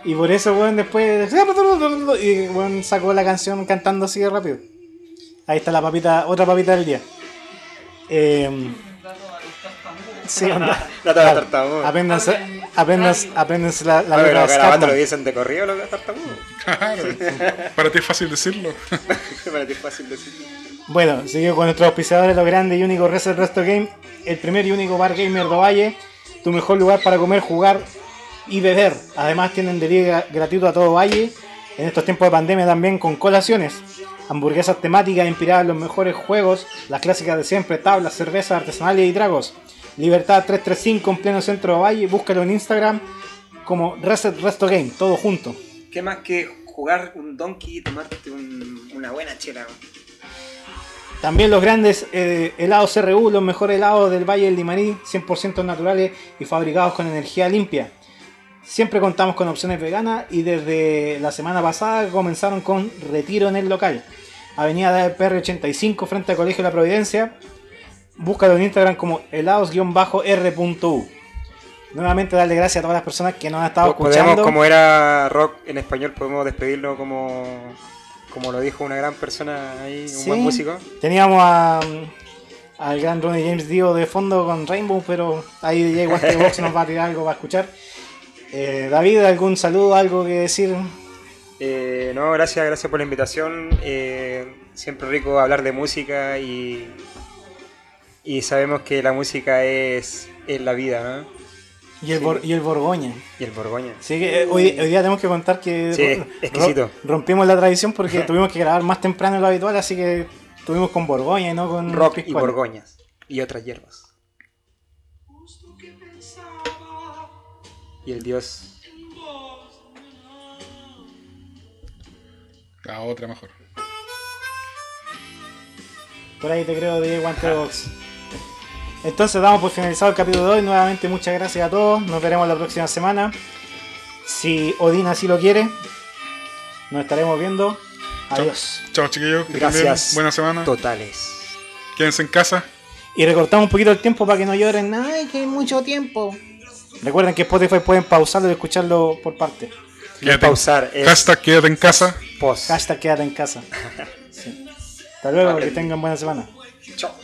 A: Y por eso, weón, después. Y weón sacó la canción cantando así de rápido. Ahí está la papita, otra papita del día. Eh,
E: Dato a los tartamudos.
A: Sí, onda.
D: No te va a tartamudo.
A: Apréndanse,
E: Hablen
A: apréndanse,
E: rápido.
A: apréndanse
D: Ah,
A: la, la letra
D: pero
A: de
D: garabato lo
A: Scatman.
D: dicen de corrido, lo que es tartamudo.
B: Claro, para ti es fácil decirlo.
D: Para ti es fácil decirlo.
A: Bueno, seguimos con nuestros auspiciadores, lo grande y único Reset Resto Game, el primer y único bar gamer de Valle, tu mejor lugar para comer, jugar y beber. Además tienen delivery gra- gratuito a todo Valle, en estos tiempos de pandemia también con colaciones, hamburguesas temáticas inspiradas en los mejores juegos, las clásicas de siempre, tablas, cervezas artesanales y tragos. Libertad 335 en pleno centro de Valle, búscalo en Instagram como Reset Resto Game, todo junto.
D: ¿Qué más que jugar un donkey y tomarte un- una buena chela? weón?
A: También los grandes eh, helados CRU, los mejores helados del Valle del Limarí, 100% naturales y fabricados con energía limpia. Siempre contamos con opciones veganas y desde la semana pasada comenzaron con retiro en el local. Avenida del PR85 frente al Colegio de la Providencia. Búscalo en Instagram como helados-r.u. Nuevamente darle gracias a todas las personas que nos han estado
D: Podemos,
A: escuchando.
D: como era rock en español, podemos despedirlo como, como lo dijo una gran persona ahí, un
A: Sí.
D: buen músico.
A: Teníamos a, mm, al gran Ronnie James Dio de fondo con Rainbow, pero ahí DJ Guante Box nos va a tirar algo para escuchar. Eh, David, ¿algún saludo, algo que decir?
D: Eh, no, gracias, gracias por la invitación. Eh, siempre rico hablar de música y, y sabemos que la música es, es la vida, ¿no?
A: Y el,
D: Sí.
A: Bor- y el Borgoña.
D: Y el Borgoña.
A: Así que eh, hoy, hoy día tenemos que contar que
D: Sí,
A: ro-
D: exquisito.
A: rompimos la tradición porque tuvimos que grabar más temprano de lo habitual, así que estuvimos con Borgoña y no con
D: Rock y
A: Piscola.
D: Borgoñas. Y otras hierbas. y el dios.
B: La otra mejor.
A: Por ahí te creo de Guante Box. Entonces damos por finalizado el capítulo de hoy. Nuevamente muchas gracias a todos. Nos veremos la próxima semana. Si Odín así lo quiere, nos estaremos viendo. Adiós.
B: Chao chiquillos. que estén bien.
D: Gracias.
B: Buena semana.
D: Totales.
B: Quédense en casa.
A: Y recortamos un poquito el tiempo para que no lloren. Ay, que hay mucho tiempo. Recuerden que Spotify pueden pausarlo y escucharlo por parte.
B: Quédate en-
D: pausar, es-
B: Hashtag quédate en casa.
D: Pos.
A: Hashtag quédate en casa. Sí. Hasta luego, que tengan buena semana.
D: Chao.